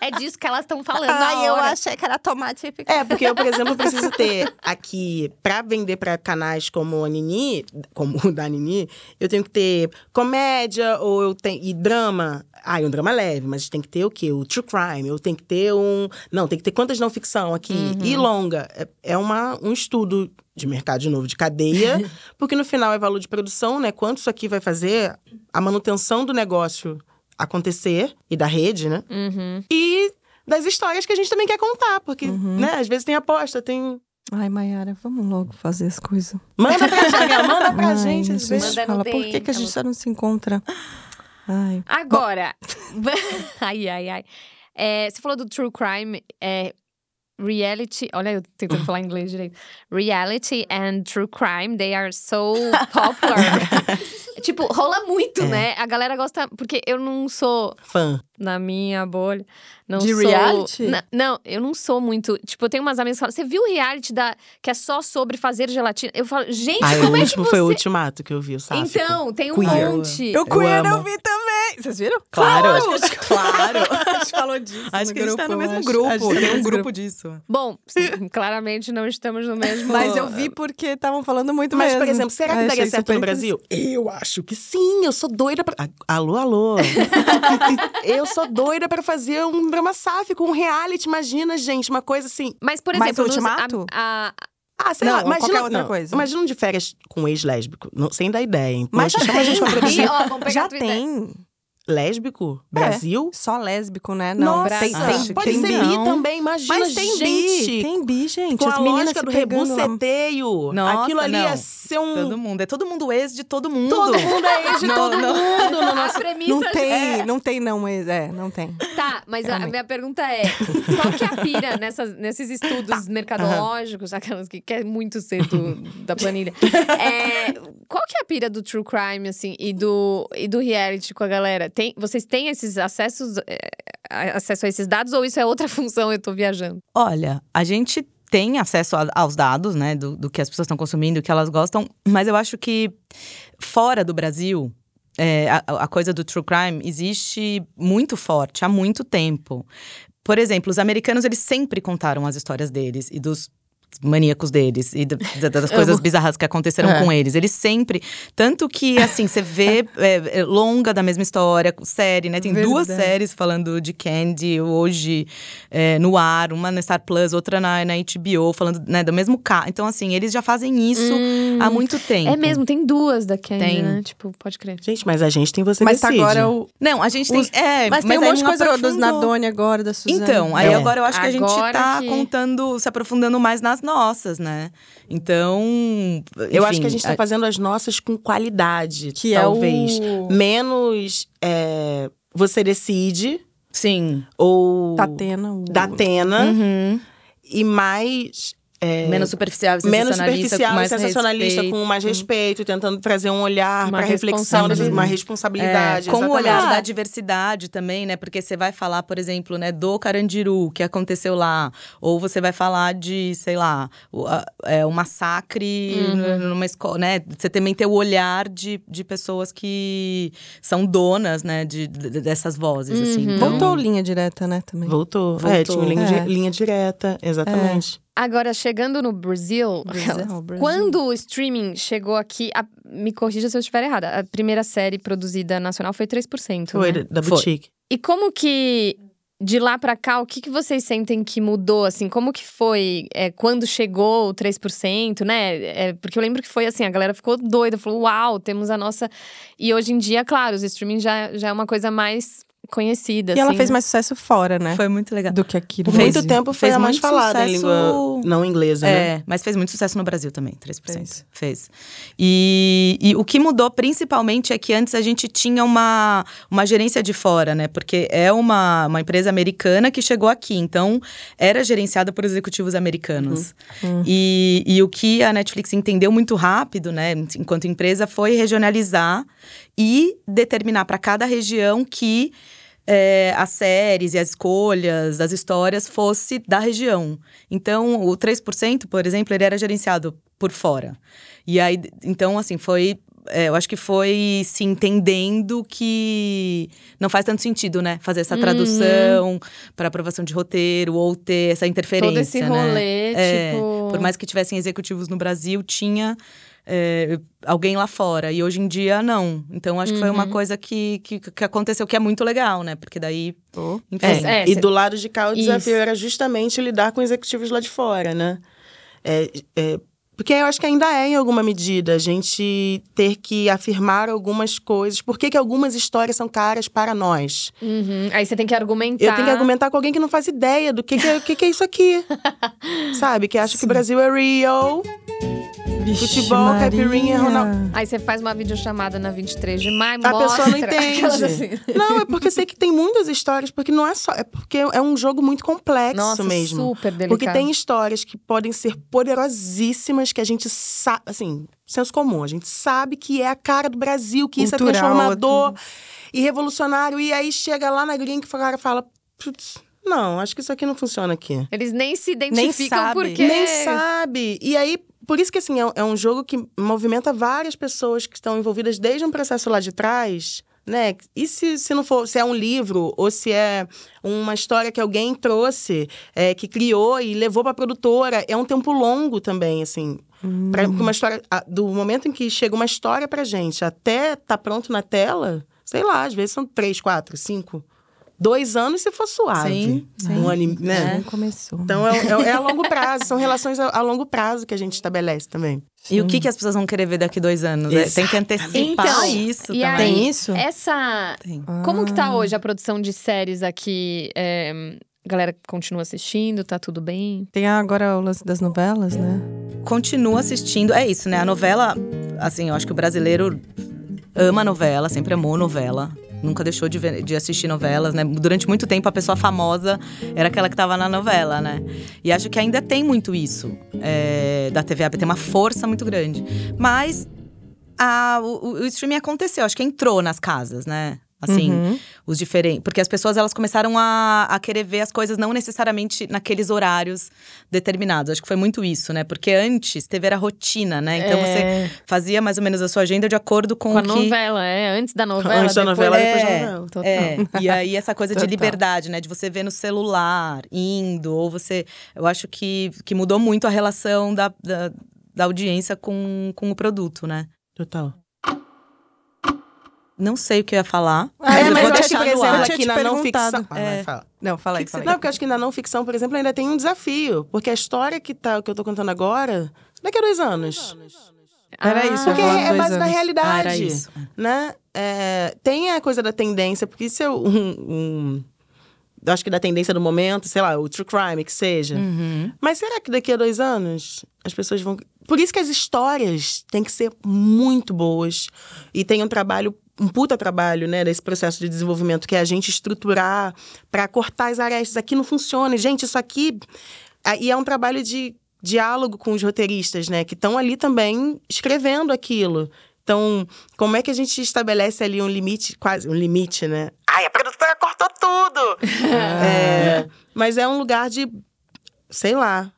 Speaker 3: É disso que elas estão falando na
Speaker 5: Ai, eu
Speaker 3: hora.
Speaker 5: achei que era tomate e pic-
Speaker 1: É, porque eu, por exemplo, preciso ter aqui, pra vender pra canais como a Nini, como o da Nini, eu tenho que ter comédia ou eu tenho. E drama. Ah, e um drama leve, mas tem que ter o quê? O true crime, eu tenho que ter um. Não, tem que ter quantas não ficção aqui? E longa. É- É uma, um estudo de mercado, de novo, de cadeia, porque no final é valor de produção, né? Quanto isso aqui vai fazer a manutenção do negócio acontecer e da rede, né?
Speaker 3: Uhum.
Speaker 1: e das histórias que a gente também quer contar, porque, né, às vezes tem aposta, tem.
Speaker 4: Ai, Mayara, vamos logo fazer as coisas.
Speaker 1: Manda pra gente, Gabi, manda pra
Speaker 4: Ai,
Speaker 1: gente, às vezes.
Speaker 3: Manda no
Speaker 4: fala, por
Speaker 3: DM,
Speaker 4: que, que a gente só
Speaker 3: Elô.
Speaker 1: então."
Speaker 4: não se encontra? Ai,
Speaker 3: Agora. ai, ai, ai. É, você falou do true crime. É, reality. Olha, eu tentando falar inglês direito. Reality and true crime, they are so popular. tipo, rola muito,
Speaker 1: É.
Speaker 3: né? A galera gosta. Porque eu não sou
Speaker 1: Fã.
Speaker 3: na minha bolha. Não
Speaker 4: De
Speaker 3: sou...
Speaker 4: reality?
Speaker 3: Na- não, eu não sou muito. Tipo, eu tenho umas amigas que falam: você viu o reality da... que é só sobre fazer gelatina? Eu falo, gente,
Speaker 1: Ai, Ah, o
Speaker 3: como é que
Speaker 1: último foi o
Speaker 3: você.
Speaker 1: ultimato que eu vi, o sáfico.
Speaker 3: Então, tem um
Speaker 1: Queer.
Speaker 3: monte.
Speaker 4: Eu queer eu
Speaker 1: amo.
Speaker 4: vi também. Vocês viram?
Speaker 1: Claro, acho
Speaker 6: Claro!
Speaker 4: A gente falou disso.
Speaker 6: Acho
Speaker 4: no
Speaker 6: que a gente tá
Speaker 4: grupo,
Speaker 6: no mesmo
Speaker 4: acho. A
Speaker 6: grupo.
Speaker 4: gente tá
Speaker 6: Tem
Speaker 4: no
Speaker 6: um
Speaker 4: mesmo
Speaker 6: grupo disso.
Speaker 3: Bom, claramente não estamos no mesmo.
Speaker 4: Mas eu vi porque estavam falando muito
Speaker 1: Mas,
Speaker 4: mesmo.
Speaker 1: por exemplo, será que
Speaker 4: Ai,
Speaker 1: daria
Speaker 4: achei
Speaker 1: certo
Speaker 4: super
Speaker 1: no Brasil? Eu acho que sim, eu sou doida pra. Ah, Alô, alô. eu sou doida pra fazer um drama sáfico, um reality, imagina, gente, uma coisa assim.
Speaker 3: Mas, por
Speaker 4: Mas
Speaker 3: exemplo,
Speaker 4: o
Speaker 3: nos-
Speaker 4: Ultimato?
Speaker 3: a- a-
Speaker 1: Ah, sei
Speaker 4: Não,
Speaker 1: lá,
Speaker 4: ou
Speaker 1: imagina.
Speaker 4: qualquer outra
Speaker 1: não,
Speaker 4: coisa.
Speaker 1: Imagina um de férias com um ex-lésbico. não- Sem dar ideia, hein?
Speaker 4: Mas
Speaker 1: Poxa,
Speaker 4: já
Speaker 1: chama a gente pra
Speaker 4: tem.
Speaker 1: produzir.
Speaker 3: Ih, ó, vamos pegar
Speaker 4: Já
Speaker 3: a tua ideia.
Speaker 4: tem.
Speaker 1: Lésbico? Brasil?
Speaker 4: Só lésbico, né? Não,
Speaker 1: Nossa,
Speaker 3: tem-
Speaker 4: Brasil.
Speaker 3: tem-
Speaker 1: pode
Speaker 4: Tem
Speaker 1: ser
Speaker 4: bi.
Speaker 1: bi também, imagina,
Speaker 4: Mas tem
Speaker 1: gente.
Speaker 4: bi. Tem bi, gente.
Speaker 1: Com
Speaker 4: As
Speaker 1: a
Speaker 4: meninas
Speaker 1: lógica
Speaker 4: se
Speaker 1: do é
Speaker 4: pegando lá.
Speaker 1: rebuceteio.
Speaker 6: Nossa,
Speaker 1: aquilo ali
Speaker 6: não.
Speaker 1: é ser um…
Speaker 6: Todo mundo. É todo mundo ex de todo mundo.
Speaker 1: Todo mundo é ex de
Speaker 6: Não,
Speaker 1: todo
Speaker 6: não.
Speaker 1: mundo. No
Speaker 3: a
Speaker 1: nosso...
Speaker 3: premissa
Speaker 4: Não
Speaker 3: é-
Speaker 4: tem, não tem não, mas é, não tem.
Speaker 3: Tá, mas a
Speaker 4: Realmente.
Speaker 3: minha pergunta é: qual que é a pira nessas, nesses
Speaker 4: Tá.
Speaker 3: estudos mercadológicos, aquelas que quer muito ser do- da planilha? É, qual que é a pira do true crime, assim, e do, e do reality com a galera? Tem, vocês têm esses acessos, é, a- acesso a esses dados ou isso é outra função? Eu tô viajando.
Speaker 6: Olha, a gente tem acesso a- aos dados, né, do, do que as pessoas estão consumindo, do que elas gostam, mas eu acho que fora do Brasil, é, a, a coisa do true crime existe muito forte há muito tempo. Por exemplo, os americanos eles sempre contaram as histórias deles e dos maníacos deles e da- da- das coisas bizarras que aconteceram com eles. Eles sempre, tanto que assim você vê é, é, longa da mesma história, série, né? Tem duas
Speaker 4: Verdade.
Speaker 6: séries falando de Candy hoje é, no ar, uma na Star Plus, outra na, na HBO, falando né, do mesmo caso. Então assim eles já fazem isso
Speaker 3: Hum.
Speaker 6: há muito tempo.
Speaker 3: É mesmo, tem duas da Candy,
Speaker 6: Tem.
Speaker 3: né? Tipo, pode crer.
Speaker 1: Gente, mas a gente tem você
Speaker 4: Mas tá
Speaker 1: decide.
Speaker 4: agora o...
Speaker 6: Não, a gente tem.
Speaker 4: Os-
Speaker 6: é,
Speaker 4: Mas tem um
Speaker 6: aí
Speaker 4: monte de
Speaker 6: não
Speaker 4: coisa dos
Speaker 6: aprofundou.
Speaker 4: Nadone agora, da Suzana.
Speaker 6: Então, aí
Speaker 1: É.
Speaker 6: agora eu acho que a gente
Speaker 3: Agora
Speaker 6: tá
Speaker 3: que-
Speaker 6: contando, se aprofundando mais nas nossas, né? Então.
Speaker 1: Eu
Speaker 6: enfim,
Speaker 1: acho que a gente tá fazendo as nossas com qualidade,
Speaker 4: Que é
Speaker 1: talvez.
Speaker 4: o-
Speaker 1: Menos é, você decide,
Speaker 6: Sim.
Speaker 1: ou…
Speaker 4: Tatena. Tá o-
Speaker 1: Da Atena.
Speaker 6: Uhum.
Speaker 1: E mais… é,
Speaker 6: Menos superficial e sensacionalista.
Speaker 1: menos superficial
Speaker 6: com
Speaker 1: e
Speaker 6: mais
Speaker 1: sensacionalista,
Speaker 6: respeito.
Speaker 1: com mais respeito, Uhum. tentando trazer um olhar
Speaker 3: Uma
Speaker 1: pra reflexão,
Speaker 3: responsabilidade.
Speaker 1: uma
Speaker 6: É,
Speaker 1: responsabilidade.
Speaker 6: com o olhar
Speaker 1: exatamente.
Speaker 6: da diversidade também, né? Porque você vai falar, por exemplo, né, do Carandiru, que aconteceu lá. Ou você vai falar de, sei lá, o, a- é, um massacre
Speaker 1: Uhum.
Speaker 6: n- numa escola, né? Você também tem o olhar de, de pessoas que são donas, né, de, de- dessas vozes, assim.
Speaker 1: Uhum.
Speaker 6: Então,
Speaker 4: Voltou linha direta, né, também.
Speaker 1: Hum. Voltou. É,
Speaker 6: Voltou.
Speaker 1: tinha linha, di-
Speaker 4: É.
Speaker 1: linha direta, exatamente.
Speaker 3: Agora, chegando no Brasil,
Speaker 4: Brasil,
Speaker 3: aquelas-
Speaker 4: Brasil.
Speaker 3: quando o streaming chegou aqui, a- me corrija se eu estiver errada, a primeira série produzida nacional foi 3%.
Speaker 1: Foi
Speaker 3: né?
Speaker 1: da
Speaker 6: Foi.
Speaker 1: boutique.
Speaker 3: E como que, de lá pra cá, o que, que vocês sentem que mudou, assim? Como que foi é, quando chegou o 3%, né? É, porque eu lembro que foi assim, a galera ficou doida, falou, uau, temos a nossa… E hoje em dia, claro, os streaming já, já é uma coisa mais conhecida,
Speaker 4: E ela
Speaker 3: assim,
Speaker 4: fez
Speaker 3: né?
Speaker 4: mais sucesso fora, né?
Speaker 6: Foi muito legal.
Speaker 4: Do que aqui no
Speaker 1: Por muito
Speaker 4: Brasil.
Speaker 1: tempo foi
Speaker 6: Fez
Speaker 1: a mais
Speaker 6: muito
Speaker 1: falada em
Speaker 6: sucesso-
Speaker 1: língua não inglesa, né?
Speaker 6: É, mas fez muito sucesso no Brasil também, 3%.
Speaker 4: Fez.
Speaker 6: Fez. E, e o que mudou principalmente é que antes a gente tinha uma, uma gerência de fora, né? Porque é uma, uma empresa americana que chegou aqui, então era gerenciada por executivos americanos. E, e o que a Netflix entendeu muito rápido, né, enquanto empresa, foi regionalizar e determinar para cada região que é, as séries e as escolhas das histórias fosse da região. Então, o 3%, por exemplo, ele era gerenciado por fora. E aí, então, assim, foi é, eu acho que foi se entendendo que não faz tanto sentido, né? Fazer essa
Speaker 3: Uhum.
Speaker 6: tradução para aprovação de roteiro ou ter essa interferência.
Speaker 3: Todo esse
Speaker 6: né?
Speaker 3: rolê,
Speaker 6: É,
Speaker 3: tipo.
Speaker 6: Por mais que tivessem executivos no Brasil, tinha é, alguém lá fora. E hoje em dia, não. Então, acho que foi uma
Speaker 3: Uhum.
Speaker 6: coisa que, que, que aconteceu, que é muito legal, né? Porque daí, enfim.
Speaker 3: É,
Speaker 1: e
Speaker 3: cê-
Speaker 1: do lado de cá, o desafio
Speaker 3: Isso.
Speaker 1: era justamente lidar com executivos lá de fora, né? É, é, porque eu acho que ainda é, em alguma medida, a gente ter que afirmar algumas coisas. Por que, que algumas histórias são caras para nós?
Speaker 3: Uhum. Aí você tem que argumentar.
Speaker 1: Eu
Speaker 6: Tá.
Speaker 1: tenho que argumentar com alguém que não faz ideia do que, que, é, o que que é isso aqui. Sabe? Que acha que o Brasil é real.
Speaker 4: Vixe,
Speaker 1: Futebol,
Speaker 4: Maria.
Speaker 1: caipirinha, Ronaldo.
Speaker 3: Aí você faz uma videochamada na 23 de maio,
Speaker 1: A
Speaker 3: mostra.
Speaker 1: pessoa não entende.
Speaker 3: Aquelas assim.
Speaker 1: Não, é porque eu sei que tem muitas histórias, porque não é só. É porque é um jogo muito complexo
Speaker 3: Nossa,
Speaker 1: mesmo.
Speaker 3: super delicado.
Speaker 1: Porque tem histórias que podem ser poderosíssimas, que a gente sabe, assim, senso comum, a gente sabe que é a cara do Brasil, que isso é
Speaker 4: Cultural,
Speaker 1: transformador e revolucionário. E aí chega lá na gringa que o cara fala: "Putz, não, acho que isso aqui não funciona aqui.
Speaker 3: Eles nem se identificam
Speaker 6: sabe.
Speaker 3: porque.
Speaker 1: Nem
Speaker 6: é
Speaker 1: sabe. E aí, por isso que assim, é um- é um jogo que movimenta várias pessoas que estão envolvidas desde um processo lá de trás. Né? E se, se não for, se é um livro ou se é uma história que alguém trouxe, é, que criou e levou para produtora, é um tempo longo também, assim. Pra,
Speaker 6: Hum.
Speaker 1: porque uma história, a- do momento em que chega uma história pra gente até tá pronto na tela, sei lá, às vezes são três, quatro, cinco, dois anos se for suave.
Speaker 6: Sim, É.
Speaker 1: Um ano, e- né?
Speaker 4: Nem começou.
Speaker 1: Então é, é- é a longo prazo, são relações a, a longo prazo que a gente estabelece também.
Speaker 6: E o que, que as pessoas vão querer ver daqui dois anos? É, Tem que antecipar
Speaker 3: Então,
Speaker 6: isso
Speaker 3: e
Speaker 6: também.
Speaker 3: aí-
Speaker 4: Tem isso? Ah.
Speaker 3: Essa.
Speaker 6: Tem.
Speaker 3: É, Como que
Speaker 1: Ah.
Speaker 3: tá hoje a produção de séries aqui? É, Galera continua assistindo, tá tudo bem?
Speaker 4: Tem agora o lance das novelas, né?
Speaker 6: continua assistindo. É isso, né? A novela, assim, eu acho que o brasileiro ama novela, sempre amou novela. Nunca deixou de, ver- de assistir novelas, né? Durante muito tempo, a pessoa famosa era aquela que estava na novela, né? E acho que ainda tem muito isso é, da TV aberta. Tem uma força muito grande. Mas a- o, o streaming aconteceu. Acho que entrou nas casas, né? Assim,
Speaker 4: Uhum.
Speaker 6: os diferentes. Porque as pessoas elas começaram a, a querer ver as coisas não necessariamente naqueles horários determinados. Acho que foi muito isso, né? Porque antes TV era rotina, né? Então
Speaker 3: É.
Speaker 6: você fazia mais ou menos a sua agenda de acordo com,
Speaker 3: Com a
Speaker 6: o que.
Speaker 3: novela, é? Antes da novela.
Speaker 1: um Antes da
Speaker 3: depois-
Speaker 1: novela,
Speaker 3: É,
Speaker 1: depois da
Speaker 6: É,
Speaker 1: novela.
Speaker 3: Total.
Speaker 6: É, e aí essa coisa de
Speaker 4: Total.
Speaker 6: liberdade, né? De você ver no celular, indo, ou você. Eu acho que, que mudou muito a relação da, da, da audiência com, com o produto, né?
Speaker 1: Total.
Speaker 6: Não sei o que eu ia falar.
Speaker 4: Ah,
Speaker 1: é,
Speaker 6: eu
Speaker 1: mas
Speaker 6: vou
Speaker 1: eu acho que,
Speaker 6: deixar
Speaker 1: por
Speaker 6: no ar.
Speaker 1: exemplo,
Speaker 4: Eu
Speaker 1: aqui
Speaker 4: tinha
Speaker 1: na
Speaker 4: te
Speaker 1: não
Speaker 4: perguntado.
Speaker 1: ficção. Ah,
Speaker 6: É.
Speaker 1: vai, fala.
Speaker 4: Não, fala aí,
Speaker 6: Que que
Speaker 4: fala
Speaker 1: Não,
Speaker 4: aí.
Speaker 1: porque eu acho que na não ficção, por exemplo, ainda tem um desafio. Porque a história que, tá, que eu tô contando agora, daqui a dois anos.
Speaker 4: Peraí,
Speaker 3: Ah,
Speaker 4: isso
Speaker 1: Porque
Speaker 4: eu vou
Speaker 1: é,
Speaker 4: lá
Speaker 1: é
Speaker 4: dois
Speaker 1: base na
Speaker 4: anos.
Speaker 6: Ah,
Speaker 1: realidade.
Speaker 6: era isso.
Speaker 1: né? É, tem a coisa da tendência, porque isso é um. um- eu acho que da tendência do momento, sei lá, o true crime que seja. Mas será que daqui a dois anos as pessoas vão. Por isso que as histórias têm que ser muito boas e tem um trabalho. Um puta trabalho, né, desse processo de desenvolvimento, que é a gente estruturar para cortar as arestas. Aqui não funciona. Gente, isso aqui. Ah, E é um trabalho de diálogo com os roteiristas, né, que estão ali também escrevendo aquilo. Então, como é que a gente estabelece ali um limite, quase um limite, né? Ai, a produtora cortou tudo! É, mas é um lugar de, sei lá,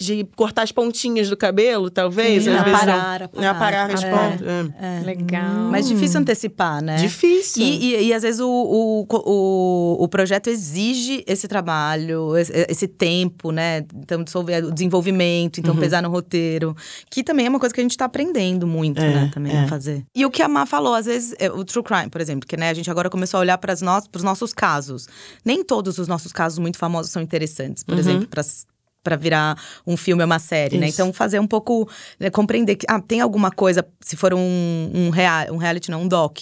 Speaker 1: de cortar as pontinhas do cabelo, talvez. às vezes não.
Speaker 6: Aparar, um
Speaker 1: É, aparar as
Speaker 6: aparar.
Speaker 1: pontas. é.
Speaker 3: Legal.
Speaker 6: Mas difícil antecipar,
Speaker 3: É.
Speaker 6: né?
Speaker 1: Hum. Difícil.
Speaker 6: E, e- e às vezes o, o, o, o projeto exige esse trabalho, esse, esse tempo, né? Então, desenvolver o desenvolvimento,
Speaker 1: Uhum.
Speaker 6: então pesar no roteiro. Que também é uma coisa que a gente tá aprendendo muito,
Speaker 1: É,
Speaker 6: né? Também
Speaker 1: é.
Speaker 6: a fazer. E o que a Má falou, às vezes, é, o True Crime, por exemplo, que né, a gente agora começou a olhar para os nossos casos. Nem todos os nossos casos muito famosos são interessantes, por exemplo, para para virar um filme ou uma série, né?
Speaker 1: Uhum. Isso.
Speaker 6: Então fazer um pouco né, compreender que ah, tem alguma coisa, se for um, um, rea- um reality, não um doc,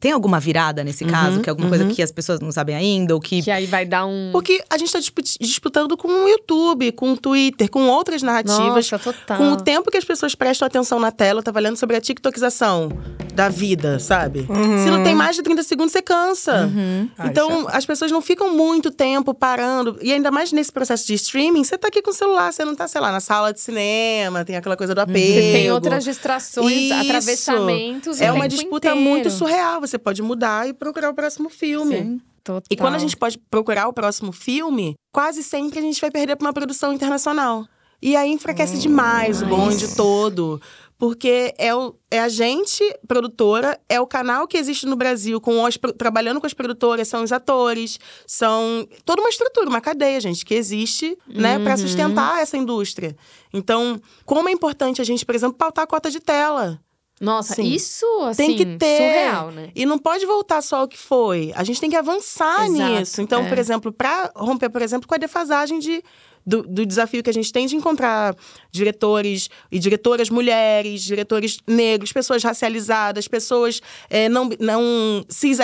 Speaker 6: tem alguma virada nesse
Speaker 7: Uhum,
Speaker 6: caso, que é alguma coisa que as pessoas não sabem ainda ou que,
Speaker 7: é,
Speaker 3: Que aí vai dar um.
Speaker 1: Porque a gente está disputando com o YouTube, com o Twitter, com outras narrativas.
Speaker 3: Nossa, tá. total.
Speaker 1: é Com o tempo que as pessoas prestam atenção na tela, eu tava lendo sobre a tiktokização da vida, sabe?
Speaker 4: tá- Uhum.
Speaker 1: Se
Speaker 3: Uhum.
Speaker 1: não tem mais de 30 segundos, você
Speaker 6: Ah.
Speaker 1: cansa.
Speaker 7: uhum.
Speaker 4: Ah,
Speaker 1: Então, as pessoas não ficam muito tempo parando. E ainda mais nesse processo de streaming, você tá aqui com o celular, você não tá, sei lá, na sala de cinema, tem aquela coisa do apego.
Speaker 3: Você Uhum. tem outras distrações,
Speaker 1: Isso.
Speaker 3: atravessamentos. o
Speaker 1: É uma
Speaker 3: tempo
Speaker 1: disputa
Speaker 3: inteiro.
Speaker 1: muito surreal. Você pode mudar e procurar o próximo filme.
Speaker 3: Total.
Speaker 1: E quando a gente pode procurar o próximo filme, quase sempre a gente vai perder para uma produção internacional. E aí enfraquece demais o bonde todo. Porque é, o, é a gente, produtora, é o canal que existe no Brasil, com os, pro- trabalhando com as produtoras, são os atores, são toda uma estrutura, uma cadeia, gente, que existe, né, para
Speaker 3: Uhum.
Speaker 1: sustentar essa indústria. Então, como é importante a gente, por exemplo, pautar a cota de tela.
Speaker 7: Nossa,
Speaker 1: Sim.
Speaker 7: isso assim,
Speaker 1: Tem que ter.
Speaker 7: surreal, né?
Speaker 1: E não pode voltar só ao que foi. A gente tem que avançar
Speaker 7: Exato,
Speaker 1: nisso. Então,
Speaker 7: é.
Speaker 1: por exemplo, para romper, por exemplo, com a defasagem de, do, do desafio que a gente tem de encontrar diretores e diretoras mulheres, diretores negros, pessoas racializadas, pessoas eh, não, não cis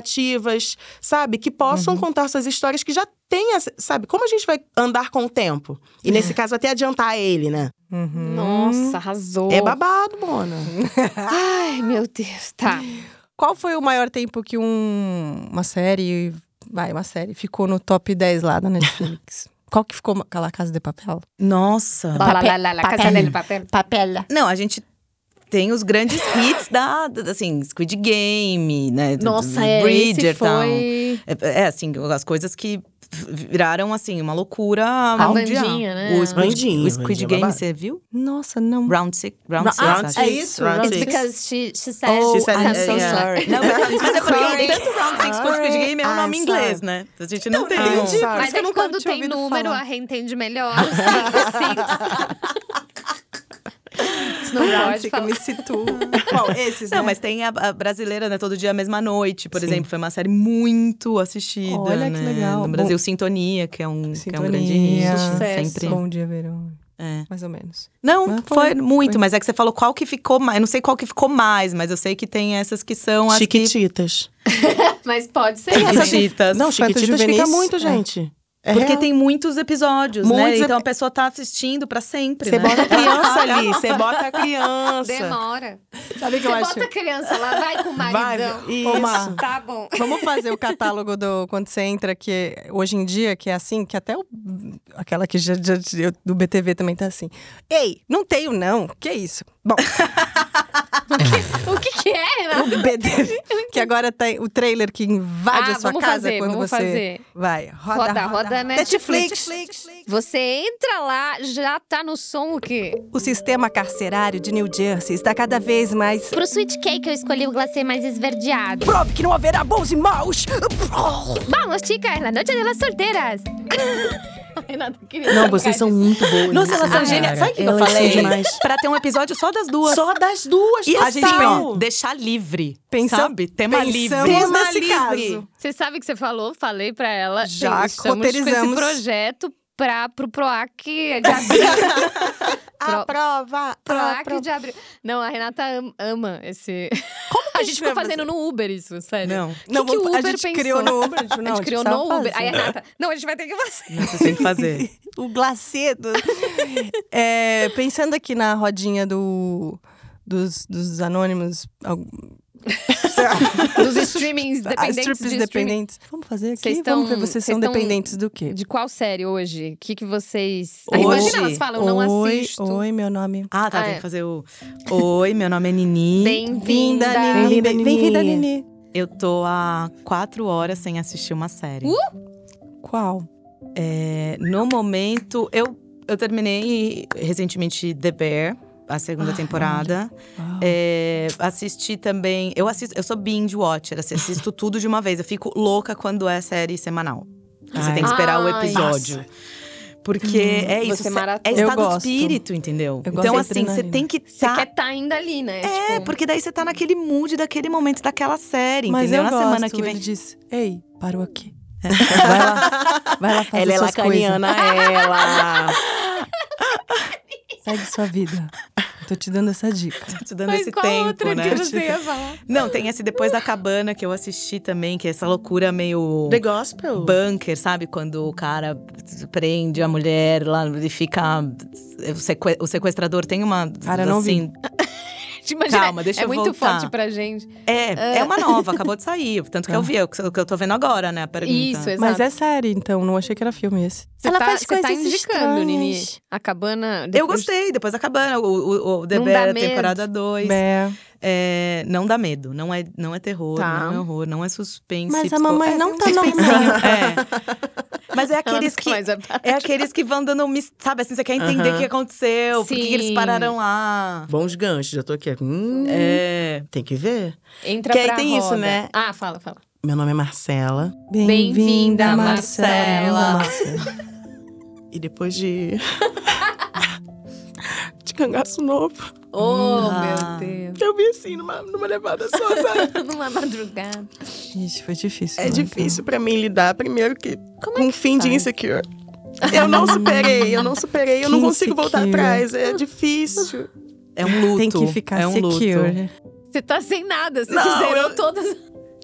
Speaker 1: heteronormativas, sabe? Que possam
Speaker 6: Uhum.
Speaker 1: contar suas histórias que já têm, essa- sabe? Como a gente vai andar com o tempo? E
Speaker 6: É.
Speaker 1: nesse caso, até adiantar ele, né?
Speaker 4: Uhum.
Speaker 7: Nossa, arrasou.
Speaker 1: É babado, Mona.
Speaker 3: Ai, meu Deus. Tá.
Speaker 4: Qual foi o maior tempo que um- uma série, vai, uma série, ficou no top 10 lá da Netflix? Qual que ficou aquela Casa de Papel?
Speaker 6: Nossa.
Speaker 3: Lá, lá, lá, lá, lá, casa
Speaker 5: papel.
Speaker 3: dele, papel.
Speaker 5: Papela.
Speaker 6: Não, a gente tem os grandes hits da, da- assim, Squid Game, né? do-
Speaker 7: Nossa,
Speaker 6: do
Speaker 7: é, esse
Speaker 6: Bridgerton.
Speaker 7: foi...
Speaker 6: É, é, assim, as coisas que viraram, assim, uma loucura mundial.
Speaker 7: Vandinha, né?
Speaker 6: O Squid,
Speaker 1: Vandinha,
Speaker 6: o Squid
Speaker 1: Vandinha
Speaker 6: Game,
Speaker 1: babado.
Speaker 6: você viu?
Speaker 4: Nossa, não.
Speaker 6: Round Six. Round
Speaker 1: Round
Speaker 6: Six, acho.
Speaker 1: Six. Round
Speaker 3: É It's
Speaker 1: six.
Speaker 3: because she, she said,
Speaker 6: Oh,
Speaker 1: She said,
Speaker 3: I'm
Speaker 1: uh,
Speaker 3: so
Speaker 1: yeah.
Speaker 3: sorry.
Speaker 6: Não, mas
Speaker 1: assim,
Speaker 6: é
Speaker 3: Sorry.
Speaker 6: porque tanto Round Six quanto Squid Game é um
Speaker 1: Sorry.
Speaker 6: nome
Speaker 1: I'm
Speaker 6: em inglês,
Speaker 1: sorry.
Speaker 6: né? A gente não tem.
Speaker 1: entendi.
Speaker 6: um-
Speaker 1: Por
Speaker 3: Mas
Speaker 1: isso
Speaker 3: é que quando tem número, a reentende melhor. Sim, sim. Isso Não pode
Speaker 4: Fica,
Speaker 3: falar. né?
Speaker 4: me situo.
Speaker 6: Bom, esses, Não, mas tem a, a brasileira, né? Todo dia, à mesma noite, por exemplo. Foi uma série muito assistida,
Speaker 4: Olha que
Speaker 6: né?
Speaker 4: legal.
Speaker 6: No Brasil, Sintonia, que é um, que é um grande
Speaker 4: Sintonia.
Speaker 6: hit,
Speaker 7: Sucesso.
Speaker 6: Sempre.
Speaker 4: Bom dia, verão.
Speaker 6: É.
Speaker 4: Mais ou menos.
Speaker 6: Não,
Speaker 4: Mas
Speaker 6: foi,
Speaker 4: foi,
Speaker 6: muito.
Speaker 4: foi.
Speaker 6: Mas é que você falou qual que ficou mais. Eu não sei qual que ficou mais, mas eu sei que tem essas que são as que…
Speaker 1: Chiquititas.
Speaker 7: Mas pode ser.
Speaker 6: Tem essas chiquitas.
Speaker 1: Não,
Speaker 4: Infanto
Speaker 1: Chiquititas fica
Speaker 4: juvenis,
Speaker 1: muito,
Speaker 4: é.
Speaker 1: gente. É
Speaker 6: Porque
Speaker 1: real.
Speaker 6: tem muitos episódios, né?
Speaker 1: Muitos
Speaker 6: Então a pessoa tá assistindo pra sempre,
Speaker 1: Você
Speaker 6: né?
Speaker 1: bota a criança ali, você bota a criança.
Speaker 3: Demora.
Speaker 4: Sabe o que eu
Speaker 3: Você
Speaker 4: acho?
Speaker 3: bota a criança lá, vai com o
Speaker 1: Vai,
Speaker 3: maridão.
Speaker 1: isso.
Speaker 4: Omar.
Speaker 3: Tá bom.
Speaker 4: Vamos fazer o catálogo do quando você entra, que hoje em dia, que é assim, que até o- aquela que já, já- eu- do BTV também tá assim. Ei, não tenho não, que isso? Bom,
Speaker 3: O que que é, Renato?
Speaker 4: o BTV, que agora tem o trailer que invade
Speaker 3: Ah,
Speaker 4: a sua
Speaker 3: vamos
Speaker 4: casa
Speaker 3: fazer,
Speaker 4: quando
Speaker 3: vamos
Speaker 4: você
Speaker 3: fazer.
Speaker 4: vai, roda,
Speaker 3: Roda,
Speaker 4: roda,
Speaker 3: roda Netflix. Você entra lá, já tá no som o quê?
Speaker 4: O sistema carcerário de New Jersey está cada vez mais
Speaker 3: Pro sweet cake eu escolhi o glacê mais esverdeado.
Speaker 4: Prove que não haverá bons e maus.
Speaker 3: Vamos, chicas, na noite delas solteiras.
Speaker 1: né?
Speaker 3: Renato, querido.
Speaker 1: Não, vocês são muito boas.
Speaker 6: Nossa, elas são
Speaker 1: cara.
Speaker 6: gênias. Sabe o que eu,
Speaker 1: Elas são
Speaker 6: falei?
Speaker 1: demais.
Speaker 6: Pra ter um episódio só das duas.
Speaker 1: Só das duas,
Speaker 6: E
Speaker 1: total.
Speaker 6: assim, ó, deixar livre.
Speaker 4: Pensa-
Speaker 6: sabe? Tema
Speaker 4: pensamos
Speaker 6: livre.
Speaker 4: nesse caso.
Speaker 3: Você sabe o que você falou? Falei pra ela.
Speaker 4: Já
Speaker 3: Estamos com esse
Speaker 4: roteirizamos.
Speaker 3: projeto pra, pro PROAC de abril. Pro-
Speaker 1: Aprova,
Speaker 3: PROAC
Speaker 1: aprova.
Speaker 3: de abril. Não, a Renata am- ama esse…
Speaker 4: Como
Speaker 3: A gente ficou fazendo no Uber isso, sério.
Speaker 6: Não.
Speaker 4: Não,
Speaker 3: que o
Speaker 4: vamos- a
Speaker 3: Uber
Speaker 4: gente
Speaker 3: pensou?
Speaker 4: criou no Uber, a gente, não,
Speaker 3: a gente criou
Speaker 4: precisava
Speaker 3: no Uber.
Speaker 4: fazer.
Speaker 3: Aí a Renata, não, a gente vai ter que fazer.
Speaker 6: Não, Vocês têm que fazer.
Speaker 4: o glacedo. É, pensando aqui na rodinha do, dos, dos anônimos, algum-
Speaker 3: Dos streamings
Speaker 4: ah,
Speaker 3: dependentes de
Speaker 4: strippers
Speaker 3: streaming.
Speaker 4: dependentes. Vamos fazer aqui?
Speaker 3: Vocês
Speaker 4: Vamos ver,
Speaker 3: tão-
Speaker 4: vocês
Speaker 3: vocês
Speaker 4: são
Speaker 3: tão-
Speaker 4: dependentes do quê?
Speaker 3: De qual série hoje? O que, que vocês. Ah,
Speaker 6: Hoje-
Speaker 3: imagina, elas falam, não
Speaker 4: oi,
Speaker 3: assisto.
Speaker 4: oi, meu nome.
Speaker 6: Ah, tá.
Speaker 3: Ah,
Speaker 6: tem
Speaker 3: é.
Speaker 6: que fazer o. Oi, meu nome é Nini.
Speaker 3: Bem-vinda.
Speaker 1: Nini. Bem-vinda,
Speaker 4: Bem-vinda,
Speaker 1: Nini.
Speaker 4: Nini.
Speaker 6: Eu tô há quatro horas sem assistir uma série.
Speaker 3: Uh!
Speaker 4: Qual?
Speaker 6: É, no momento, eu, eu terminei recentemente The Bear, a segunda
Speaker 4: Ah,
Speaker 6: temporada. É, assisti também. Eu assisto, eu sou binge watcher, assim, assisto tudo de uma vez. Eu fico louca quando é série semanal. Você
Speaker 1: Ai.
Speaker 6: tem que esperar o
Speaker 3: Ai. Uhum.
Speaker 6: episódio. Porque é isso.
Speaker 3: Você
Speaker 6: cê-
Speaker 3: maratona.
Speaker 6: É
Speaker 4: Eu
Speaker 6: estado de
Speaker 4: gosto.
Speaker 6: espírito, entendeu?
Speaker 4: Eu gosto
Speaker 6: então,
Speaker 4: da
Speaker 6: assim, você
Speaker 4: adrenalina.
Speaker 6: tem que
Speaker 3: Você
Speaker 6: estar.
Speaker 3: quer tá ainda ali, né?
Speaker 6: É,
Speaker 3: Tipo,
Speaker 6: porque daí você tá naquele mood daquele momento, daquela série,
Speaker 4: Mas
Speaker 6: entendeu?
Speaker 4: eu
Speaker 6: Na
Speaker 4: gosto,
Speaker 6: semana que
Speaker 4: ele
Speaker 6: vem.
Speaker 4: disse, ei, parou aqui. Vai lá, vai lá fazer
Speaker 1: Ela é
Speaker 4: suas coisas.
Speaker 1: lacaniana, ela.
Speaker 4: Segue sua vida. Tô te dando essa dica.
Speaker 6: Te tá dando
Speaker 3: Mas
Speaker 6: esse
Speaker 3: qual
Speaker 6: tempo,
Speaker 3: outra
Speaker 6: né?
Speaker 3: que você ia falar?
Speaker 6: Não, tem esse Depois da Cabana que eu assisti também, que é essa loucura meio
Speaker 1: The Gospel.
Speaker 6: bunker, sabe? Quando o cara prende a mulher lá e fica. O, seque- o sequestrador tem uma.
Speaker 4: Cara, não
Speaker 6: assim,
Speaker 3: Imagina,
Speaker 6: Calma, deixa
Speaker 3: é
Speaker 6: eu
Speaker 3: muito
Speaker 6: voltar.
Speaker 3: forte pra Ah. gente.
Speaker 6: É, é uma nova, acabou de sair. Tanto
Speaker 4: Ah.
Speaker 6: que eu vi, é o que eu tô vendo agora, né? A pergunta.
Speaker 3: Isso, exato.
Speaker 4: Mas é série, então. Não achei que era filme esse.
Speaker 3: Você tá, você tá indicando, Nini. A cabana.
Speaker 6: Eu
Speaker 3: depois-
Speaker 6: gostei, depois da cabana, o, o, o The
Speaker 3: Não dá
Speaker 6: Bear,
Speaker 3: medo.
Speaker 6: temporada 2.
Speaker 4: É.
Speaker 6: É, não dá medo, não é, não é terror,
Speaker 1: Tá.
Speaker 6: não é horror, não é suspense.
Speaker 4: Mas a
Speaker 6: psico-
Speaker 4: mamãe
Speaker 6: é,
Speaker 4: não
Speaker 6: tem um
Speaker 4: tá normal.
Speaker 6: suspensinho, É. Mas é aqueles
Speaker 3: nunca
Speaker 6: que.
Speaker 3: mais vai parar.
Speaker 6: É aqueles que vão dando um. mis- Sabe assim, você quer entender o
Speaker 1: Aham.
Speaker 6: que aconteceu, por que que eles
Speaker 3: Sim.
Speaker 6: pararam lá.
Speaker 1: Bons ganchos, já tô aqui. Hum,
Speaker 6: É.
Speaker 1: Tem que ver.
Speaker 3: Entra
Speaker 1: Que aí
Speaker 3: pra
Speaker 1: tem isso,
Speaker 3: roda.
Speaker 1: né?
Speaker 3: Ah, fala, fala.
Speaker 1: Meu nome é Marcela.
Speaker 3: Bem-vinda, Marcela.
Speaker 4: Marcela.
Speaker 1: E depois de. de cangaço novo.
Speaker 3: Oh,
Speaker 6: Ah.
Speaker 3: meu Deus.
Speaker 1: Eu vi assim, numa, numa levada só, sabe?
Speaker 3: Numa madrugada.
Speaker 4: Ixi, foi difícil.
Speaker 1: É
Speaker 4: né?
Speaker 1: difícil pra mim lidar, primeiro é que. com o fim de insecure. Eu não superei, eu não superei, eu não
Speaker 4: Que
Speaker 1: consigo voltar
Speaker 4: insecure.
Speaker 1: atrás. É difícil.
Speaker 6: É um luto.
Speaker 4: Tem que ficar
Speaker 6: é um
Speaker 4: secure.
Speaker 6: luto.
Speaker 3: Você tá sem nada, você
Speaker 1: Não,
Speaker 3: zerou
Speaker 1: eu-
Speaker 3: todas.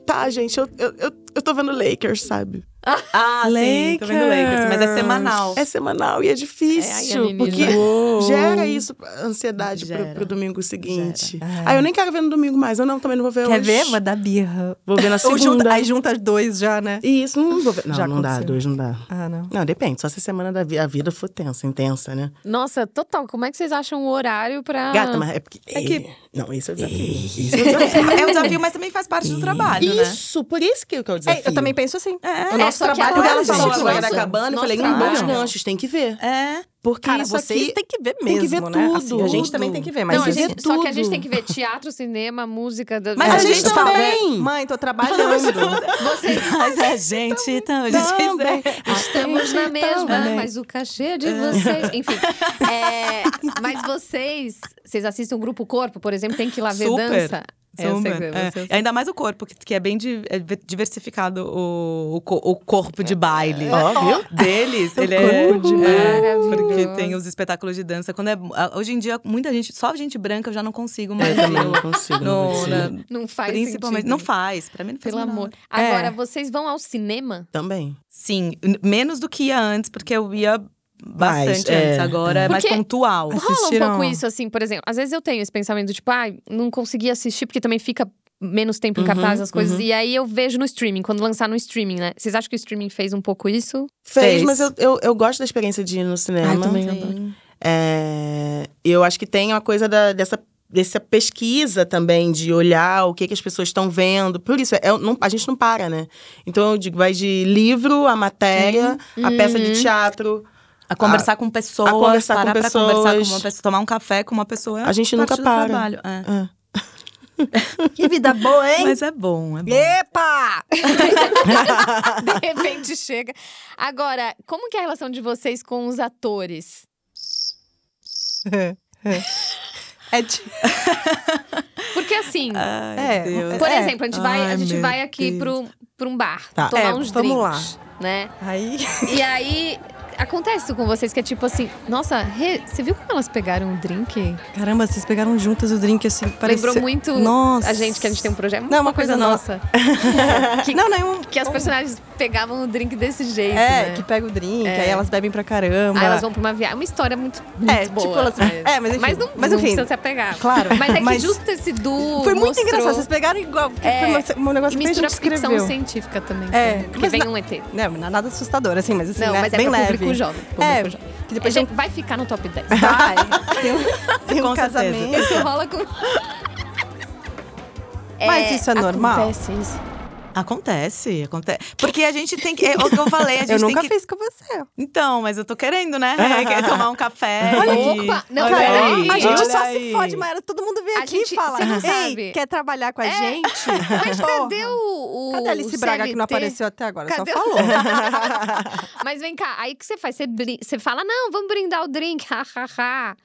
Speaker 1: Tá, gente, eu, eu, eu, eu tô vendo Lakers, sabe?
Speaker 6: Ah, sim, tô vendo Lakers, mas é
Speaker 4: Lakers.
Speaker 6: semanal.
Speaker 1: É semanal e é
Speaker 3: É,
Speaker 1: difícil.
Speaker 3: aí a
Speaker 1: porque
Speaker 3: menina-
Speaker 1: gera isso, ansiedade
Speaker 6: Gera.
Speaker 1: Pro, pro domingo seguinte.
Speaker 4: Gera.
Speaker 1: Ah, eu nem quero ver no domingo mais. Eu não, também não vou ver
Speaker 4: Quer
Speaker 1: hoje.
Speaker 4: ver? Vou dar birra.
Speaker 1: Vou ver na
Speaker 4: Ou junta,
Speaker 1: segunda.
Speaker 4: aí junta as dois já, né?
Speaker 1: Isso, não vou ver. Não,
Speaker 4: Já
Speaker 1: não dá,
Speaker 4: aconteceu.
Speaker 1: dois não dá.
Speaker 4: Ah, não.
Speaker 1: Não, depende. Só se a semana da vi- a vida for tensa, intensa, né?
Speaker 3: Nossa, total. Como é que vocês acham o horário pra.
Speaker 1: Gata, mas é porque.
Speaker 6: É que-
Speaker 1: Não, isso é o desafio. Isso é o desafio.
Speaker 6: É um desafio, mas também faz parte do trabalho, né?
Speaker 1: Isso, por isso que É, eu quero dizer.
Speaker 4: eu também penso assim.
Speaker 6: É.
Speaker 1: O nosso
Speaker 3: só que
Speaker 1: trabalho,
Speaker 3: agora
Speaker 1: ela
Speaker 3: a gente
Speaker 1: falou agora
Speaker 3: nosso-
Speaker 1: era acabando, eu
Speaker 3: nosso
Speaker 1: falei, hum, bons
Speaker 3: trabalho.
Speaker 1: ganchos, tem que ver.
Speaker 6: É.
Speaker 1: Porque
Speaker 4: Cara,
Speaker 1: isso
Speaker 4: vocês
Speaker 1: aqui
Speaker 4: tem que ver mesmo,
Speaker 1: tem que ver
Speaker 4: né?
Speaker 1: tudo.
Speaker 4: Assim, a gente também tem que
Speaker 6: É,
Speaker 4: ver, mas
Speaker 3: Não, a
Speaker 4: isso-
Speaker 3: gente, só que a gente
Speaker 1: tudo.
Speaker 3: tem que ver teatro, cinema, música. do-
Speaker 6: Mas a gente
Speaker 4: tu
Speaker 6: também.
Speaker 4: fala, Mãe, tô trabalhando.
Speaker 6: Mas a gente
Speaker 4: Então,
Speaker 6: é, também.
Speaker 4: Também.
Speaker 6: "Ah,
Speaker 3: Estamos
Speaker 6: então,
Speaker 3: na mesma,
Speaker 6: né?"
Speaker 4: também.
Speaker 3: mas o cachê de
Speaker 6: É.
Speaker 3: vocês. Enfim. é, mas vocês. Vocês assistem o grupo Corpo, por exemplo, tem que ir lá ver
Speaker 6: Super.
Speaker 3: dança. É, eu sei que
Speaker 6: Super, é.
Speaker 3: você-
Speaker 6: Ainda mais o corpo, que, que é bem di- é ve- diversificado o, o, co- o corpo de baile.
Speaker 1: Ó, viu?
Speaker 6: Deles, ele é,
Speaker 4: corpo de
Speaker 6: é,
Speaker 3: baile.
Speaker 6: porque tem os espetáculos de dança. Quando é, a- hoje em dia, muita gente, só gente branca eu já não consigo mais.
Speaker 1: Eu também não
Speaker 6: eu-
Speaker 1: consigo. não
Speaker 6: no-
Speaker 1: consigo.
Speaker 6: na-
Speaker 3: Não faz
Speaker 6: principalmente.
Speaker 3: sentido.
Speaker 6: Não faz, pra mim não faz
Speaker 3: Pelo
Speaker 6: o menor.
Speaker 3: amor. Agora,
Speaker 6: É.
Speaker 3: vocês vão ao cinema?
Speaker 1: Também.
Speaker 6: Sim, n- menos do que ia antes, porque eu ia bastante
Speaker 1: é,
Speaker 6: antes. Agora é mais
Speaker 3: Porque-
Speaker 6: pontual.
Speaker 3: Rola um
Speaker 4: Assistiram-
Speaker 3: pouco isso, assim, por exemplo. Às vezes eu tenho esse pensamento, tipo, ah, não consegui assistir porque também fica menos tempo em
Speaker 1: Uhum,
Speaker 3: cartaz as coisas.
Speaker 1: uhum.
Speaker 3: E aí eu vejo no streaming, quando lançar no streaming, né? Vocês acham que o streaming fez um pouco isso?
Speaker 6: Fez.
Speaker 1: Fez, mas eu, eu, eu gosto da experiência de ir no cinema.
Speaker 6: Sim.
Speaker 1: É, eu acho que tem uma coisa da- dessa, dessa pesquisa também, de olhar o que, que as pessoas estão vendo. Por isso, é- não- a gente não para, né? Então, eu digo, vai de livro, a matéria, a peça de teatro.
Speaker 6: A conversar com pessoas,
Speaker 1: a conversar com
Speaker 6: parar pra conversar com
Speaker 1: pessoas.
Speaker 6: uma pessoa, tomar um café com uma pessoa. é
Speaker 1: A gente
Speaker 6: parte
Speaker 1: nunca
Speaker 6: do
Speaker 1: para.
Speaker 6: trabalho, é.
Speaker 1: Ah.
Speaker 4: que vida boa, hein?
Speaker 6: Mas é bom, é bom.
Speaker 4: Epa!
Speaker 3: De repente chega. Agora, como que é a relação de vocês com os atores?
Speaker 4: É de...
Speaker 3: Porque assim,
Speaker 6: Ai,
Speaker 4: É,
Speaker 6: Deus.
Speaker 3: por
Speaker 4: é.
Speaker 3: exemplo, a gente vai, a
Speaker 6: Ai,
Speaker 3: gente
Speaker 6: meu
Speaker 3: vai aqui
Speaker 6: Deus.
Speaker 3: pro, pra um bar
Speaker 1: Tá.
Speaker 3: tomar
Speaker 4: É,
Speaker 3: uns
Speaker 4: vamos
Speaker 3: drinks, né?
Speaker 4: Aí,
Speaker 3: E aí, acontece isso com vocês que é tipo assim, nossa, Rê, você viu como elas pegaram o drink?
Speaker 4: caramba, vocês pegaram juntas o drink assim, parece...
Speaker 3: Lembrou muito
Speaker 4: Nossa.
Speaker 3: a gente que a gente tem um projeto.
Speaker 4: Não, uma coisa
Speaker 3: nossa. que,
Speaker 4: Não, é um nenhum.
Speaker 3: que as personagens pegavam o drink desse jeito,
Speaker 4: É,
Speaker 3: né?
Speaker 4: que pega o drink, aí elas bebem pra caramba.
Speaker 3: Aí elas vão pra uma viagem. Uma história muito, muito
Speaker 4: É, tipo,
Speaker 3: boa.
Speaker 4: elas- é, mas enfim,
Speaker 3: não,
Speaker 4: mas
Speaker 3: não
Speaker 4: enfim.
Speaker 3: precisa se apegar.
Speaker 4: Claro,
Speaker 3: Mas é que
Speaker 4: mas-
Speaker 3: justo esse duo
Speaker 4: Foi muito
Speaker 3: mostrou-
Speaker 4: engraçado, vocês pegaram igual. porque
Speaker 3: É,
Speaker 4: foi um negócio
Speaker 3: E
Speaker 4: que a
Speaker 3: mistura assim.
Speaker 4: gente
Speaker 3: ficção
Speaker 4: escreveu.
Speaker 3: científica também.
Speaker 4: É,
Speaker 3: também, Porque
Speaker 4: mas
Speaker 3: vem
Speaker 4: na-
Speaker 3: um ET.
Speaker 4: Não, não é nada assustador, assim, mas assim,
Speaker 3: Não,
Speaker 4: né,
Speaker 3: mas é
Speaker 4: bem
Speaker 3: pra
Speaker 4: leve.
Speaker 3: público jovem. Público
Speaker 4: É,
Speaker 3: jovem.
Speaker 4: que depois
Speaker 3: É,
Speaker 4: de um
Speaker 3: Vai ficar no top 10.
Speaker 4: Vai. Tem um, tem um
Speaker 6: Com certeza.
Speaker 4: casamento.
Speaker 3: Isso rola com...
Speaker 4: Mas isso é normal?
Speaker 3: Acontece isso.
Speaker 6: Acontece, acontece. Porque a gente tem que. É o que eu falei, a gente
Speaker 4: Eu nunca
Speaker 6: tem que.
Speaker 4: fiz com você.
Speaker 6: Então, mas eu tô querendo, né? É, quer tomar um café. e-
Speaker 3: Opa! Não,
Speaker 6: Olha
Speaker 3: peraí.
Speaker 6: aí.
Speaker 4: a gente
Speaker 6: olha
Speaker 4: só
Speaker 6: aí.
Speaker 4: se fode, Mayara. Todo mundo vem
Speaker 3: A
Speaker 4: aqui
Speaker 3: gente-
Speaker 4: e fala:
Speaker 3: você não
Speaker 4: Ei,
Speaker 3: sabe."
Speaker 4: quer trabalhar com a
Speaker 3: É.
Speaker 4: gente?
Speaker 3: Mas
Speaker 4: Porra.
Speaker 3: cadê o, o
Speaker 4: Cadê a Alice
Speaker 3: o
Speaker 4: Braga que não
Speaker 3: CLT?
Speaker 4: apareceu até agora?
Speaker 3: Cadê o-
Speaker 4: Só falou. né?
Speaker 3: Mas vem cá, aí o que você faz? Você, brin- você fala, não, vamos brindar o drink, hahaha.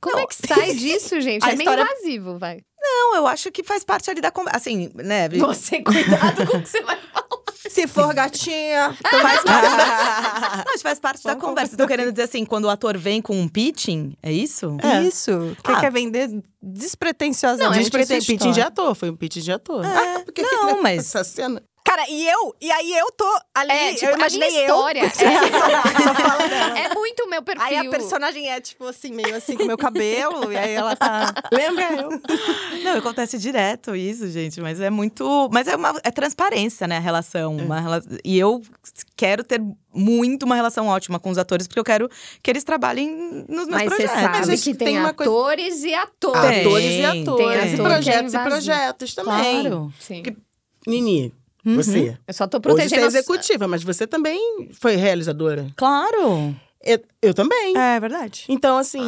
Speaker 3: Como é que sai disso, gente?
Speaker 4: A
Speaker 3: é
Speaker 4: história-
Speaker 3: meio invasivo, vai.
Speaker 6: Não, eu acho que faz parte ali da conversa. Assim, né?
Speaker 3: Você, cuidado com o que você vai falar.
Speaker 4: Se for gatinha.
Speaker 6: Faz parte. Não, acho que faz parte da
Speaker 4: Vamos
Speaker 6: conversa. Tô querendo dizer assim, quando o ator vem com um pitching, é isso?
Speaker 1: É.
Speaker 4: Isso. Quem
Speaker 6: Ah.
Speaker 4: quer vender
Speaker 1: Não,
Speaker 4: é despretensiosamente.
Speaker 1: gente
Speaker 4: essa
Speaker 1: pretende pitching de
Speaker 4: história.
Speaker 1: ator, foi um pitching de ator. Ah, porque
Speaker 6: Não, mas-
Speaker 1: Essa cena.
Speaker 4: Cara, e eu? E aí eu tô ali.
Speaker 3: É, tipo,
Speaker 4: eu
Speaker 3: a
Speaker 4: imaginei
Speaker 3: minha
Speaker 4: eu.
Speaker 3: história
Speaker 4: Só fala dela.
Speaker 3: é, é muito meu perfil.
Speaker 4: Aí a personagem é, tipo assim, meio assim, com meu cabelo. e aí ela tá.
Speaker 1: Lembra eu?
Speaker 6: Não, acontece direto isso, gente. Mas é muito. Mas é uma é transparência, né? A relação. Uma rela- E eu quero ter muito uma relação ótima com os atores, porque eu quero que eles trabalhem nos meus
Speaker 3: Mas você
Speaker 6: projetos.
Speaker 3: sabe
Speaker 1: Mas acho
Speaker 3: que
Speaker 1: que
Speaker 3: tem,
Speaker 1: tem uma coisa-
Speaker 3: atores e atores.
Speaker 6: Tem.
Speaker 1: Atores e atores.
Speaker 3: ator que é
Speaker 1: e projetos e
Speaker 3: invasivo.
Speaker 1: projetos também.
Speaker 6: Claro.
Speaker 3: Sim.
Speaker 1: Que- Nini,
Speaker 6: Uhum.
Speaker 1: Você.
Speaker 3: Eu só tô
Speaker 1: Hoje você
Speaker 3: protegendo
Speaker 1: é
Speaker 3: as-
Speaker 1: executiva, mas você também foi realizadora.
Speaker 6: Claro.
Speaker 1: Eu, eu também.
Speaker 4: É verdade.
Speaker 1: Então, assim,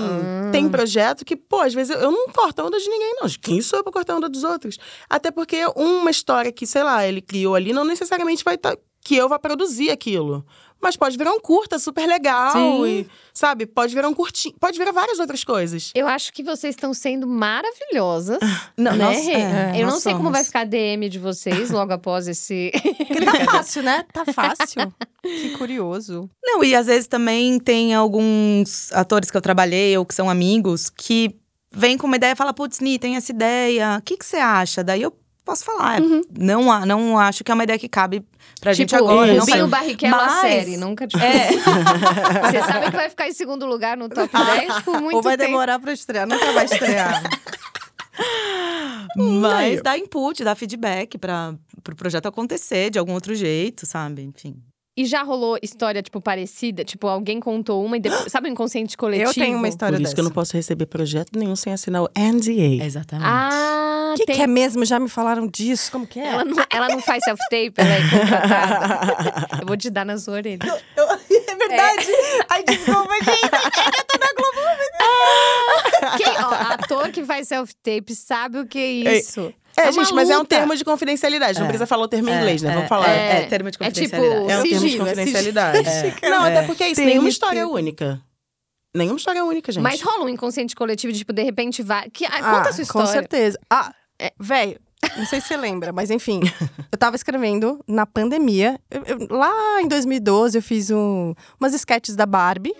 Speaker 1: tem projeto que, pô, às vezes eu, eu não corto a onda de ninguém, não. Quem sou eu pra cortar a onda dos outros? Até porque uma história que, sei lá, ele criou ali não necessariamente vai estar. que eu vá produzir aquilo. Mas pode virar um curta super legal.
Speaker 6: Sim.
Speaker 1: e, sabe? Pode virar um curtinho. Pode virar várias outras coisas.
Speaker 3: Eu acho que vocês estão sendo maravilhosas.
Speaker 6: Não,
Speaker 3: né,
Speaker 6: nós-
Speaker 3: Rê?
Speaker 6: é,
Speaker 3: Eu
Speaker 6: nós
Speaker 3: não sei como
Speaker 6: somos.
Speaker 3: vai ficar a DM de vocês logo após esse.
Speaker 4: Porque tá fácil, né? Tá fácil. que curioso.
Speaker 6: Não, e às vezes também tem alguns atores que eu trabalhei ou que são amigos que vêm com uma ideia e falam, putz, Ni, tem essa ideia, o que, que você acha? Daí eu posso falar. é,
Speaker 1: Uhum.
Speaker 6: Não, a- não acho que é uma ideia que cabe pra gente
Speaker 1: Tipo,
Speaker 6: agora. Não
Speaker 3: Rubinho
Speaker 6: faz-
Speaker 3: Barrichello a
Speaker 6: Mas-
Speaker 3: série. Nunca te
Speaker 4: é.
Speaker 3: Você sabe que vai ficar em segundo lugar no top 10 por muito
Speaker 4: Ah. Ou vai
Speaker 3: tempo.
Speaker 4: demorar pra estrear, nunca vai estrear.
Speaker 6: Mas dá input, dá feedback para pro projeto acontecer de algum outro jeito, sabe? Enfim.
Speaker 3: E já rolou história, tipo, parecida? Tipo, alguém contou uma e depois. Sabe o inconsciente coletivo?
Speaker 4: Eu tenho uma história
Speaker 1: Por isso
Speaker 4: dessa.
Speaker 1: que eu não posso receber projeto nenhum sem assinar o NDA.
Speaker 6: Exatamente.
Speaker 3: Ah,
Speaker 4: O que,
Speaker 3: tem.
Speaker 4: que é mesmo? Já me falaram disso? Como que é?
Speaker 3: Ela não, ela não faz self-tape, ela é contratada. Eu vou te dar na sua orelha.
Speaker 4: É verdade! Ai, desculpa, gente.
Speaker 3: Quem, ó, ator que faz self-tape sabe o que é
Speaker 1: Ei,
Speaker 3: isso.
Speaker 1: É,
Speaker 3: uma
Speaker 1: gente, mas é um
Speaker 3: luta.
Speaker 1: termo de confidencialidade. Não
Speaker 6: É.
Speaker 1: precisa falar o termo em
Speaker 6: É,
Speaker 1: inglês, né?
Speaker 6: é,
Speaker 1: Vamos falar.
Speaker 3: é.
Speaker 6: É, termo de
Speaker 3: É tipo-
Speaker 6: confidencialidade.
Speaker 1: É um termo de
Speaker 3: Sigilo, é
Speaker 1: confidencialidade. Não, até porque é isso.
Speaker 4: Tem
Speaker 1: Nenhuma
Speaker 4: um
Speaker 1: história é
Speaker 4: tempo.
Speaker 1: única. Nenhuma história é única, gente.
Speaker 3: Mas rola um inconsciente coletivo, de, tipo, de repente vai. Que, ah,
Speaker 4: Ah,
Speaker 3: conta a sua história. É.
Speaker 4: Com certeza. Ah, velho, não sei se você lembra, mas enfim, eu tava escrevendo na pandemia. Eu- eu- lá em 2012, eu fiz um, umas sketches da Barbie.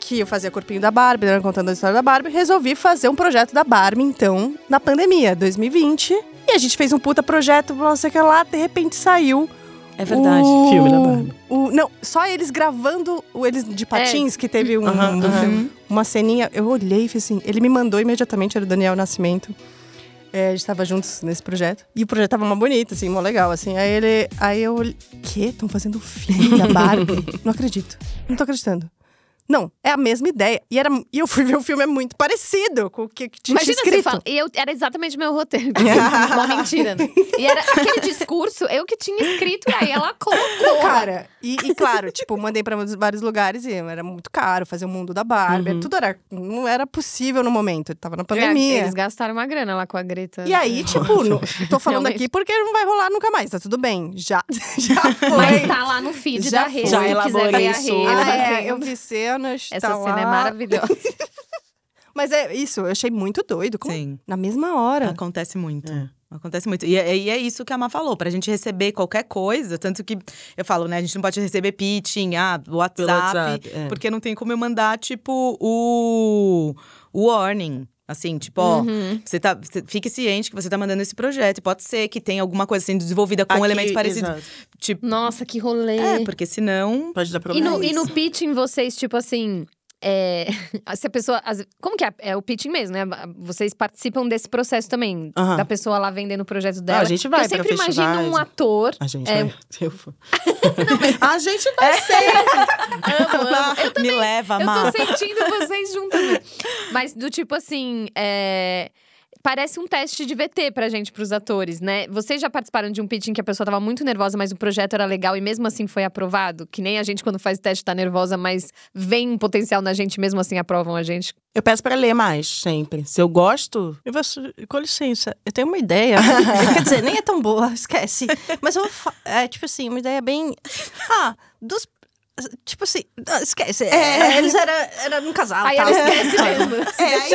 Speaker 4: Que eu fazia corpinho da Barbie, né, contando a história da Barbie. Resolvi fazer um projeto da Barbie, então, na pandemia, 2020. E a gente fez um puta projeto, não sei o que lá, de repente saiu.
Speaker 6: É verdade.
Speaker 4: o-
Speaker 1: filme da Barbie.
Speaker 4: o- não, só eles gravando, o eles de patins, que teve um,
Speaker 1: Aham,
Speaker 4: um
Speaker 1: aham.
Speaker 4: filme uma ceninha, eu olhei e fiz assim, ele me mandou imediatamente, era o Daniel Nascimento. É, a gente tava juntos nesse projeto. E o projeto tava uma bonita, assim, mó legal, assim. Aí ele. Aí eu. olhei, Quê? Estão fazendo filme da Barbie? não acredito. Não tô acreditando. Não, é a mesma ideia. E, era, e eu fui ver o filme, é muito parecido com o que tinha
Speaker 3: Imagina
Speaker 4: escrito.
Speaker 3: você fala. E eu, era exatamente o meu roteiro. Uma mentira. né? E era aquele discurso, eu que tinha escrito, e aí ela colocou.
Speaker 4: Cara, e, e claro, tipo, mandei pra vários lugares e era muito caro fazer o mundo da Barbie. Tudo era. Não era possível no momento. Tava na
Speaker 3: Uhum. É,
Speaker 4: pandemia.
Speaker 3: Eles gastaram uma grana lá com a Greta.
Speaker 4: E aí, tipo, não- tô falando
Speaker 3: Realmente.
Speaker 4: aqui porque não vai rolar nunca mais, tá tudo bem. Já, já foi.
Speaker 3: Mas tá lá no feed
Speaker 4: Já
Speaker 3: da rede.
Speaker 1: foi.
Speaker 3: se
Speaker 1: Já
Speaker 3: quiser
Speaker 1: elaborei
Speaker 3: ver a
Speaker 1: isso.
Speaker 3: rede,
Speaker 4: Ah,
Speaker 3: tá
Speaker 4: é,
Speaker 3: vendo?
Speaker 4: eu vi cenas,
Speaker 3: Essa
Speaker 4: tá
Speaker 3: cena
Speaker 4: lá.
Speaker 3: é maravilhosa.
Speaker 4: Mas é isso, eu achei muito doido. Como-
Speaker 6: Sim.
Speaker 4: Na mesma
Speaker 3: Tá
Speaker 4: hora.
Speaker 6: Acontece muito.
Speaker 1: É.
Speaker 6: Acontece muito. E, é- e é isso que a Má falou, pra gente receber qualquer coisa. Tanto que eu falo, né? A gente não pode receber pitching, ah, WhatsApp.
Speaker 1: Pelo WhatsApp, é.
Speaker 6: Porque não tem como eu mandar, tipo, o, o warning. Assim, tipo, ó,
Speaker 1: Uhum.
Speaker 3: Uhum.
Speaker 6: você tá. você- fique ciente que você tá mandando esse projeto. E Pode ser que tenha alguma coisa sendo desenvolvida com
Speaker 1: Aqui,
Speaker 6: elementos parecidos.
Speaker 1: exato.
Speaker 6: Tipo,
Speaker 3: Nossa, que rolê.
Speaker 6: é, porque senão.
Speaker 1: Pode dar
Speaker 3: e,
Speaker 1: problema. é
Speaker 3: no, e no pitching, vocês, tipo assim. É, se a pessoa. as- como que é? É o pitching mesmo, né? Vocês participam desse processo também.
Speaker 1: Aham.
Speaker 3: Da pessoa lá vendendo o projeto
Speaker 1: Ah,
Speaker 3: dela.
Speaker 1: a gente vai
Speaker 3: eu sempre
Speaker 1: pra
Speaker 3: imagino
Speaker 1: festivais.
Speaker 3: um ator.
Speaker 1: A Ah, gente
Speaker 3: É.
Speaker 1: vai. Eu vou. A gente vai sempre.
Speaker 6: Me leva,
Speaker 3: Eu
Speaker 6: Má.
Speaker 3: tô sentindo vocês juntas. Mas do tipo assim. é, Parece um teste de VT pra gente, pros atores, né? Vocês já participaram de um pitching que a pessoa tava muito nervosa, mas o projeto era legal e mesmo assim foi aprovado? Que nem a gente, quando faz teste, tá nervosa, mas vem um potencial na gente, mesmo assim aprovam a gente.
Speaker 1: Eu peço pra ler mais, sempre. Se eu gosto.
Speaker 4: Eu vou, com licença, eu tenho uma ideia. Quer dizer, nem é tão boa, esquece. Mas eu vou. fa- É, tipo assim, uma ideia bem. Ah, dos. Tipo assim, ah, esquece. É, eles eram era um casal.
Speaker 3: Aí
Speaker 4: tal.
Speaker 1: tá
Speaker 3: ela esquece mesmo.
Speaker 1: É, aí esquece,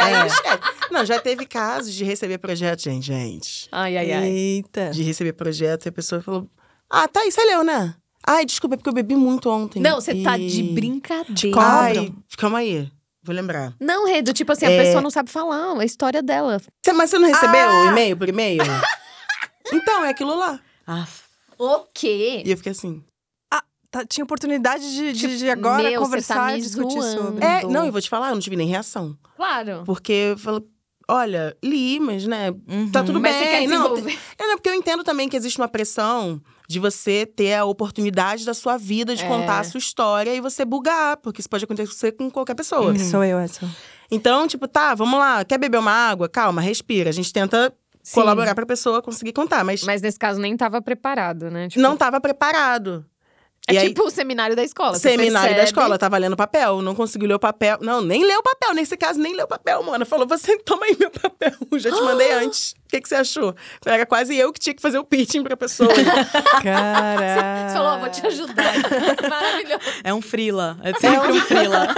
Speaker 1: aí esquece. É. Não, já teve casos de receber projeto, gente, gente.
Speaker 3: Ai, ai, ai.
Speaker 4: Eita.
Speaker 1: De receber projeto e a pessoa falou: Ah, tá aí, você leu, né? Ai, desculpa, é porque eu bebi muito ontem.
Speaker 3: Não, você tá
Speaker 1: E-
Speaker 3: de brincadeira.
Speaker 1: Ai, calma aí. Vou lembrar.
Speaker 3: Não, Redo, tipo assim, a
Speaker 1: É.
Speaker 3: pessoa não sabe falar, a história dela.
Speaker 1: Cê- Mas você não recebeu
Speaker 3: Ah!
Speaker 1: o e-mail por e-mail? então, é aquilo lá.
Speaker 6: Ah,
Speaker 3: O quê?
Speaker 1: E eu fiquei assim.
Speaker 4: Tá- tinha oportunidade de, de- de agora
Speaker 3: meu, cê
Speaker 4: conversar
Speaker 3: tá me
Speaker 4: e discutir
Speaker 3: zoando.
Speaker 4: sobre.
Speaker 1: É,
Speaker 3: Mandou.
Speaker 1: não, eu vou te falar, eu não tive nem reação.
Speaker 3: Claro.
Speaker 1: Porque eu falo, olha, li, mas né,
Speaker 6: uhum.
Speaker 1: tá tudo
Speaker 3: Mas
Speaker 1: bem.
Speaker 3: você quer
Speaker 1: não,
Speaker 3: desenvolver.
Speaker 1: É, não, porque eu entendo também que existe uma pressão de você ter a oportunidade da sua vida de
Speaker 3: É.
Speaker 1: contar a sua história e você bugar, porque isso pode acontecer com qualquer
Speaker 4: Uhum.
Speaker 1: pessoa.
Speaker 3: Uhum.
Speaker 4: Sou eu, essa.
Speaker 1: Então, tipo, tá, vamos lá, quer beber uma água? Calma, respira. A gente tenta
Speaker 8: Sim.
Speaker 1: colaborar pra pessoa conseguir contar. Mas,
Speaker 3: Mas nesse caso nem tava preparado, né? Tipo,
Speaker 1: não tava preparado.
Speaker 3: É
Speaker 1: e aí,
Speaker 3: tipo o seminário da escola. você
Speaker 1: seminário da
Speaker 3: percebe-
Speaker 1: escola, tava lendo papel, não conseguiu ler o papel. Não, nem leu o papel, nesse caso, nem leu o papel, mano. Falou, você toma aí meu papel, já te mandei antes. O que, que você achou? Era quase eu que tinha que fazer o pitching pra pessoa. É
Speaker 6: Cara.
Speaker 3: Você falou, "Ó, vou te ajudar. Maravilhoso.
Speaker 6: É um frila. É sempre um frila.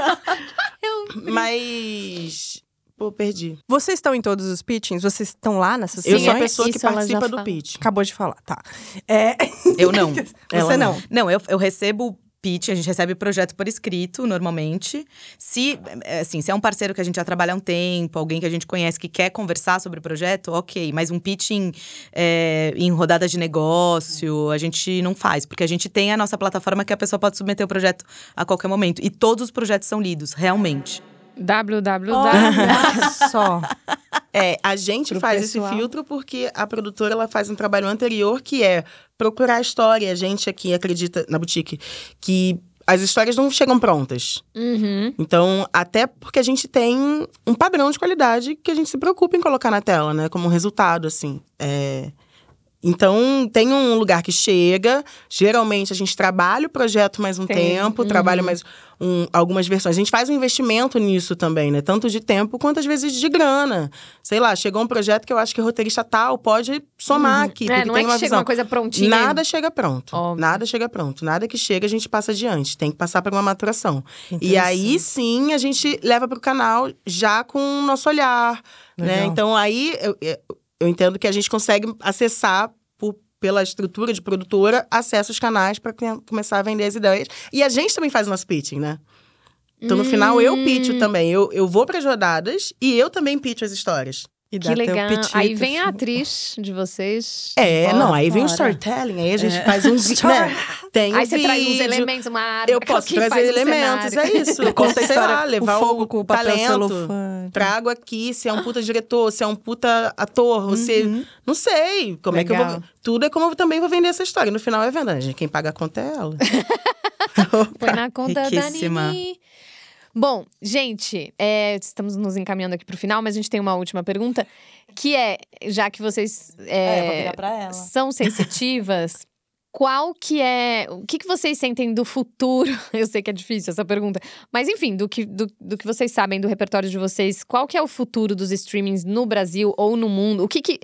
Speaker 1: Mas. Pô, perdi.
Speaker 4: Vocês estão em todos os pitchings? Vocês estão lá nessas
Speaker 1: eu sou a
Speaker 4: reuniões?
Speaker 1: pessoa que
Speaker 8: Isso ela já
Speaker 1: participa do
Speaker 8: fala.
Speaker 1: pitch.
Speaker 4: Acabou de falar, tá. É,
Speaker 6: Eu não.
Speaker 1: Ela
Speaker 4: você não.
Speaker 6: Não, eu, eu recebo pitch, a gente recebe projeto por escrito, normalmente. Se, eh, assim, se é um parceiro que a gente já trabalha há um tempo, alguém que a gente conhece que quer conversar sobre o projeto, ok. Mas um pitch em, eh, em rodada de negócio, a gente não faz. Porque a gente tem a nossa plataforma que a pessoa pode submeter o projeto a qualquer momento. E todos os projetos são lidos, realmente.
Speaker 3: www.
Speaker 4: Só.
Speaker 1: É, a gente
Speaker 4: Pro
Speaker 1: faz
Speaker 4: pessoal.
Speaker 1: esse filtro porque a produtora ela faz um trabalho anterior que é procurar a história. A gente aqui acredita na boutique que as histórias não chegam prontas.
Speaker 3: Uhum.
Speaker 1: Então, até porque a gente tem um padrão de qualidade que a gente se preocupa em colocar na tela, né? Como resultado, assim. É, Então, tem um lugar que chega. Geralmente, a gente trabalha o projeto mais um tempo, trabalha
Speaker 3: Uhum.
Speaker 1: mais um- algumas versões. A gente faz um investimento nisso também, né? Tanto de tempo quanto, às vezes, de grana. Sei lá, chegou um projeto que eu acho que roteirista tal pode somar aqui.
Speaker 3: É,
Speaker 1: porque
Speaker 3: não
Speaker 1: tem
Speaker 3: é que
Speaker 1: uma
Speaker 3: chega
Speaker 1: visão.
Speaker 3: uma coisa prontinha.
Speaker 1: Nada chega pronto.
Speaker 3: Óbvio.
Speaker 1: Nada chega pronto. Nada que chega a gente passa adiante. Tem que passar por uma maturação. E aí sim a gente leva pro canal já com o nosso olhar, né?
Speaker 4: Legal.
Speaker 1: Então aí eu, eu- eu entendo que a gente consegue acessar por- pela estrutura de produtora, acessa os canais para começar a vender as ideias. E a gente também faz o nosso pitching, né? Então, no final, eu pitcho também. Eu, eu vou para as rodadas e eu também pitcho as histórias.
Speaker 4: E dá
Speaker 8: Que
Speaker 4: até o
Speaker 8: legal.
Speaker 4: apetite.
Speaker 8: Aí vem a atriz de vocês.
Speaker 1: um É,
Speaker 8: Bora,
Speaker 1: não, aí vem o
Speaker 8: bora.
Speaker 1: storytelling, aí a gente faz um vídeo. Né? Tem um
Speaker 3: Aí você traz uns
Speaker 1: vídeo.
Speaker 3: elementos, uma árvore.
Speaker 1: Eu posso
Speaker 3: que
Speaker 1: trazer
Speaker 3: faz um
Speaker 1: elementos,
Speaker 3: cenário.
Speaker 1: é isso. Eu
Speaker 4: Conta a
Speaker 1: sei
Speaker 4: história,
Speaker 1: lá, levar
Speaker 4: o fogo
Speaker 1: um
Speaker 4: com o papel
Speaker 1: talento.
Speaker 4: celofane.
Speaker 1: Trago aqui se é um puta diretor, se é um puta ator, você. Não sei. Como é que eu
Speaker 4: Legal.
Speaker 1: vou. Tudo é como eu também vou vender essa história. No final é venda. gente. Quem paga a conta é ela.
Speaker 8: Põe na conta da
Speaker 6: Riquíssima.
Speaker 8: Nini.
Speaker 3: Bom, gente, é, estamos nos encaminhando aqui pro final, mas a gente tem uma última pergunta, que é, já que vocês é,
Speaker 6: pra ela.
Speaker 3: são sensitivas, qual que é. O que, que vocês sentem do futuro? Eu sei que é difícil essa pergunta, mas enfim, do que, do, do que vocês sabem do repertório de vocês, qual que é o futuro dos streamings no Brasil ou no mundo? O que que.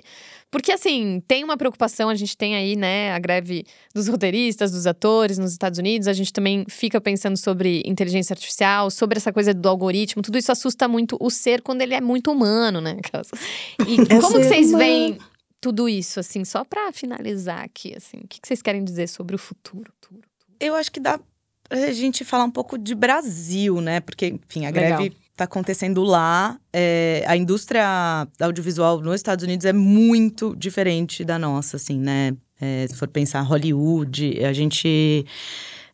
Speaker 3: Porque, assim, tem uma preocupação, a gente tem aí, né, a greve dos roteiristas, dos atores nos Estados Unidos, a gente também fica pensando sobre inteligência artificial, sobre essa coisa do algoritmo, tudo isso assusta muito o ser quando ele é muito humano, né? aquelas- E como
Speaker 4: ser
Speaker 3: que vocês
Speaker 4: humano.
Speaker 3: veem tudo isso, assim, só pra finalizar aqui, assim, o que que vocês querem dizer sobre o futuro? Futuro.
Speaker 6: Eu acho que dá pra gente falar um pouco de Brasil, né? Porque, enfim, a
Speaker 3: Legal.
Speaker 6: greve tá acontecendo lá. É, a indústria audiovisual nos Estados Unidos é muito diferente da nossa, assim, né? É, se for pensar Hollywood, a gente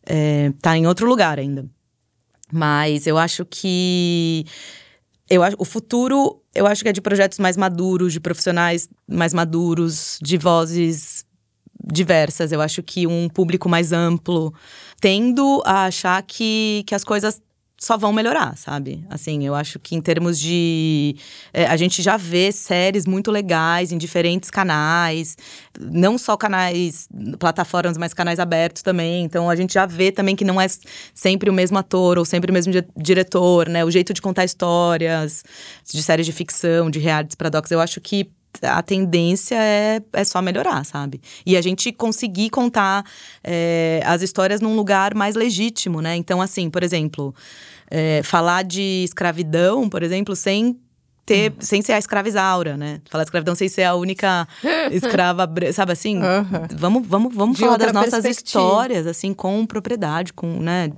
Speaker 6: é, tá em outro lugar ainda. Mas eu acho que. Eu acho, o futuro, eu acho que é de projetos mais maduros, de profissionais mais maduros, de vozes diversas. Eu acho que um público mais amplo, tendo a achar que, que as coisas só vão melhorar, sabe? Assim, eu acho que em termos de. é, a gente já vê séries muito legais em diferentes canais, não só canais, plataformas, mas canais abertos também. Então a gente já vê também que não é s- sempre o mesmo ator ou sempre o mesmo di- diretor, né? O jeito de contar histórias, de séries de ficção, de realities para docs. Eu acho que a tendência é, é só melhorar, sabe? E a gente conseguir contar é, as histórias num lugar mais legítimo, né? Então, assim, por exemplo, é, falar de escravidão, por exemplo, sem ter, sem ser a escravizaura, né? Falar de escravidão sem ser a única escrava, bre- sabe assim?
Speaker 4: Aham.
Speaker 6: Vamos, vamos, vamos
Speaker 3: De
Speaker 6: falar
Speaker 3: outra
Speaker 6: das nossas
Speaker 3: perspectiva.
Speaker 6: histórias, assim, com propriedade, com, né,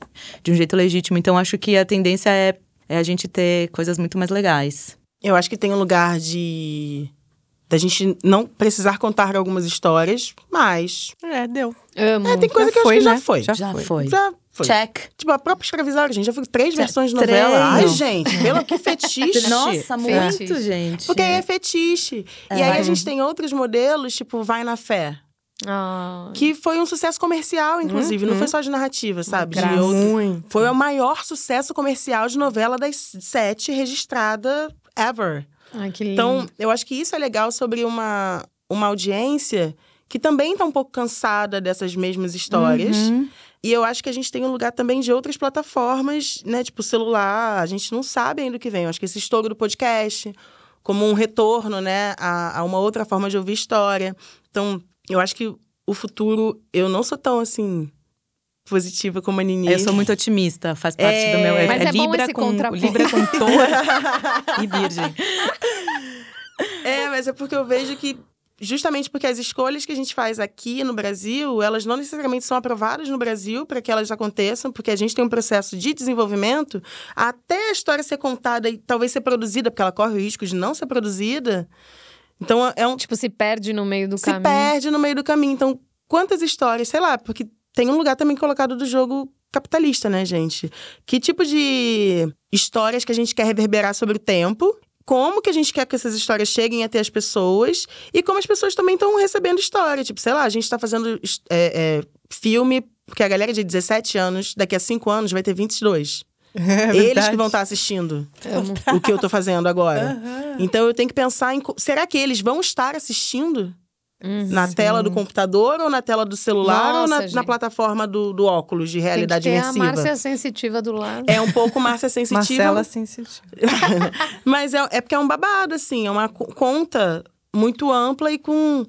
Speaker 6: de um jeito legítimo. Então, acho que a tendência é, é a gente ter coisas muito mais legais.
Speaker 1: Eu acho que tem um lugar de. da gente não precisar contar algumas histórias, mas.
Speaker 4: É, deu.
Speaker 3: Amo.
Speaker 1: É, tem coisa
Speaker 4: Já
Speaker 1: que eu
Speaker 4: foi,
Speaker 1: acho que
Speaker 4: né?
Speaker 1: já foi.
Speaker 4: Já
Speaker 6: Já
Speaker 4: foi.
Speaker 6: foi.
Speaker 1: Já foi.
Speaker 6: Check.
Speaker 1: Tipo, a própria escravizaura, gente. Já foi três versões de
Speaker 6: Três.
Speaker 1: novela. Ai, gente, pelo que fetiche.
Speaker 6: Nossa,
Speaker 3: Fetiche.
Speaker 6: muito, gente.
Speaker 1: Porque aí é fetiche. E aí a gente tem outros modelos, tipo Vai na Fé,
Speaker 3: Ah,
Speaker 1: que foi um sucesso comercial, inclusive. Não foi só de narrativa, sabe? De
Speaker 3: graça.
Speaker 1: outro-
Speaker 4: Muito.
Speaker 1: Foi o maior sucesso comercial de novela das sete registrada ever.
Speaker 3: Ai, que lindo.
Speaker 1: Então, eu acho que isso é legal sobre uma, uma audiência que também está um pouco cansada dessas mesmas histórias.
Speaker 6: Uhum.
Speaker 1: E eu acho que a gente tem um lugar também de outras plataformas, né? Tipo celular, a gente não sabe ainda o que vem. Eu acho que esse estouro do podcast, como um retorno, né? A, a uma outra forma de ouvir história. Então, eu acho que o futuro… Eu não sou tão, assim, positiva como a Nini.
Speaker 6: Eu sou muito otimista, faz parte
Speaker 1: É.
Speaker 6: do meu.
Speaker 3: Mas é bom
Speaker 6: Libra
Speaker 3: esse
Speaker 6: com
Speaker 3: contraponto.
Speaker 6: Libra com touro e Virgem.
Speaker 1: É, mas é porque eu vejo que justamente porque as escolhas que a gente faz aqui no Brasil, elas não necessariamente são aprovadas no Brasil para que elas aconteçam, porque a gente tem um processo de desenvolvimento até a história ser contada e talvez ser produzida, porque ela corre o risco de não ser produzida. Então é um
Speaker 3: Tipo, se perde no meio do
Speaker 1: se
Speaker 3: caminho.
Speaker 1: perde no meio do caminho. Então, quantas histórias, sei lá, porque tem um lugar também colocado do jogo capitalista, né, gente? Que tipo de histórias que a gente quer reverberar sobre o tempo? Como que a gente quer que essas histórias cheguem até as pessoas? E como as pessoas também estão recebendo história? Tipo, sei lá, a gente tá fazendo his- é, é, filme, porque a galera é de 17 anos, daqui a 5 anos, vai ter 22.
Speaker 4: É
Speaker 1: Eles que
Speaker 4: verdade.
Speaker 1: vão estar assistindo
Speaker 3: É,
Speaker 1: o que eu tô fazendo agora. Então eu tenho que pensar em. co- Será que eles vão estar assistindo?
Speaker 3: Uhum.
Speaker 1: Na tela do computador, ou na tela do celular, ou
Speaker 3: Nossa,
Speaker 1: na, na
Speaker 3: gente.
Speaker 1: plataforma do, do óculos de
Speaker 3: Tem que
Speaker 1: realidade
Speaker 3: ter a
Speaker 1: imersiva.
Speaker 3: Márcia sensitiva do lado.
Speaker 1: É um pouco Márcia sensitiva.
Speaker 4: Marcela sensitiva.
Speaker 1: Mas é, é porque é um babado, assim, é uma co- conta muito ampla e com.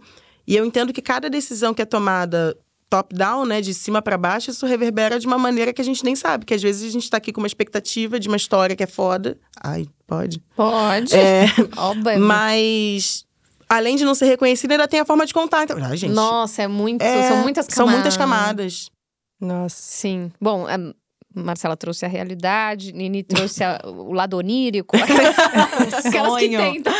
Speaker 1: E eu entendo que cada decisão que é tomada top-down, né, de cima para baixo, isso reverbera de uma maneira que a gente nem sabe. Que às vezes a gente tá aqui com uma expectativa de uma história que é foda. Ai, pode.
Speaker 3: Pode.
Speaker 1: É,
Speaker 3: Ó, Bambi.
Speaker 1: mas. Além de não ser reconhecida, ainda tem a forma de contar. Então, ah, gente.
Speaker 3: Nossa, é muito.
Speaker 1: É,
Speaker 3: são muitas camadas.
Speaker 1: São muitas camadas.
Speaker 4: Nossa.
Speaker 3: Sim. Bom, a Marcela trouxe a realidade, Nini trouxe a- o lado onírico. Aquelas que
Speaker 6: sonho.
Speaker 3: tentam.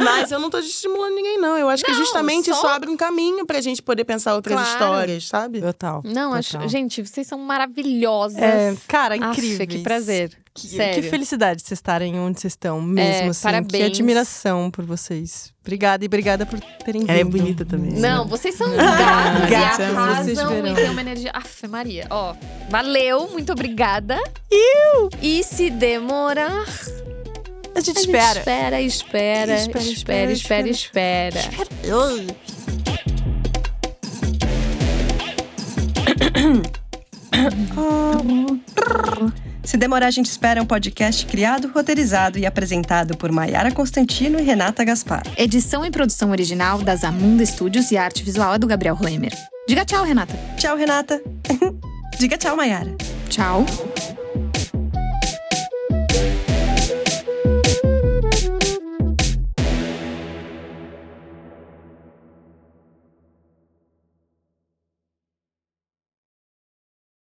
Speaker 1: Mas eu não tô estimulando ninguém, não. Eu acho que
Speaker 3: Não,
Speaker 1: justamente
Speaker 3: só-
Speaker 1: isso abre um caminho pra gente poder pensar outras
Speaker 3: Claro.
Speaker 1: histórias, sabe?
Speaker 4: Total.
Speaker 3: Não, acho.
Speaker 4: total.
Speaker 3: Gente, vocês são maravilhosas.
Speaker 4: É, cara,
Speaker 3: Aff,
Speaker 4: incrível.
Speaker 3: que prazer.
Speaker 4: Que,
Speaker 3: Sério.
Speaker 4: que
Speaker 3: É,
Speaker 4: felicidade vocês estarem onde vocês estão, mesmo assim. Que
Speaker 3: parabéns.
Speaker 4: admiração por vocês. Obrigada e obrigada por terem vindo.
Speaker 1: Ela é bonita também.
Speaker 3: Não, vocês são
Speaker 9: Ah,
Speaker 3: gatos e
Speaker 4: Gatos, vocês
Speaker 3: arrasam e
Speaker 4: verão.
Speaker 3: têm uma energia. Aff, Maria. Ó, valeu, muito obrigada. Eu! E se demorar,
Speaker 4: A gente
Speaker 3: a gente
Speaker 4: espera.
Speaker 3: espera, espera, espera,
Speaker 4: Espera,
Speaker 3: espera,
Speaker 4: espera,
Speaker 3: espera, espera.
Speaker 5: Se Demorar a Gente Espera é um podcast criado, roteirizado e apresentado por Maiara Constantino e Renata Gaspar.
Speaker 9: Edição e produção original da Zamunda Studios e arte visual é do Gabriel Roemer. Diga tchau, Renata.
Speaker 5: Tchau, Renata. Diga tchau, Maiara.
Speaker 9: Tchau.